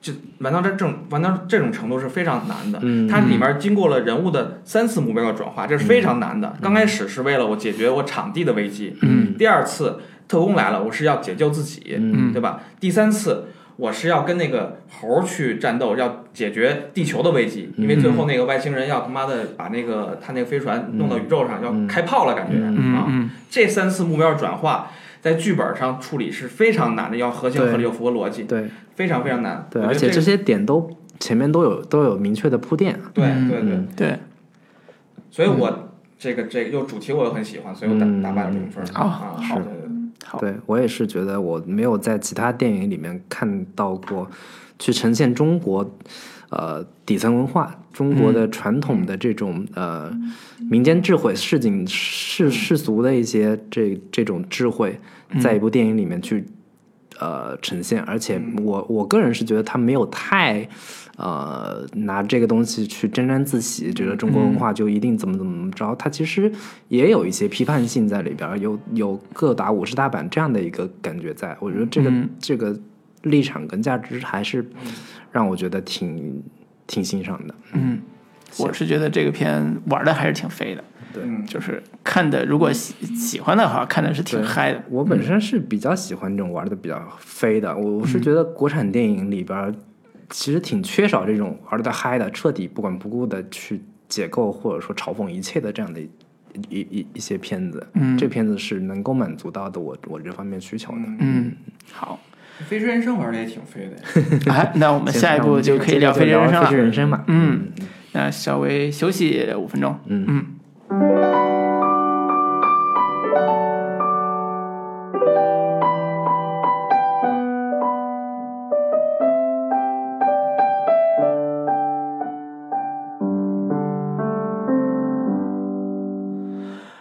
S3: 就玩到这这种玩到这种程度是非常难的。
S2: 嗯
S3: 它里面经过了人物的三次目标的转化，这是非常难的。刚开始是为了我解决我场地的危机，
S1: 嗯
S3: 第二次特工来了，我是要解救自己，
S1: 嗯
S3: 对吧？第三次。我是要跟那个猴儿去战斗，要解决地球的危机，因为最后那个外星人要他妈的把那个他那个飞船弄到宇宙上，要开炮了，感觉、啊。
S1: 嗯
S3: 这三次目标转化在剧本上处理是非常难的，要合情合理、
S2: 对
S3: 有符合逻辑，
S2: 对
S3: 非常非常难。
S2: 对，
S3: 我觉
S2: 而
S3: 得
S2: 且
S3: 这
S2: 这
S3: 个
S2: 些点都前面都有都有明确的铺垫。
S3: 对
S1: 嗯
S3: 对对，
S2: 嗯
S1: 嗯，对，
S3: 所以我这个这个又主题我又很喜欢，所以我打
S2: 嗯
S3: 打八点零分
S1: 好
S3: 啊，
S1: 好
S3: 对对对
S1: 好，
S2: 对我也是觉得我没有在其他电影里面看到过去呈现中国呃底层文化、中国的传统的这种、呃民间智慧、市井世世俗的一些这这种智慧，在一部电影里面去。呃，呈现，而且我我个人是觉得他没有太，呃，拿这个东西去沾沾自喜，觉得中国文化就一定怎么怎么着，它其实也有一些批判性在里边儿，有有各打五十大板这样的一个感觉在。我觉得这个、
S1: 嗯
S2: 这个立场跟价值还是让我觉得挺挺欣赏的。
S1: 嗯，我是觉得这个片玩的还是挺飞的，
S3: 嗯
S1: 就是看的如果喜喜欢的话，看的是挺
S2: 对
S1: 嗨的。
S2: 我本
S1: 嗯
S2: 身是比较喜欢这种玩的比较飞的，我我是觉得国产电影里边儿其实挺缺少这种玩的嗨的、彻底不管不顾的去解构或者说嘲讽一切的这样的一一一一些片子。
S1: 嗯
S2: 这片子是能够满足到的我我这方面需求的。
S1: 嗯，好，
S3: 对，飞驰人生玩的也挺飞的，
S1: 哎，那我们
S2: 行
S1: 下一
S2: 那我
S1: 步
S2: 们
S1: 就
S2: 这
S1: 可以
S2: 这
S1: 聊
S2: 就
S1: 飞驰人生
S2: 飞驰
S1: 了。
S2: 人生嘛。
S1: 嗯，那稍微休息五分钟。
S2: 嗯
S1: 嗯。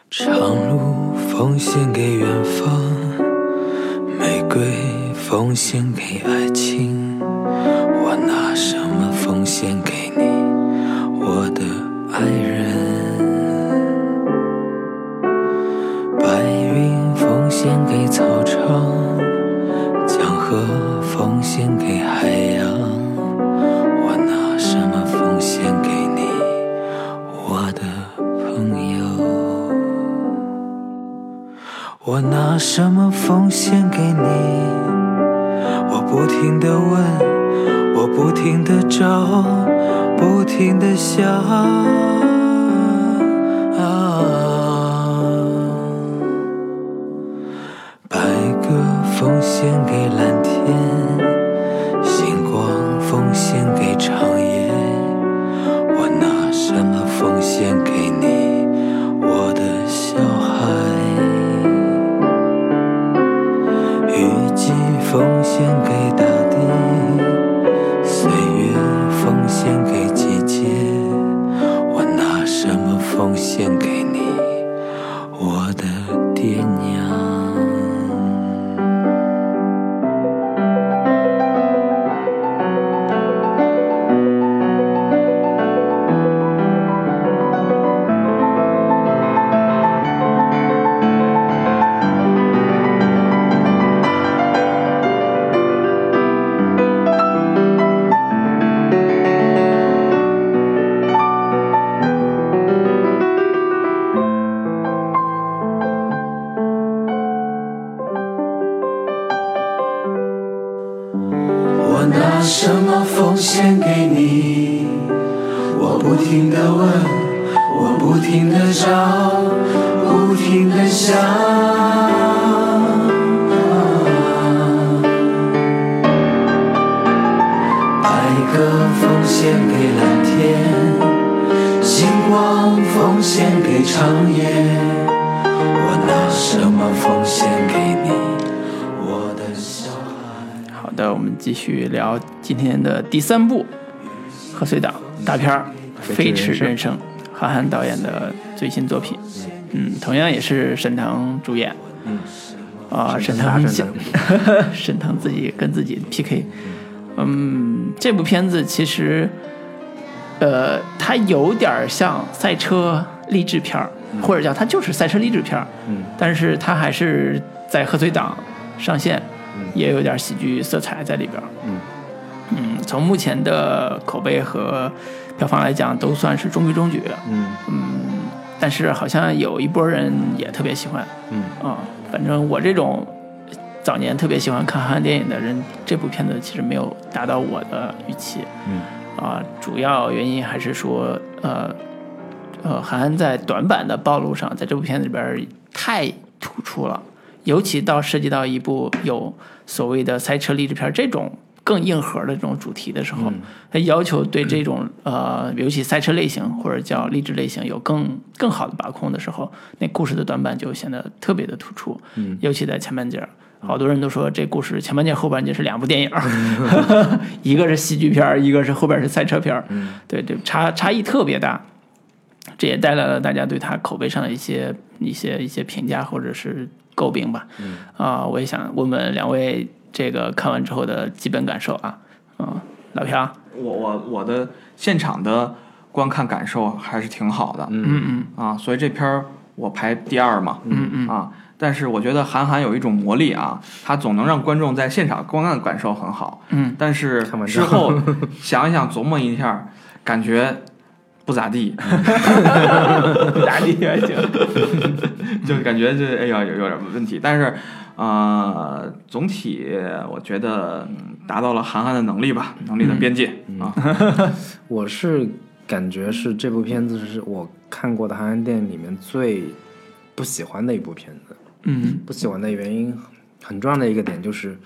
S4: 长路奉献给远方，玫瑰奉献给爱情，我拿什么奉献给你，我的爱人？白云奉献给草场，江河奉献给海洋，我拿什么奉献给你，我的朋友？我拿什么奉献给你？我不停地问，我不停地找，不停地想。白鸽奉献给蓝天，星光奉献给长夜。我拿什么奉献给你，我的小孩？雨季奉献给大地，岁月什么奉献给你？我不停地问，我不停地找，不停地想。白鸽奉献给蓝天，星光奉献给长夜。我拿什么奉献给你，我的小孩？
S1: 好的，我们继续聊今天的第三部《贺岁档》大片儿《飞驰人生》，韩寒导演的最新作品。嗯，同样也是沈腾主演。嗯，啊，沈
S2: 沈腾
S1: 腾
S2: 大
S1: 自，沈腾自己 跟自己 PK。嗯，这部片子其实，呃，它有点儿像赛车励志片儿，或者叫它就是赛车励志片儿。嗯，但是它还是在贺岁档上线，也有点儿喜剧色彩在里边儿。嗯，从目前的口碑和票房来讲，都算是中规中矩。嗯但是好像有一波人也特别喜欢。嗯啊，反正我这种早年特别喜欢看韩寒电影的人，这部片子其实没有达到我的预期。嗯啊，主要原因还是说，呃呃，韩寒在短板的暴露上，在这部片子里边儿太突出了。尤其到涉及到一部有所谓的赛车励志片这种更硬核的这种主题的时候，他要求对这种呃，尤其赛车类型或者叫励志类型有更更好的把控的时候，那故事的短板就显得特别的突出。嗯，尤其在前半截儿，好多人都说这故事前半截后半截是两部电影儿， 一个是喜剧片儿，一个是后边是赛车片儿，对对，差差异特别大。这也带来了大家对他口碑上的一些一些一些评价或者是诟病吧。嗯啊、我也想问问两位这个看完之后的基本感受啊。嗯、老 朴，
S3: 我我我的现场的观看感受还是挺好的，嗯嗯啊，所以这片儿我排第二嘛，嗯嗯啊，但是我觉得韩寒有一种魔力啊，他总能让观众在现场观看感受很好，嗯，但是
S2: 看完之
S3: 之
S2: 后
S3: 后想一想琢磨一下，感觉不咋地，
S1: 咋地还 行。
S3: 就感觉这哎呀有有点问题，但是。呃，总体我觉得嗯达到了韩寒的能力吧，能
S1: 嗯
S3: 力的边界、啊。
S2: 我是感觉是这部片子是我看过的韩寒电影里面最不喜欢的一部片子。
S1: 嗯，
S2: 不喜欢的原因很重要的一个点就是，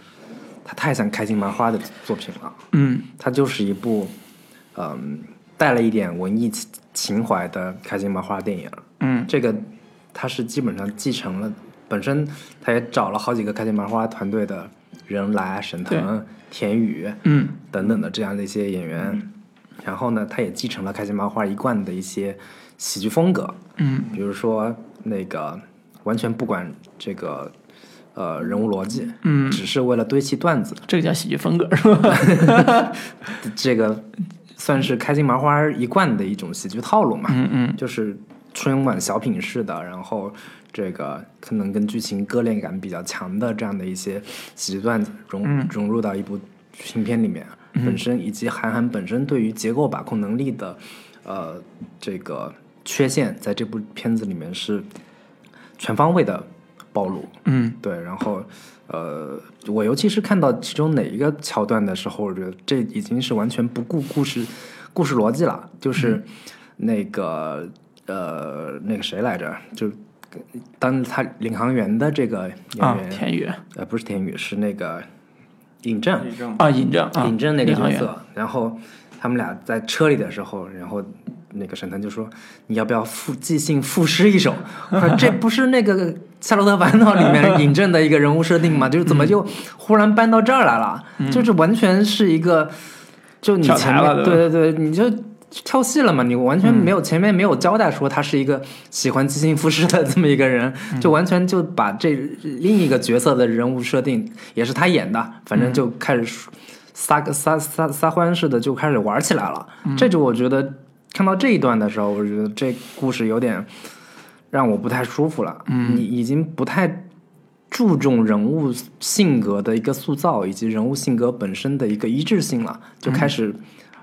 S2: 它太像开心麻花的作品了。
S1: 嗯
S2: 它就是一部，嗯，带了一点文艺情情怀的开心麻花电影。
S1: 嗯
S2: 这个它是基本上继承了，本身他也找了好几个开心麻花团队的人来，沈腾、田雨
S1: 嗯
S2: 等等的这样的一些演员。然后呢，他也继承了开心麻花一贯的一些喜剧风格，
S1: 嗯
S2: 比如说那个完全不管这个呃人物逻辑，
S1: 嗯，
S2: 只是为了堆砌段子，
S1: 这个叫喜剧风格是吧？
S2: 这个算是开心麻花一贯的一种喜剧套路嘛，
S1: 嗯嗯
S2: 就是春晚小品式的，然后这个可能跟剧情割裂感比较强的这样的一些喜剧段子融、
S1: 嗯
S2: 融入到一部影片里面，本身以及韩寒本身对于结构把控能力的呃这个缺陷，在这部片子里面是全方位的暴露。
S1: 嗯
S2: 对，然后呃，我尤其是看到其中哪一个桥段的时候，我觉得这已经是完全不顾故事故事逻辑了，
S1: 嗯
S2: 就是那个、呃那个谁来着，就是当他领航员的这个演
S1: 啊，
S2: 员，
S1: 田雨
S2: 呃不是田宇，是那个尹正，
S3: 这种
S1: 啊，尹正啊，
S2: 尹正那个
S1: 领航
S2: 角
S1: 员
S2: 色，然后他们俩在车里的时候，然后那个沈腾就说：“你要不要复即兴赋诗一首？”我说这不是那个《夏洛特烦恼》里面尹正的一个人物设定吗？就是怎么就忽然搬到这儿来了？就是完全是一个，就你
S1: 嗯跳
S2: 前
S1: 台
S2: 面
S1: 了
S2: 对对对，你就。跳戏了嘛？你完全没有、前面没有交代说他是一个喜欢即兴赋诗的这么一个人，
S1: 嗯
S2: 就完全就把这另一个角色的人物设定也是他演的，反
S1: 嗯
S2: 正就开始说撒个撒撒撒欢似的就开始玩起来了。
S1: 嗯
S2: 这就我觉得看到这一段的时候，我觉得这故事有点让我不太舒服了。嗯，你已经不太注重人物性格的一个塑造，以及人物性格本身的一个一致性了，就开始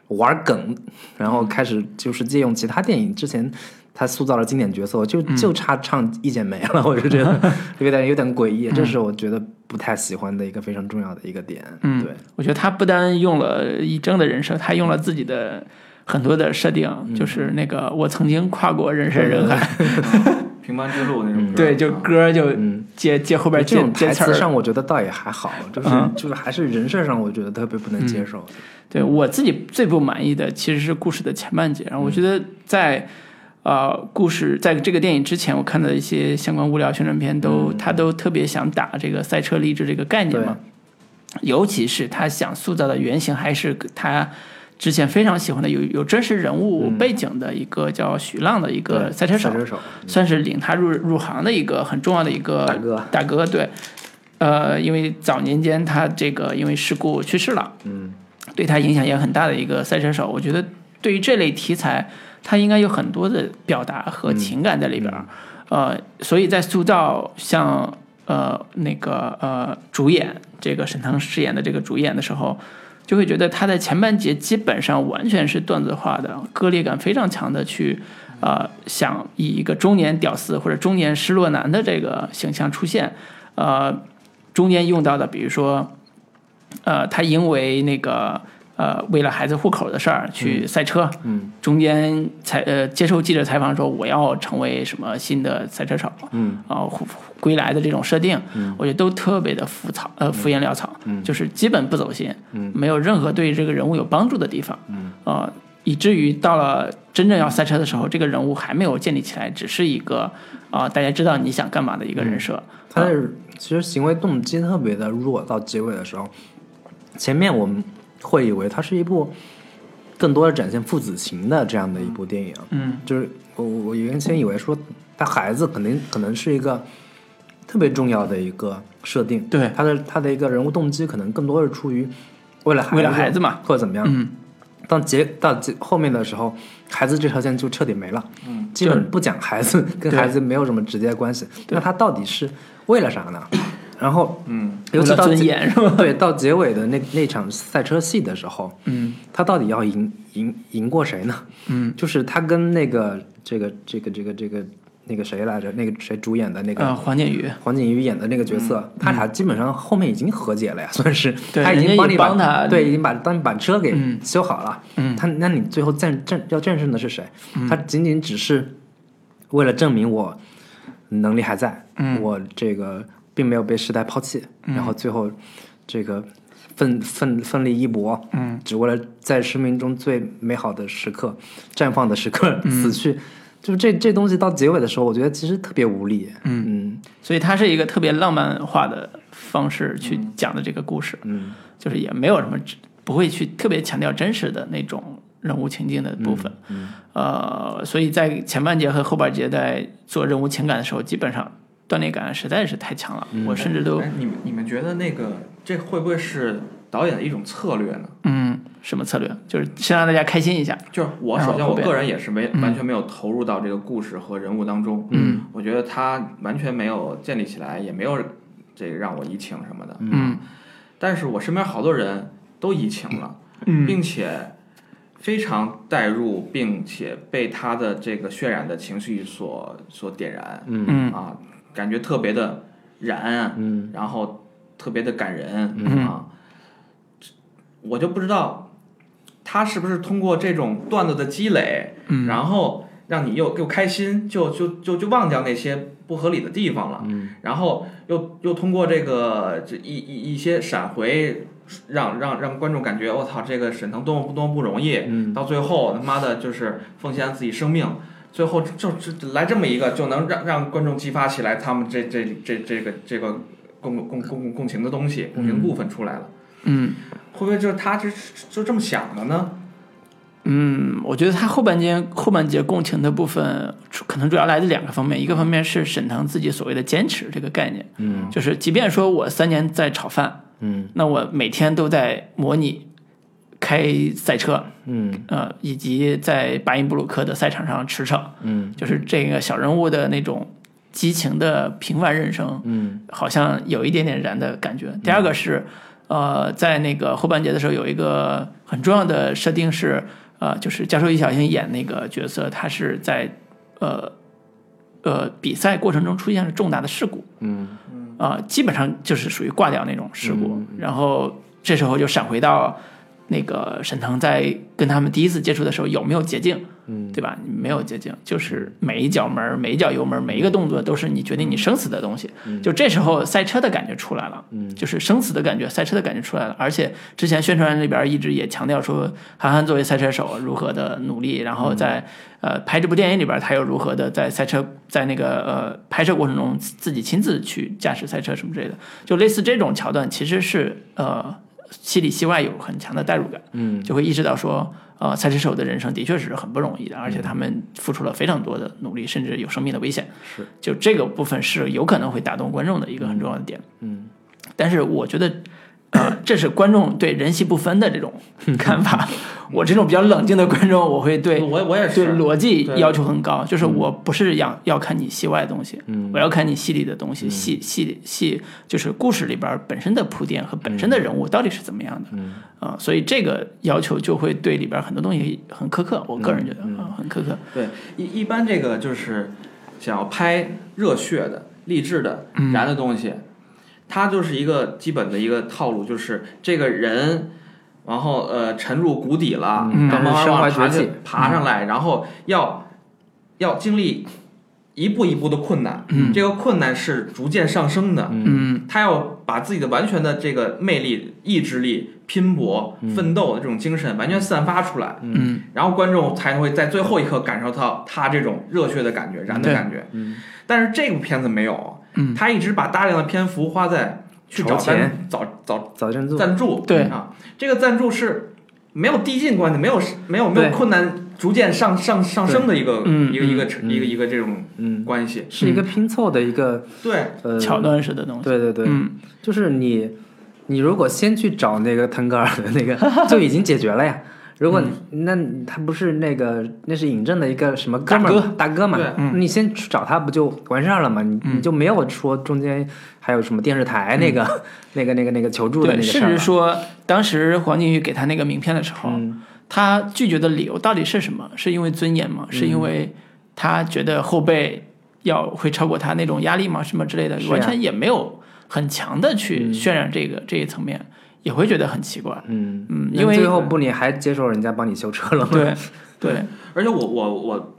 S2: 玩梗，然后开始就是借用其他电影之前他塑造了经典角色，就就差唱《一剪梅》了， 我是觉得有点有点诡异，这是我觉得不太喜欢的一个非常重要的一个点。
S1: 嗯
S2: 对，
S1: 我觉得他不单用了一正的人设，他用了自己的很多的设定，
S2: 嗯
S1: 就是那个我曾经跨过人山人海，
S3: 平凡之路那种歌。
S1: 嗯对，就
S3: 啊
S1: 歌就
S2: 嗯
S1: 接接后边
S2: 这
S1: 接
S2: 种
S1: 接
S2: 台
S1: 词
S2: 词
S1: 儿。
S2: 上，我觉得倒也还好，就是、
S1: 嗯
S2: 就是还是人设上，我觉得特别不能接受。
S1: 对我自己最不满意的其实是故事的前半截，然后我觉得在。呃，故事在这个电影之前，我看到一些相关物料宣传片都，他都特别想打这个赛车励志这个概念
S2: 对
S1: 嘛，尤其是他想塑造的原型还是他之前非常喜欢的有有真实人物背景的一个叫许浪的一个
S2: 对
S1: 赛车手，
S2: 赛车手，
S1: 算是领他入入行的一个很重要的一个
S2: 大哥
S1: 大哥对，呃，因为早年间他这个因为事故去世了，
S2: 嗯，
S1: 对他影响也很大的一个赛车手。我觉得对于这类题材，他应该有很多的表达和情感在里边
S2: 嗯
S1: 儿，呃，所以在塑造像呃那个呃主演这个沈腾饰演的这个主演的时候。就会觉得他在前半节基本上完全是段子化的，割裂感非常强的去，呃，想以一个中年屌丝或者中年失落男的这个形象出现，呃，中间用到的，比如说，呃，他因为那个呃为了孩子户口的事儿去赛车，
S2: 嗯，
S1: 中间采呃接受记者采访说我要成为什么新的赛车手，
S2: 嗯，
S1: 啊、呼归来的这种设定，嗯，我觉得都特别的浮草呃敷衍潦草，嗯，就是基本不走心，嗯，没有任何对这个人物有帮助的地方，嗯，啊、以至于到了真正要赛车的时候，这个人物还没有建立起来，只是一个啊、大家知道你想干嘛的一个人设，
S2: 他
S1: 啊
S2: 的其实行为动机特别的弱，到结尾的时候，前面我们会以为它是一部更多的展现父子情的这样的一部电影，
S1: 嗯，
S2: 就是我我我原先以为说他孩子肯定可能是一个特别重要的一个设定，
S1: 对
S2: 他的他的一个人物动机可能更多是出于为了孩子
S1: 为了孩子嘛
S2: 或者怎么样，
S1: 嗯。
S2: 到结到结后面的时候，孩子这条线就彻底没了，嗯，基本不讲孩子，跟孩子没有什么直接关系。那他到底是为了啥呢？然后，嗯，尤其到
S1: 为了尊
S2: 结
S1: 严是吧
S2: 对，到结尾的那那场赛车戏的时候，
S1: 嗯，
S2: 他到底要赢赢赢过谁呢？嗯，就是他跟那个这个这个这个这个那个谁来着？那个谁主演的那个
S1: 呃，黄景瑜，
S2: 黄景瑜演的那个角色，他俩基本上后面已经和解了呀， 算是
S1: 嗯对
S2: 他已
S1: 人家
S2: 经帮
S1: 也
S2: 你把
S1: 帮他
S2: 对，已经把帮你把车给
S1: 嗯
S2: 修好了。
S1: 嗯
S2: 他那你最后战战要战胜的是谁？他仅仅只是为了证明我能力还在，
S1: 嗯
S2: 我这个并没有被时代抛弃，然后最后这个奋奋奋力一搏，
S1: 嗯，
S2: 只为了在生命中最美好的时刻、绽放的时刻
S1: 嗯
S2: 死去。就是这这东西到结尾的时候，我觉得其实特别无力。嗯嗯，
S1: 所以它是一个特别浪漫化的方式去讲的这个故事，
S2: 嗯，
S1: 就是也没有什么只不会去特别强调真实的那种人物情境的部分，
S2: 嗯
S1: 呃，所以在前半节和后半节在做人物情感的时候，基本上断裂感实在是太强了，我甚至都
S3: 哎，你们你们觉得那个这会不会是导演的一种策略呢？
S1: 嗯，什么策略，就是先让大家开心一下，
S3: 就是我
S1: 然后
S3: 首先
S1: 后
S3: 我
S1: 边
S3: 个人也是没完全没有投入到这个故事和人物当中，
S1: 嗯，
S3: 我觉得他完全没有建立起来，也没有这个让我移情什么的，
S1: 嗯
S3: 但是我身边好多人都移情了，
S1: 嗯
S3: 并且非常代入，并且被他的这个渲染的情绪所所点燃，
S1: 嗯
S3: 啊，感觉特别的燃，啊
S2: 嗯，
S3: 然后特别的感人，
S1: 嗯
S3: 啊，这我就不知道他是不是通过这种段子的积累，
S1: 嗯
S3: 然后让你又又开心，就就就就忘掉那些不合理的地方了，嗯，然后又又通过这个这一一一些闪回。让让让观众感觉我操，这个沈腾多么多么不容易，
S1: 嗯
S3: 到最后他妈的就是奉献自己生命，最后就就就来这么一个，就能让让观众激发起来他们这这这这个这个共共共共情的东西，共情的部分出来了，
S1: 嗯
S3: 会不会就是他就是就这么想的呢？
S1: 嗯，我觉得他后半节后半节共情的部分，主可能主要来自两个方面，一个方面是沈腾自己所谓的坚持这个概念，
S2: 嗯，
S1: 就是即便说我三年在炒饭，
S2: 嗯，
S1: 那我每天都在模拟开赛车，
S2: 嗯
S1: 呃，以及在巴音布鲁克的赛场上驰骋，
S2: 嗯
S1: 就是这个小人物的那种激情的平凡人生，
S2: 嗯，
S1: 好像有一点点燃的感觉。第二个是，呃，在那个后半节的时候，有一个很重要的设定是，呃，就是加州一小星演那个角色，他是在呃呃比赛过程中出现了重大的事故，
S2: 嗯
S1: 啊、基本上就是属于挂掉那种事故。然后这时候就闪回到那个沈腾在跟他们第一次接触的时候有没有捷径，
S2: 嗯
S1: 对吧？没有捷径，就是每一脚门儿、每一脚油门儿、每一个动作都是你决定你生死的东西。
S2: 嗯
S1: 就这时候赛车的感觉出来了，就是生死的感觉、赛车的感觉出来了。而且之前宣传里边一直也强调说，韩寒作为赛车手如何的努力，然后
S2: 嗯
S1: 在呃拍这部电影里边，他又如何的在赛车在那个呃拍摄过程中自己亲自去驾驶赛车什么之类的，就类似这种桥段，其实是呃戏里戏外有很强的代入感。
S2: 嗯
S1: 就会意识到说，呃，赛车手的人生的确是很不容易的，而且他们付出了非常多的努力，甚至有生命的危险。
S2: 是，
S1: 就这个部分是有可能会打动观众的一个很重要的点。
S2: 嗯，
S1: 但是我觉得，呃，这是观众对人戏不分的这种看法。 我这种比较冷静的观众，我会对
S3: 我我也
S1: 对
S3: 是，
S1: 逻辑
S3: 对
S1: 要求很高，就是我不是要要看你戏外的东西，
S2: 嗯
S1: 我要看你戏里的东西，戏戏里戏就是故事里边儿本身的铺垫和本身的人物到底是怎么样的，
S2: 嗯
S1: 啊，所以这个要求就会对里边儿很多东西很苛刻，我个人觉得啊很苛刻，
S3: 对一一般这个就是想要拍热血的、励志的、
S1: 嗯
S3: 燃的东西，它就是一个基本的一个套路，就是这个人。然后呃，沉入谷底了，
S1: 嗯
S3: 然后慢慢
S2: 身怀
S3: 往
S2: 绝
S3: 爬
S2: 技
S3: 上爬上来，然后要要经历一步一步的困难，这个困难是逐渐上升的，
S1: 嗯
S3: 他要把自己的完全的这个魅力、意志力、拼搏、
S2: 嗯
S3: 奋斗的这种精神完全散发出来，
S1: 嗯
S3: 然后观众才会在最后一刻感受到他这种热血的感觉、燃的
S1: 对
S3: 感觉。
S2: 嗯
S3: 但是这部片子没有，
S1: 嗯，
S3: 他一直把大量的篇幅花在去找
S2: 筹钱
S3: 赞找找
S2: 早赞助，
S3: 赞助，
S1: 对
S3: 啊，这个赞助是没有递进关系，没有没有没有
S2: 对
S3: 困难逐渐上上上升的一个
S1: 嗯
S3: 一个一个
S2: 嗯
S3: 一个一个这种
S2: 嗯，
S3: 关系。
S2: 是一个拼凑的一个
S3: 对，
S2: 呃
S1: 桥段式的东西，
S2: 对对对，
S1: 嗯
S2: 就是你，你如果先去找那个腾格尔的 那个，就已经解决了呀。如果、
S1: 嗯
S2: 那你他不是那个，那是尹正的一个什么哥们儿
S1: 大嗯
S2: 大哥嘛
S3: 对，
S2: 你先去找他不就完事儿了吗？你、你就没有说中间还有什么电视台那个、 那个那个那个求助的那
S1: 嗯对，
S2: 个事
S1: 甚
S2: 儿
S1: 至
S2: 了。
S1: 说当时黄靖宇给他那个名片的时候，
S2: 嗯
S1: 他拒绝的理由到底是什么？是因为尊严吗？是因为他觉得后辈要会超过他那种压力吗？什么之类的，
S2: 是啊
S1: 完全也没有很强的去渲染这个、这一层面，也会觉得很奇怪。
S2: 嗯
S1: 嗯
S2: 那
S1: 因为
S2: 最后不你还接受人家帮你修车了吗？
S1: 对，对，
S3: 而且我我我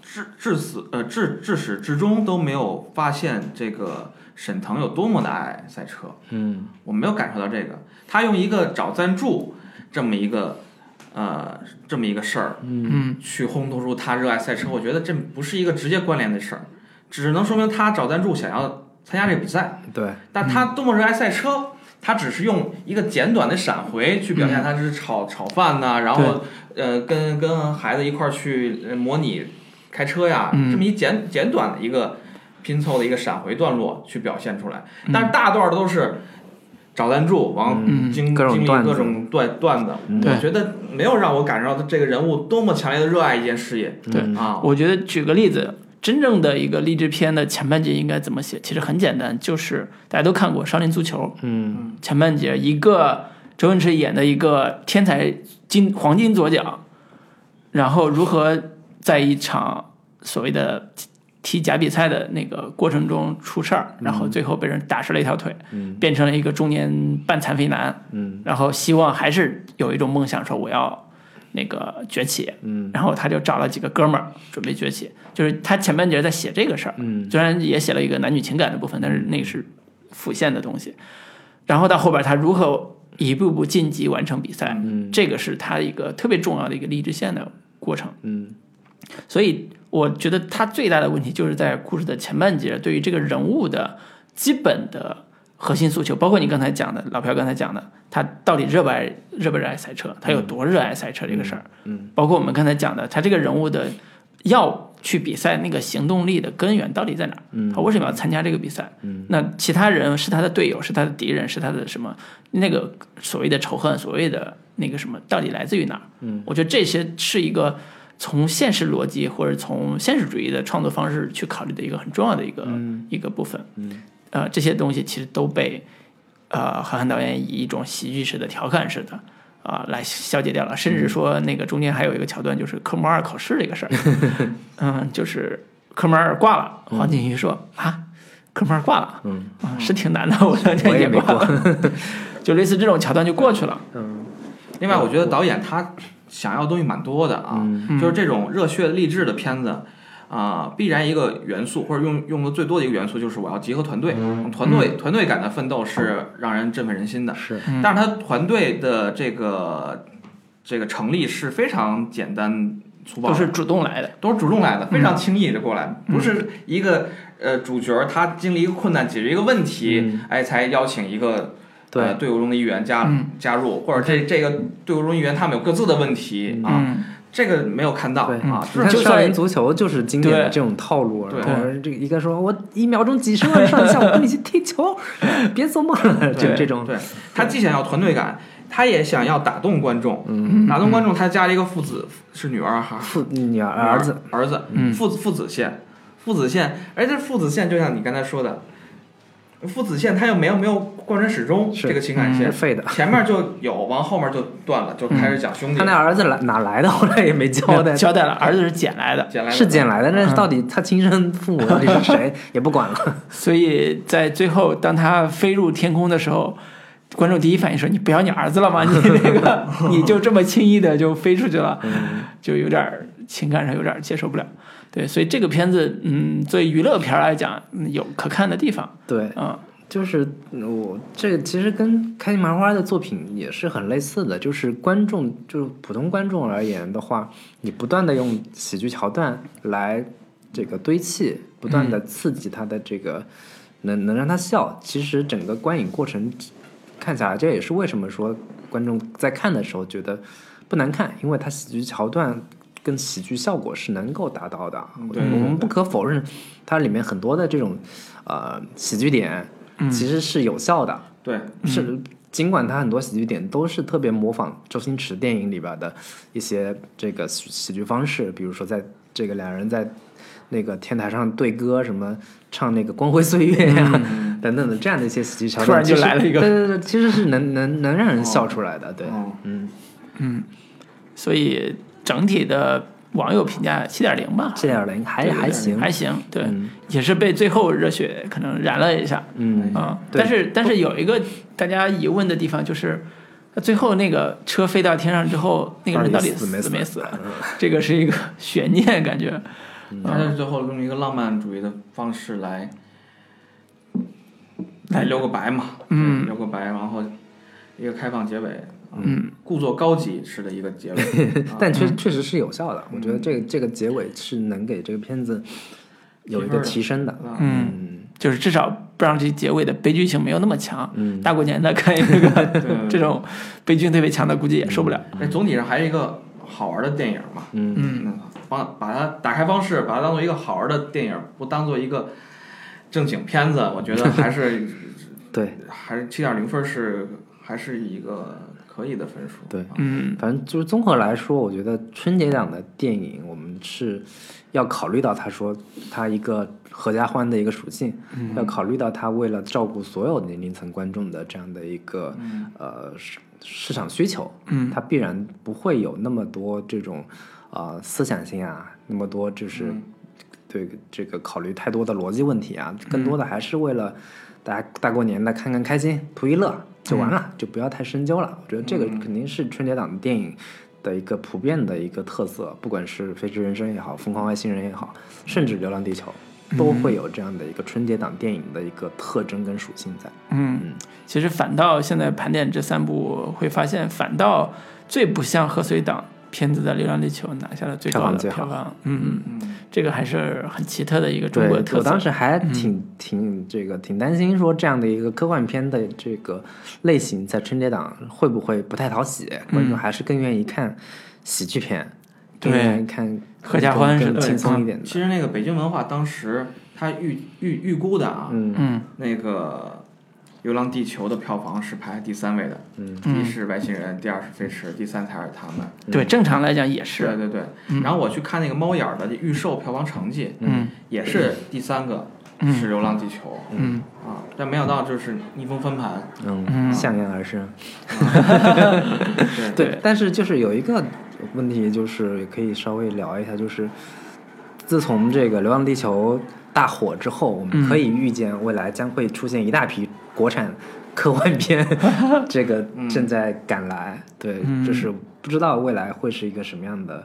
S3: 至至死呃至至始至终都没有发现这个沈腾有多么的爱赛车，
S2: 嗯
S3: 我没有感受到这个。他用一个找赞助这么一个呃这么一个事儿
S1: 嗯
S3: 去烘托出他热爱赛车，我觉得这不是一个直接关联的事儿，只能说明他找赞助想要参加这个比赛，
S2: 对，
S3: 但他多么热爱赛车。他只是用一个简短的闪回去
S1: 嗯
S3: 表现他是炒炒饭呐、然后呃跟跟孩子一块儿去呃模拟开车呀，
S1: 嗯
S3: 这么一简简短的一个拼凑的一个闪回段落去表现出来，但是大段儿都是找赞助，往
S1: 嗯
S3: 经
S2: 各种
S3: 经历
S2: 段子
S3: 各种段段子，
S1: 对
S3: 我觉得没有让我感受到这个人物多么强烈的热爱一件事业
S1: 对
S2: 嗯
S3: 啊，
S1: 我觉得举个例子，真正的一个励志片的前半节应该怎么写？其实很简单，就是大家都看过《少林足球》，
S2: 嗯
S1: 前半节，一个周星驰演的一个天才金黄金左脚，然后如何在一场所谓的踢假比赛的那个过程中出事儿，然后最后被人打折了一条腿，
S2: 嗯
S1: 变成了一个中年半残废男，
S2: 嗯
S1: 然后希望还是有一种梦想，说我要那个崛起，
S2: 嗯
S1: 然后他就找了几个哥们儿准备崛起，就是他前半节在写这个事儿，
S2: 嗯
S1: 虽然也写了一个男女情感的部分，但是那个是辅线的东西。然后到后边他如何一步步晋级完成比赛，
S2: 嗯
S1: 这个是他一个特别重要的一个励志线的过程。
S2: 嗯
S1: 所以我觉得他最大的问题就是在故事的前半节，对于这个人物的基本的核心诉求，包括你刚才讲的老朴刚才讲的，他到底热不爱热不热爱赛车，他有多热爱赛车这个事儿，
S2: 嗯，
S1: 包括我们刚才讲的，他这个人物的要去比赛那个行动力的根源到底在哪儿？
S2: 嗯
S1: 他为什么要参加这个比赛？
S2: 嗯，
S1: 那其他人是他的队友，是他的敌人，是他的什么？那个所谓的仇恨，所谓的那个什么，到底来自于哪儿？嗯，我觉得这些是一个从现实逻辑或者从现实主义的创作方式去考虑的一个很重要的一个、一个部分。嗯，呃，这些东西其实都被呃韩寒导演以一种喜剧式的、调侃式的。啊、啊、来消解掉了，甚
S2: 嗯
S1: 至说那个中间还有一个桥段，就是科目二考试这个 事儿，嗯，就是科目二挂了，
S2: 嗯
S1: 黄景瑜说、啊，科目二挂了，嗯啊是挺难的，我当
S2: 我
S1: 年
S2: 也没
S1: 挂了， 就类似这种桥段就过去了，
S3: 另外，我觉得导演他想要的东西蛮多的啊，就是这种热血励志的片子啊、必然一个元素或者用用的最多的一个元素就是我要集合团队，团队、团队感的奋斗是让人振奋人心的。
S2: 是，
S3: 但是他团队的这个这个成立是非常简单粗暴
S1: 都
S3: 的，
S1: 是主动来的，
S3: 都是主动来
S2: 嗯
S3: 的，非常轻易的过来，不是一个呃主角他经历一个困难，解决一个问题，哎，才邀请一个
S2: 嗯对
S3: 呃、队伍中的一员加、
S1: 嗯
S3: 加入，或者这这个队伍中一员他们有各自的问题、啊，
S1: 嗯，
S3: 这个没有看到
S2: 对
S3: 啊，
S2: 你
S3: 就是
S2: 看
S1: 就
S2: 校
S1: 算
S2: 园足球就是经典的
S1: 对
S2: 这种套路，啊
S3: 对
S2: 然后这个一个说我一秒钟几十万上下，我跟你去踢球， 别做梦了，就这种
S3: 对他既想要团队感，他也想要打动观众，
S2: 嗯
S3: 打动观众，他加了一个父子是女儿哈，
S2: 父女儿儿子，
S3: 儿子，嗯
S2: 嗯
S3: 父子父子线，父子线，而这父子线就像你刚才说的，父子线它又没有没有贯穿始终
S2: 是嗯
S3: 这个情感线
S2: 是，废的。
S3: 前面就有，往后面就断了，就开始讲兄弟
S2: 嗯他，那儿子来哪来的？ 后来也没 交代，
S1: 交代了，儿子是捡来的，
S3: 捡来的
S2: 是捡来的，但是到底他亲生父母到底 是谁也不管了。
S1: 所以在最后当他飞入天空的时候，观众第一反应说：“你不要你儿子了 吗？你那个你就这么轻易的就飞出去了，
S2: 嗯
S1: 就有点儿情感上有点儿接受不了。”对，所以这个片子，嗯，作为娱乐片儿来讲，嗯有可看的地方
S2: 对，
S1: 啊、
S2: 就是嗯我这个其实跟开心麻花的作品也是很类似的，就是观众就是普通观众而言的话，你不断的用喜剧桥段来这个堆砌，不断
S3: 嗯
S2: 的刺激他的这个、能能让他笑，其实整个观影过程看下来，这也是为什么说观众在看的时候觉得不难看，因为它喜剧桥段跟喜剧效果是能够达到的。
S3: 嗯对
S2: 我们不可否认，它里面很多的这种呃喜剧点
S3: 嗯
S2: 其实是有效的，
S3: 对，
S1: 嗯
S2: 是尽管它很多喜剧点都是特别模仿周星驰电影里边的一些这个喜喜剧方式，比如说在这个两人在那个天台上对歌，什么唱那个《光辉岁月》呀、 等等的这样的一些喜剧桥
S1: 嗯突
S2: 段，
S1: 然就
S2: 其实
S1: 来了一个哦
S2: 对对对，其实是能能能让人笑出来的，对，
S3: 嗯，
S2: 嗯，
S1: 所以整体的网友评价七点零吧，
S2: 七点零还还行，
S1: 还行，对，
S2: 嗯
S1: 也是被最后热血可能燃了一下，
S2: 嗯
S1: 啊、
S2: 对
S1: 但是但是有一个大家疑问的地方就是，呃最后那个车飞到天上之后，那个人到底
S2: 死
S1: 没
S2: 死？，
S1: 这个是一个悬念，感觉。
S3: 他是最后用一个浪漫主义的方式来来留个白嘛，
S1: 嗯
S3: 留个白，然后一个开放结尾，啊
S1: 嗯，
S3: 故作高级式的一个结尾
S2: 但确确实是有效的，我觉得这
S1: 嗯
S2: 个这个结尾是能给这个片子有一个提升的，
S3: 啊
S1: 嗯，
S2: 嗯，
S1: 就是至少不让这结尾的悲剧性没有那么强。嗯，大过年的看一个
S3: 对
S1: 这种悲剧特别强的，估计也受不了。
S3: 哎，总体上还是一个好玩的电影嘛。嗯帮把它打开方式，把它当做一个好玩的电影，不当做一个正经片子，我觉得还是
S2: 对。
S3: 还是七点零分是还是一个可以的分数。
S2: 对
S1: 嗯
S2: 反正就是综合来说，我觉得春节档的电影，我们是要考虑到它说它一个合家欢的一个属性，
S1: 嗯
S2: 要考虑到它为了照顾所有年龄层观众的这样的一个、呃市市场需求，
S1: 嗯
S2: 它必然不会有那么多这种呃思想性啊，那么多就是
S3: 嗯
S2: 对这个考虑太多的逻辑问题啊，更多的还是为了大家大过年的看看开心，图一乐就完了，就不要太深究了。我觉得这个肯定是春节档的电影的一个普遍的一个特色，不管是《飞驰人生》也好，《疯狂外星人》也好，甚至《流浪地球》。都会有这样的一个春节档电影的一个特征跟属性在，
S1: 嗯，其实反倒现在盘点这三部，会发现反倒最不像贺岁档片子的《流浪地球》拿下了最
S2: 票
S1: 高
S2: 房
S1: 的
S2: 最
S1: 票
S2: 好
S1: 房。嗯，
S3: 嗯，
S1: 这个还是很奇特的一个中
S2: 对
S1: 国特
S2: 我
S1: 色。嗯
S2: 当时还挺、挺这个挺担心说这样的一个科幻片的这个类型在春节档会不会不太讨喜，观众还是更愿意看喜剧片，
S1: 嗯对
S2: 更愿意看
S1: 合家欢
S2: 更
S1: 是
S2: 更
S1: 的
S2: 轻松一点的。
S3: 其实那个北京文化当时他预预预估的啊，
S2: 嗯
S1: 嗯
S3: 那个《流浪地球》的票房是排第三位的，嗯，第一是外星人，第二是飞驰，第三才是他们。
S1: 对，正常来讲也
S3: 对
S1: 是，嗯
S3: 对对，然后我去看那个猫眼儿的预售票房成绩，
S1: 嗯，
S3: 也是第三个，是《流浪地球》，嗯啊，但没想到就是逆风翻盘，
S2: 嗯，向阳而生。
S3: 对
S1: 对，
S2: 但是就是有一个问题，就是也可以稍微聊一下，就是自从这个《流浪地球》大火之后，我们可以预见未来将会出现一大批国产科幻片，这个正在赶来。对，就是不知道未来会是一个什么样的。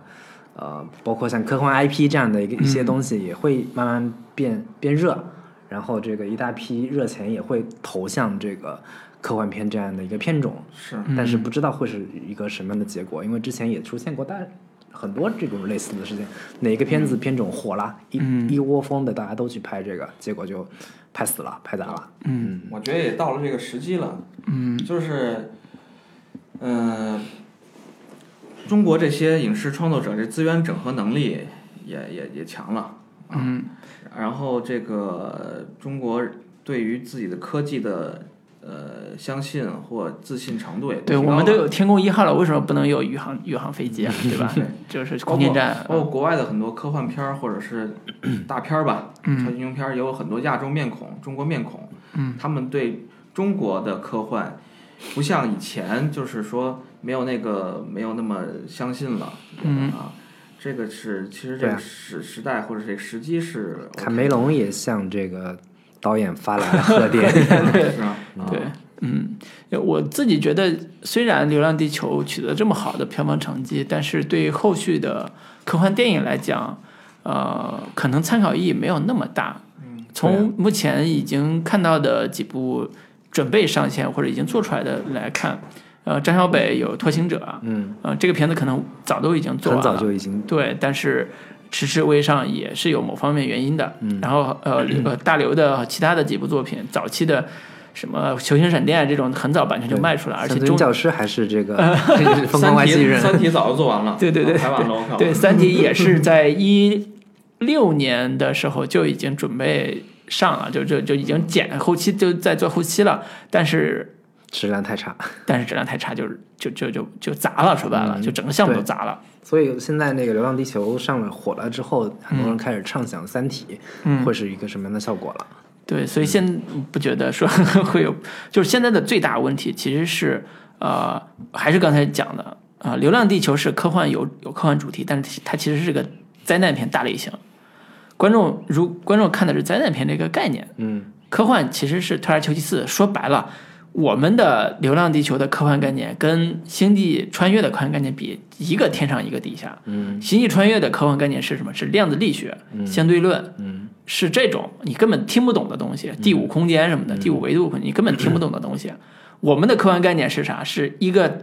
S2: 呃，包括像科幻 IP 这样的一个一些东西，也会慢慢变变热，然后这个一大批热钱也会投向这个科幻片这样的一个片种。
S3: 是
S2: 但
S1: 嗯
S2: 是不知道会是一个什么样的结果，因为之前也出现过大很多这种类似的事情，哪个
S1: 嗯
S2: 片子片种火了，一一窝蜂的大家都去拍这个，结果就拍死了，拍砸
S1: 哦
S2: 了。嗯
S3: 我觉得也到了这个时机了。嗯，就是，嗯、中国这些影视创作者这资源整合能力也也也强了。啊
S1: 嗯
S3: 然后这个中国对于自己的科技的呃相信或自信程度也
S1: 对，
S3: 提高
S1: 我们
S3: 了
S1: 都有天宫一号了，为什么不能有宇航宇航飞 机啊？对吧？就是空间站，啊
S3: 包括国外的很多科幻片儿或者是大片儿吧，超级英雄片儿也有很多亚洲面孔、中国面孔，嗯，他们对中国的科幻不像以前就是说没有那个没有那么相信了，嗯啊，这个是其实这
S2: 对
S3: 个
S2: 啊
S3: 时时代或者这个时机是 OK 的，
S2: 卡梅隆也向这个导演发来了贺 电。
S3: 对是吧？啊
S1: 对，嗯，我自己觉得，虽然《流浪地球》取得这么好的票房成绩，但是对于后续的科幻电影来讲，呃，可能参考意义没有那么大。
S2: 嗯
S1: 从目前已经看到的几部准备上线或者已经做出来的来看，呃，张小北有《拓行者》，
S2: 嗯，
S1: 呃，这个片子可能早都已经做
S2: 很
S1: 完了，
S2: 早就已经
S1: 啊对，但是迟迟未上也是有某方面原因的。
S2: 嗯
S1: 然后呃 呃，大刘的其他的几部作品，早期的什么《球形闪电》这种，很早版权就卖出来，而且
S2: 乡
S1: 中
S2: 村教师还 是这个疯狂外
S3: 三
S2: 星
S3: 体
S2: 人。
S3: 三体早就做完了，
S1: 对对对
S3: 啊排完了，我靠，
S1: 对《三体》也是在一六年的时候就已经准备上了，就就就已经剪后期就在做后期了，但是
S2: 质量太差，
S1: 但是质量太差就，就就就就砸了，说白了，就整个项目都
S2: 嗯对
S1: 砸了。
S2: 所以现在那个《流浪地球》上了火了之后，很
S1: 嗯
S2: 多人开始畅想《三体》会是一个什么样的效果了。
S1: 对，所以现不觉得说 会有，就是现在的最大问题其实是呃，还是刚才讲的啊，呃流浪地球》是科幻有有科幻主题，但是它其实是个灾难片大类型。观众如观众看的是灾难片这个概念，
S2: 嗯，
S1: 科幻其实是退而求其次。说白了，我们的《流浪地球》的科幻概念跟《星际穿越》的科幻概念比，一个天上一个地下。嗯，《星际穿越》的科幻概念是什么？是量子力学、相对论，嗯，是这种你根本听不懂的东西，
S2: 嗯
S1: 第五空间什么的，第五维度你根本听不懂的东西。我们的科幻概念是啥？是一个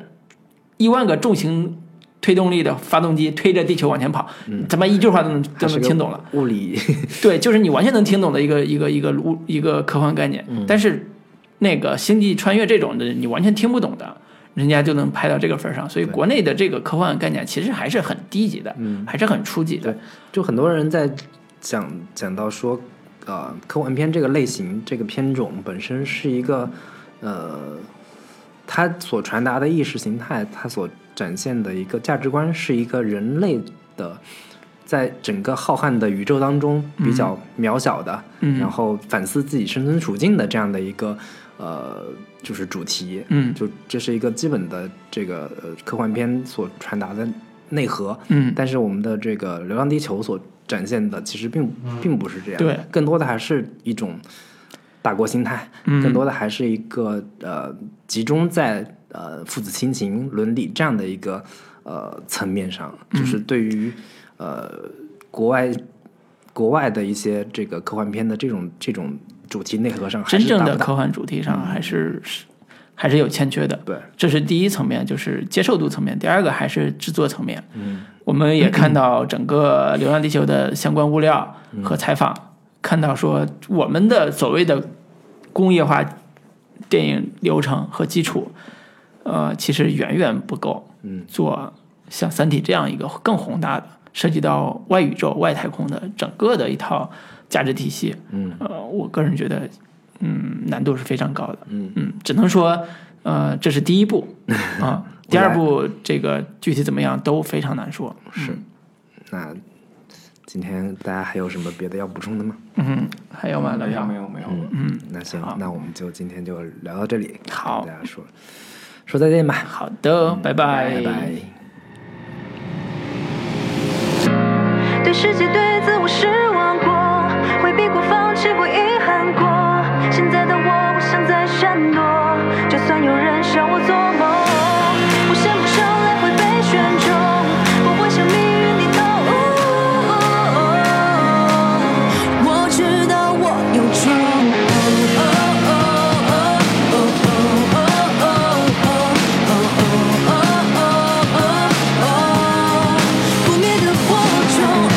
S1: 一万个重型推动力的发动机推着地球往前跑，他妈一句话都能都
S2: 嗯它是
S1: 能
S2: 个
S1: 听懂了。
S2: 物理，
S1: 对，就是你完全能听懂的一个一个一个路一个科幻概念，但是那个星际穿越这种的，你完全听不懂的，人家就能拍到这个份儿上。所以国内的这个科幻概念其实还是很低级的，还是很初级的
S2: 对。就很多人在讲讲到说，呃，科幻片这个类型、这个片种本身是一个，呃，它所传达的意识形态，它所展现的一个价值观，是一个人类的在整个浩瀚的宇宙当中比较渺小的，
S1: 嗯
S2: 然后反思自己生存处境的这样的一个呃，就是主题，
S1: 嗯
S2: 就这是一个基本的这个呃科幻片所传达的内核，
S1: 嗯
S2: 但是我们的这个《流浪地球》所展现的其实并并不是这样，
S1: 嗯对，
S2: 更多的还是一种大国心态，
S1: 嗯
S2: 更多的还是一个呃集中在呃父子亲情、伦理这样的一个呃层面上，
S1: 嗯
S2: 就是对于、呃国外国外的一些这个科幻片的这种这种主题内核上还
S1: 真
S2: 是
S1: 正
S2: 达不
S1: 的
S2: 到嗯
S1: 科幻主题上还是是还是有欠缺的。
S2: 对，
S1: 这是第一层面，就是接受度层面；第二个还是制作层面。嗯，我们也看到整个《流浪地球》的相关物料
S2: 嗯
S1: 和采访，看到说我们的所谓的工业化电影流程和基础，呃，其实远远不够。
S2: 嗯，
S1: 做像《三体》这样一个更宏大的，涉及到外宇宙、外太空的整个的一套价值体系。
S2: 嗯，
S1: 呃，我个人觉得，嗯，难度是非常高的。嗯嗯，只能说，呃，这是第一 步啊，第二步这个具体怎么样都非常难说。
S2: 是，那今天大家还有什么别的要补充的吗？
S1: 嗯，还有吗？老
S3: 没有
S1: 杨
S3: 没，有没有，
S2: 嗯，那行，那我们就今天就聊到这里，
S1: 好
S2: 跟大家说说再见吧，
S1: 好的，
S2: 嗯拜拜。
S7: 对世界、对自我失望过，回避过、放弃过、遗憾过。现在的我不想再闪躲，就算有人笑我做梦，我先不上来会被选中，不会向命运低头。我知道我有种。不灭的火种。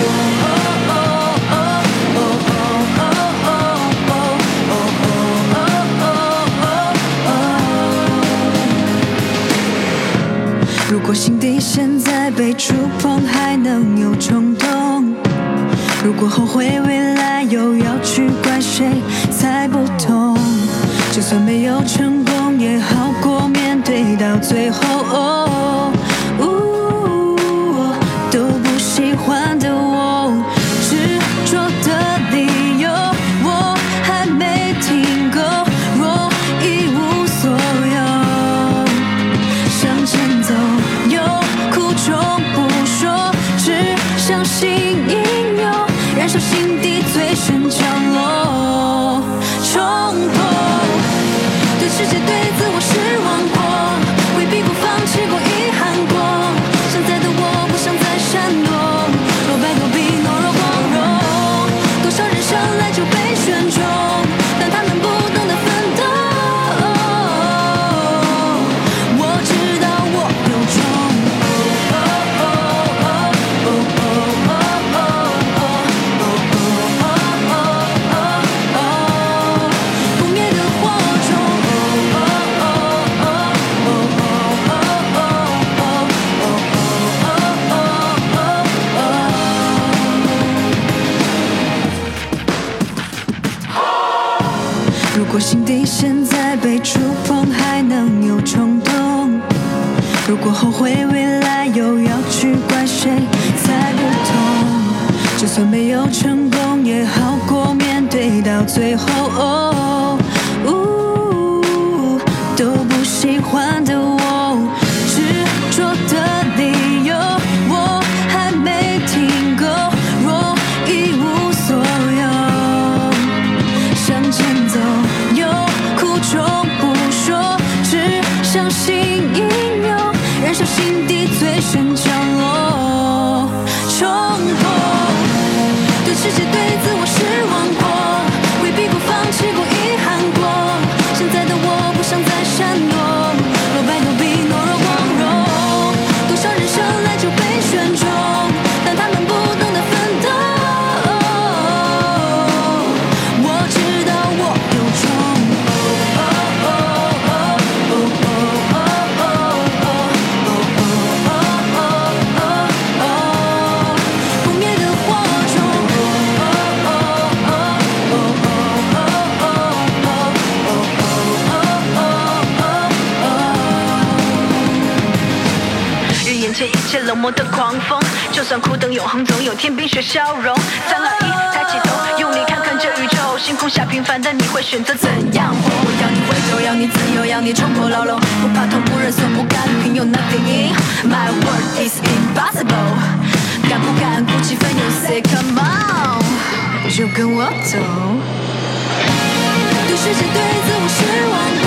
S7: 如果心底现在被触碰，还能有冲动；如果后悔未来，又要去怪谁猜不透。就算没有成功，也好过面对到最后。哦呜都不喜欢的我，执着的理由我还没听够，我一无所有。向前走，有苦衷不说，只相信英勇，燃烧心底最深角落，冲破。对世界、对自我失望过，回避过、放弃过、遗憾过。现在的我不想再闪躲，落败躲避、懦弱光荣。多少人生来就被选中，但他们不懂得奋斗。我知道我有种。不灭的火种。如果心底现在被触碰，还能有冲动；如果后悔未来，又要去怪谁猜不透。就算没有成功，也好过面对到最后。哦呜都不喜欢的我，执着的理由我还没听够，我一无所有。向前走，有苦衷不说，只相信英勇，燃烧心底最深角落，冲破。对世界、对自我失望过，回避过、放弃过、遗憾过。现在的我不想再闪躲，落败、躲避、懦弱、光荣。多少人生来就被选中，但他们不懂得奋斗。我知道我有种。不灭的火种。
S8: 预言着一切冷漠的狂风，就算苦等永恒，总有天冰雪消融。三二一，抬起头，用力看看这宇宙，星空下平凡的你会选择怎样活？要你温柔，要你自由，要你冲破牢笼，不怕痛，不认怂，不甘平庸，nothing in my world is impossible。敢不敢鼓起奋勇，say come on，就跟我走。
S7: 对世界、对自我失望过，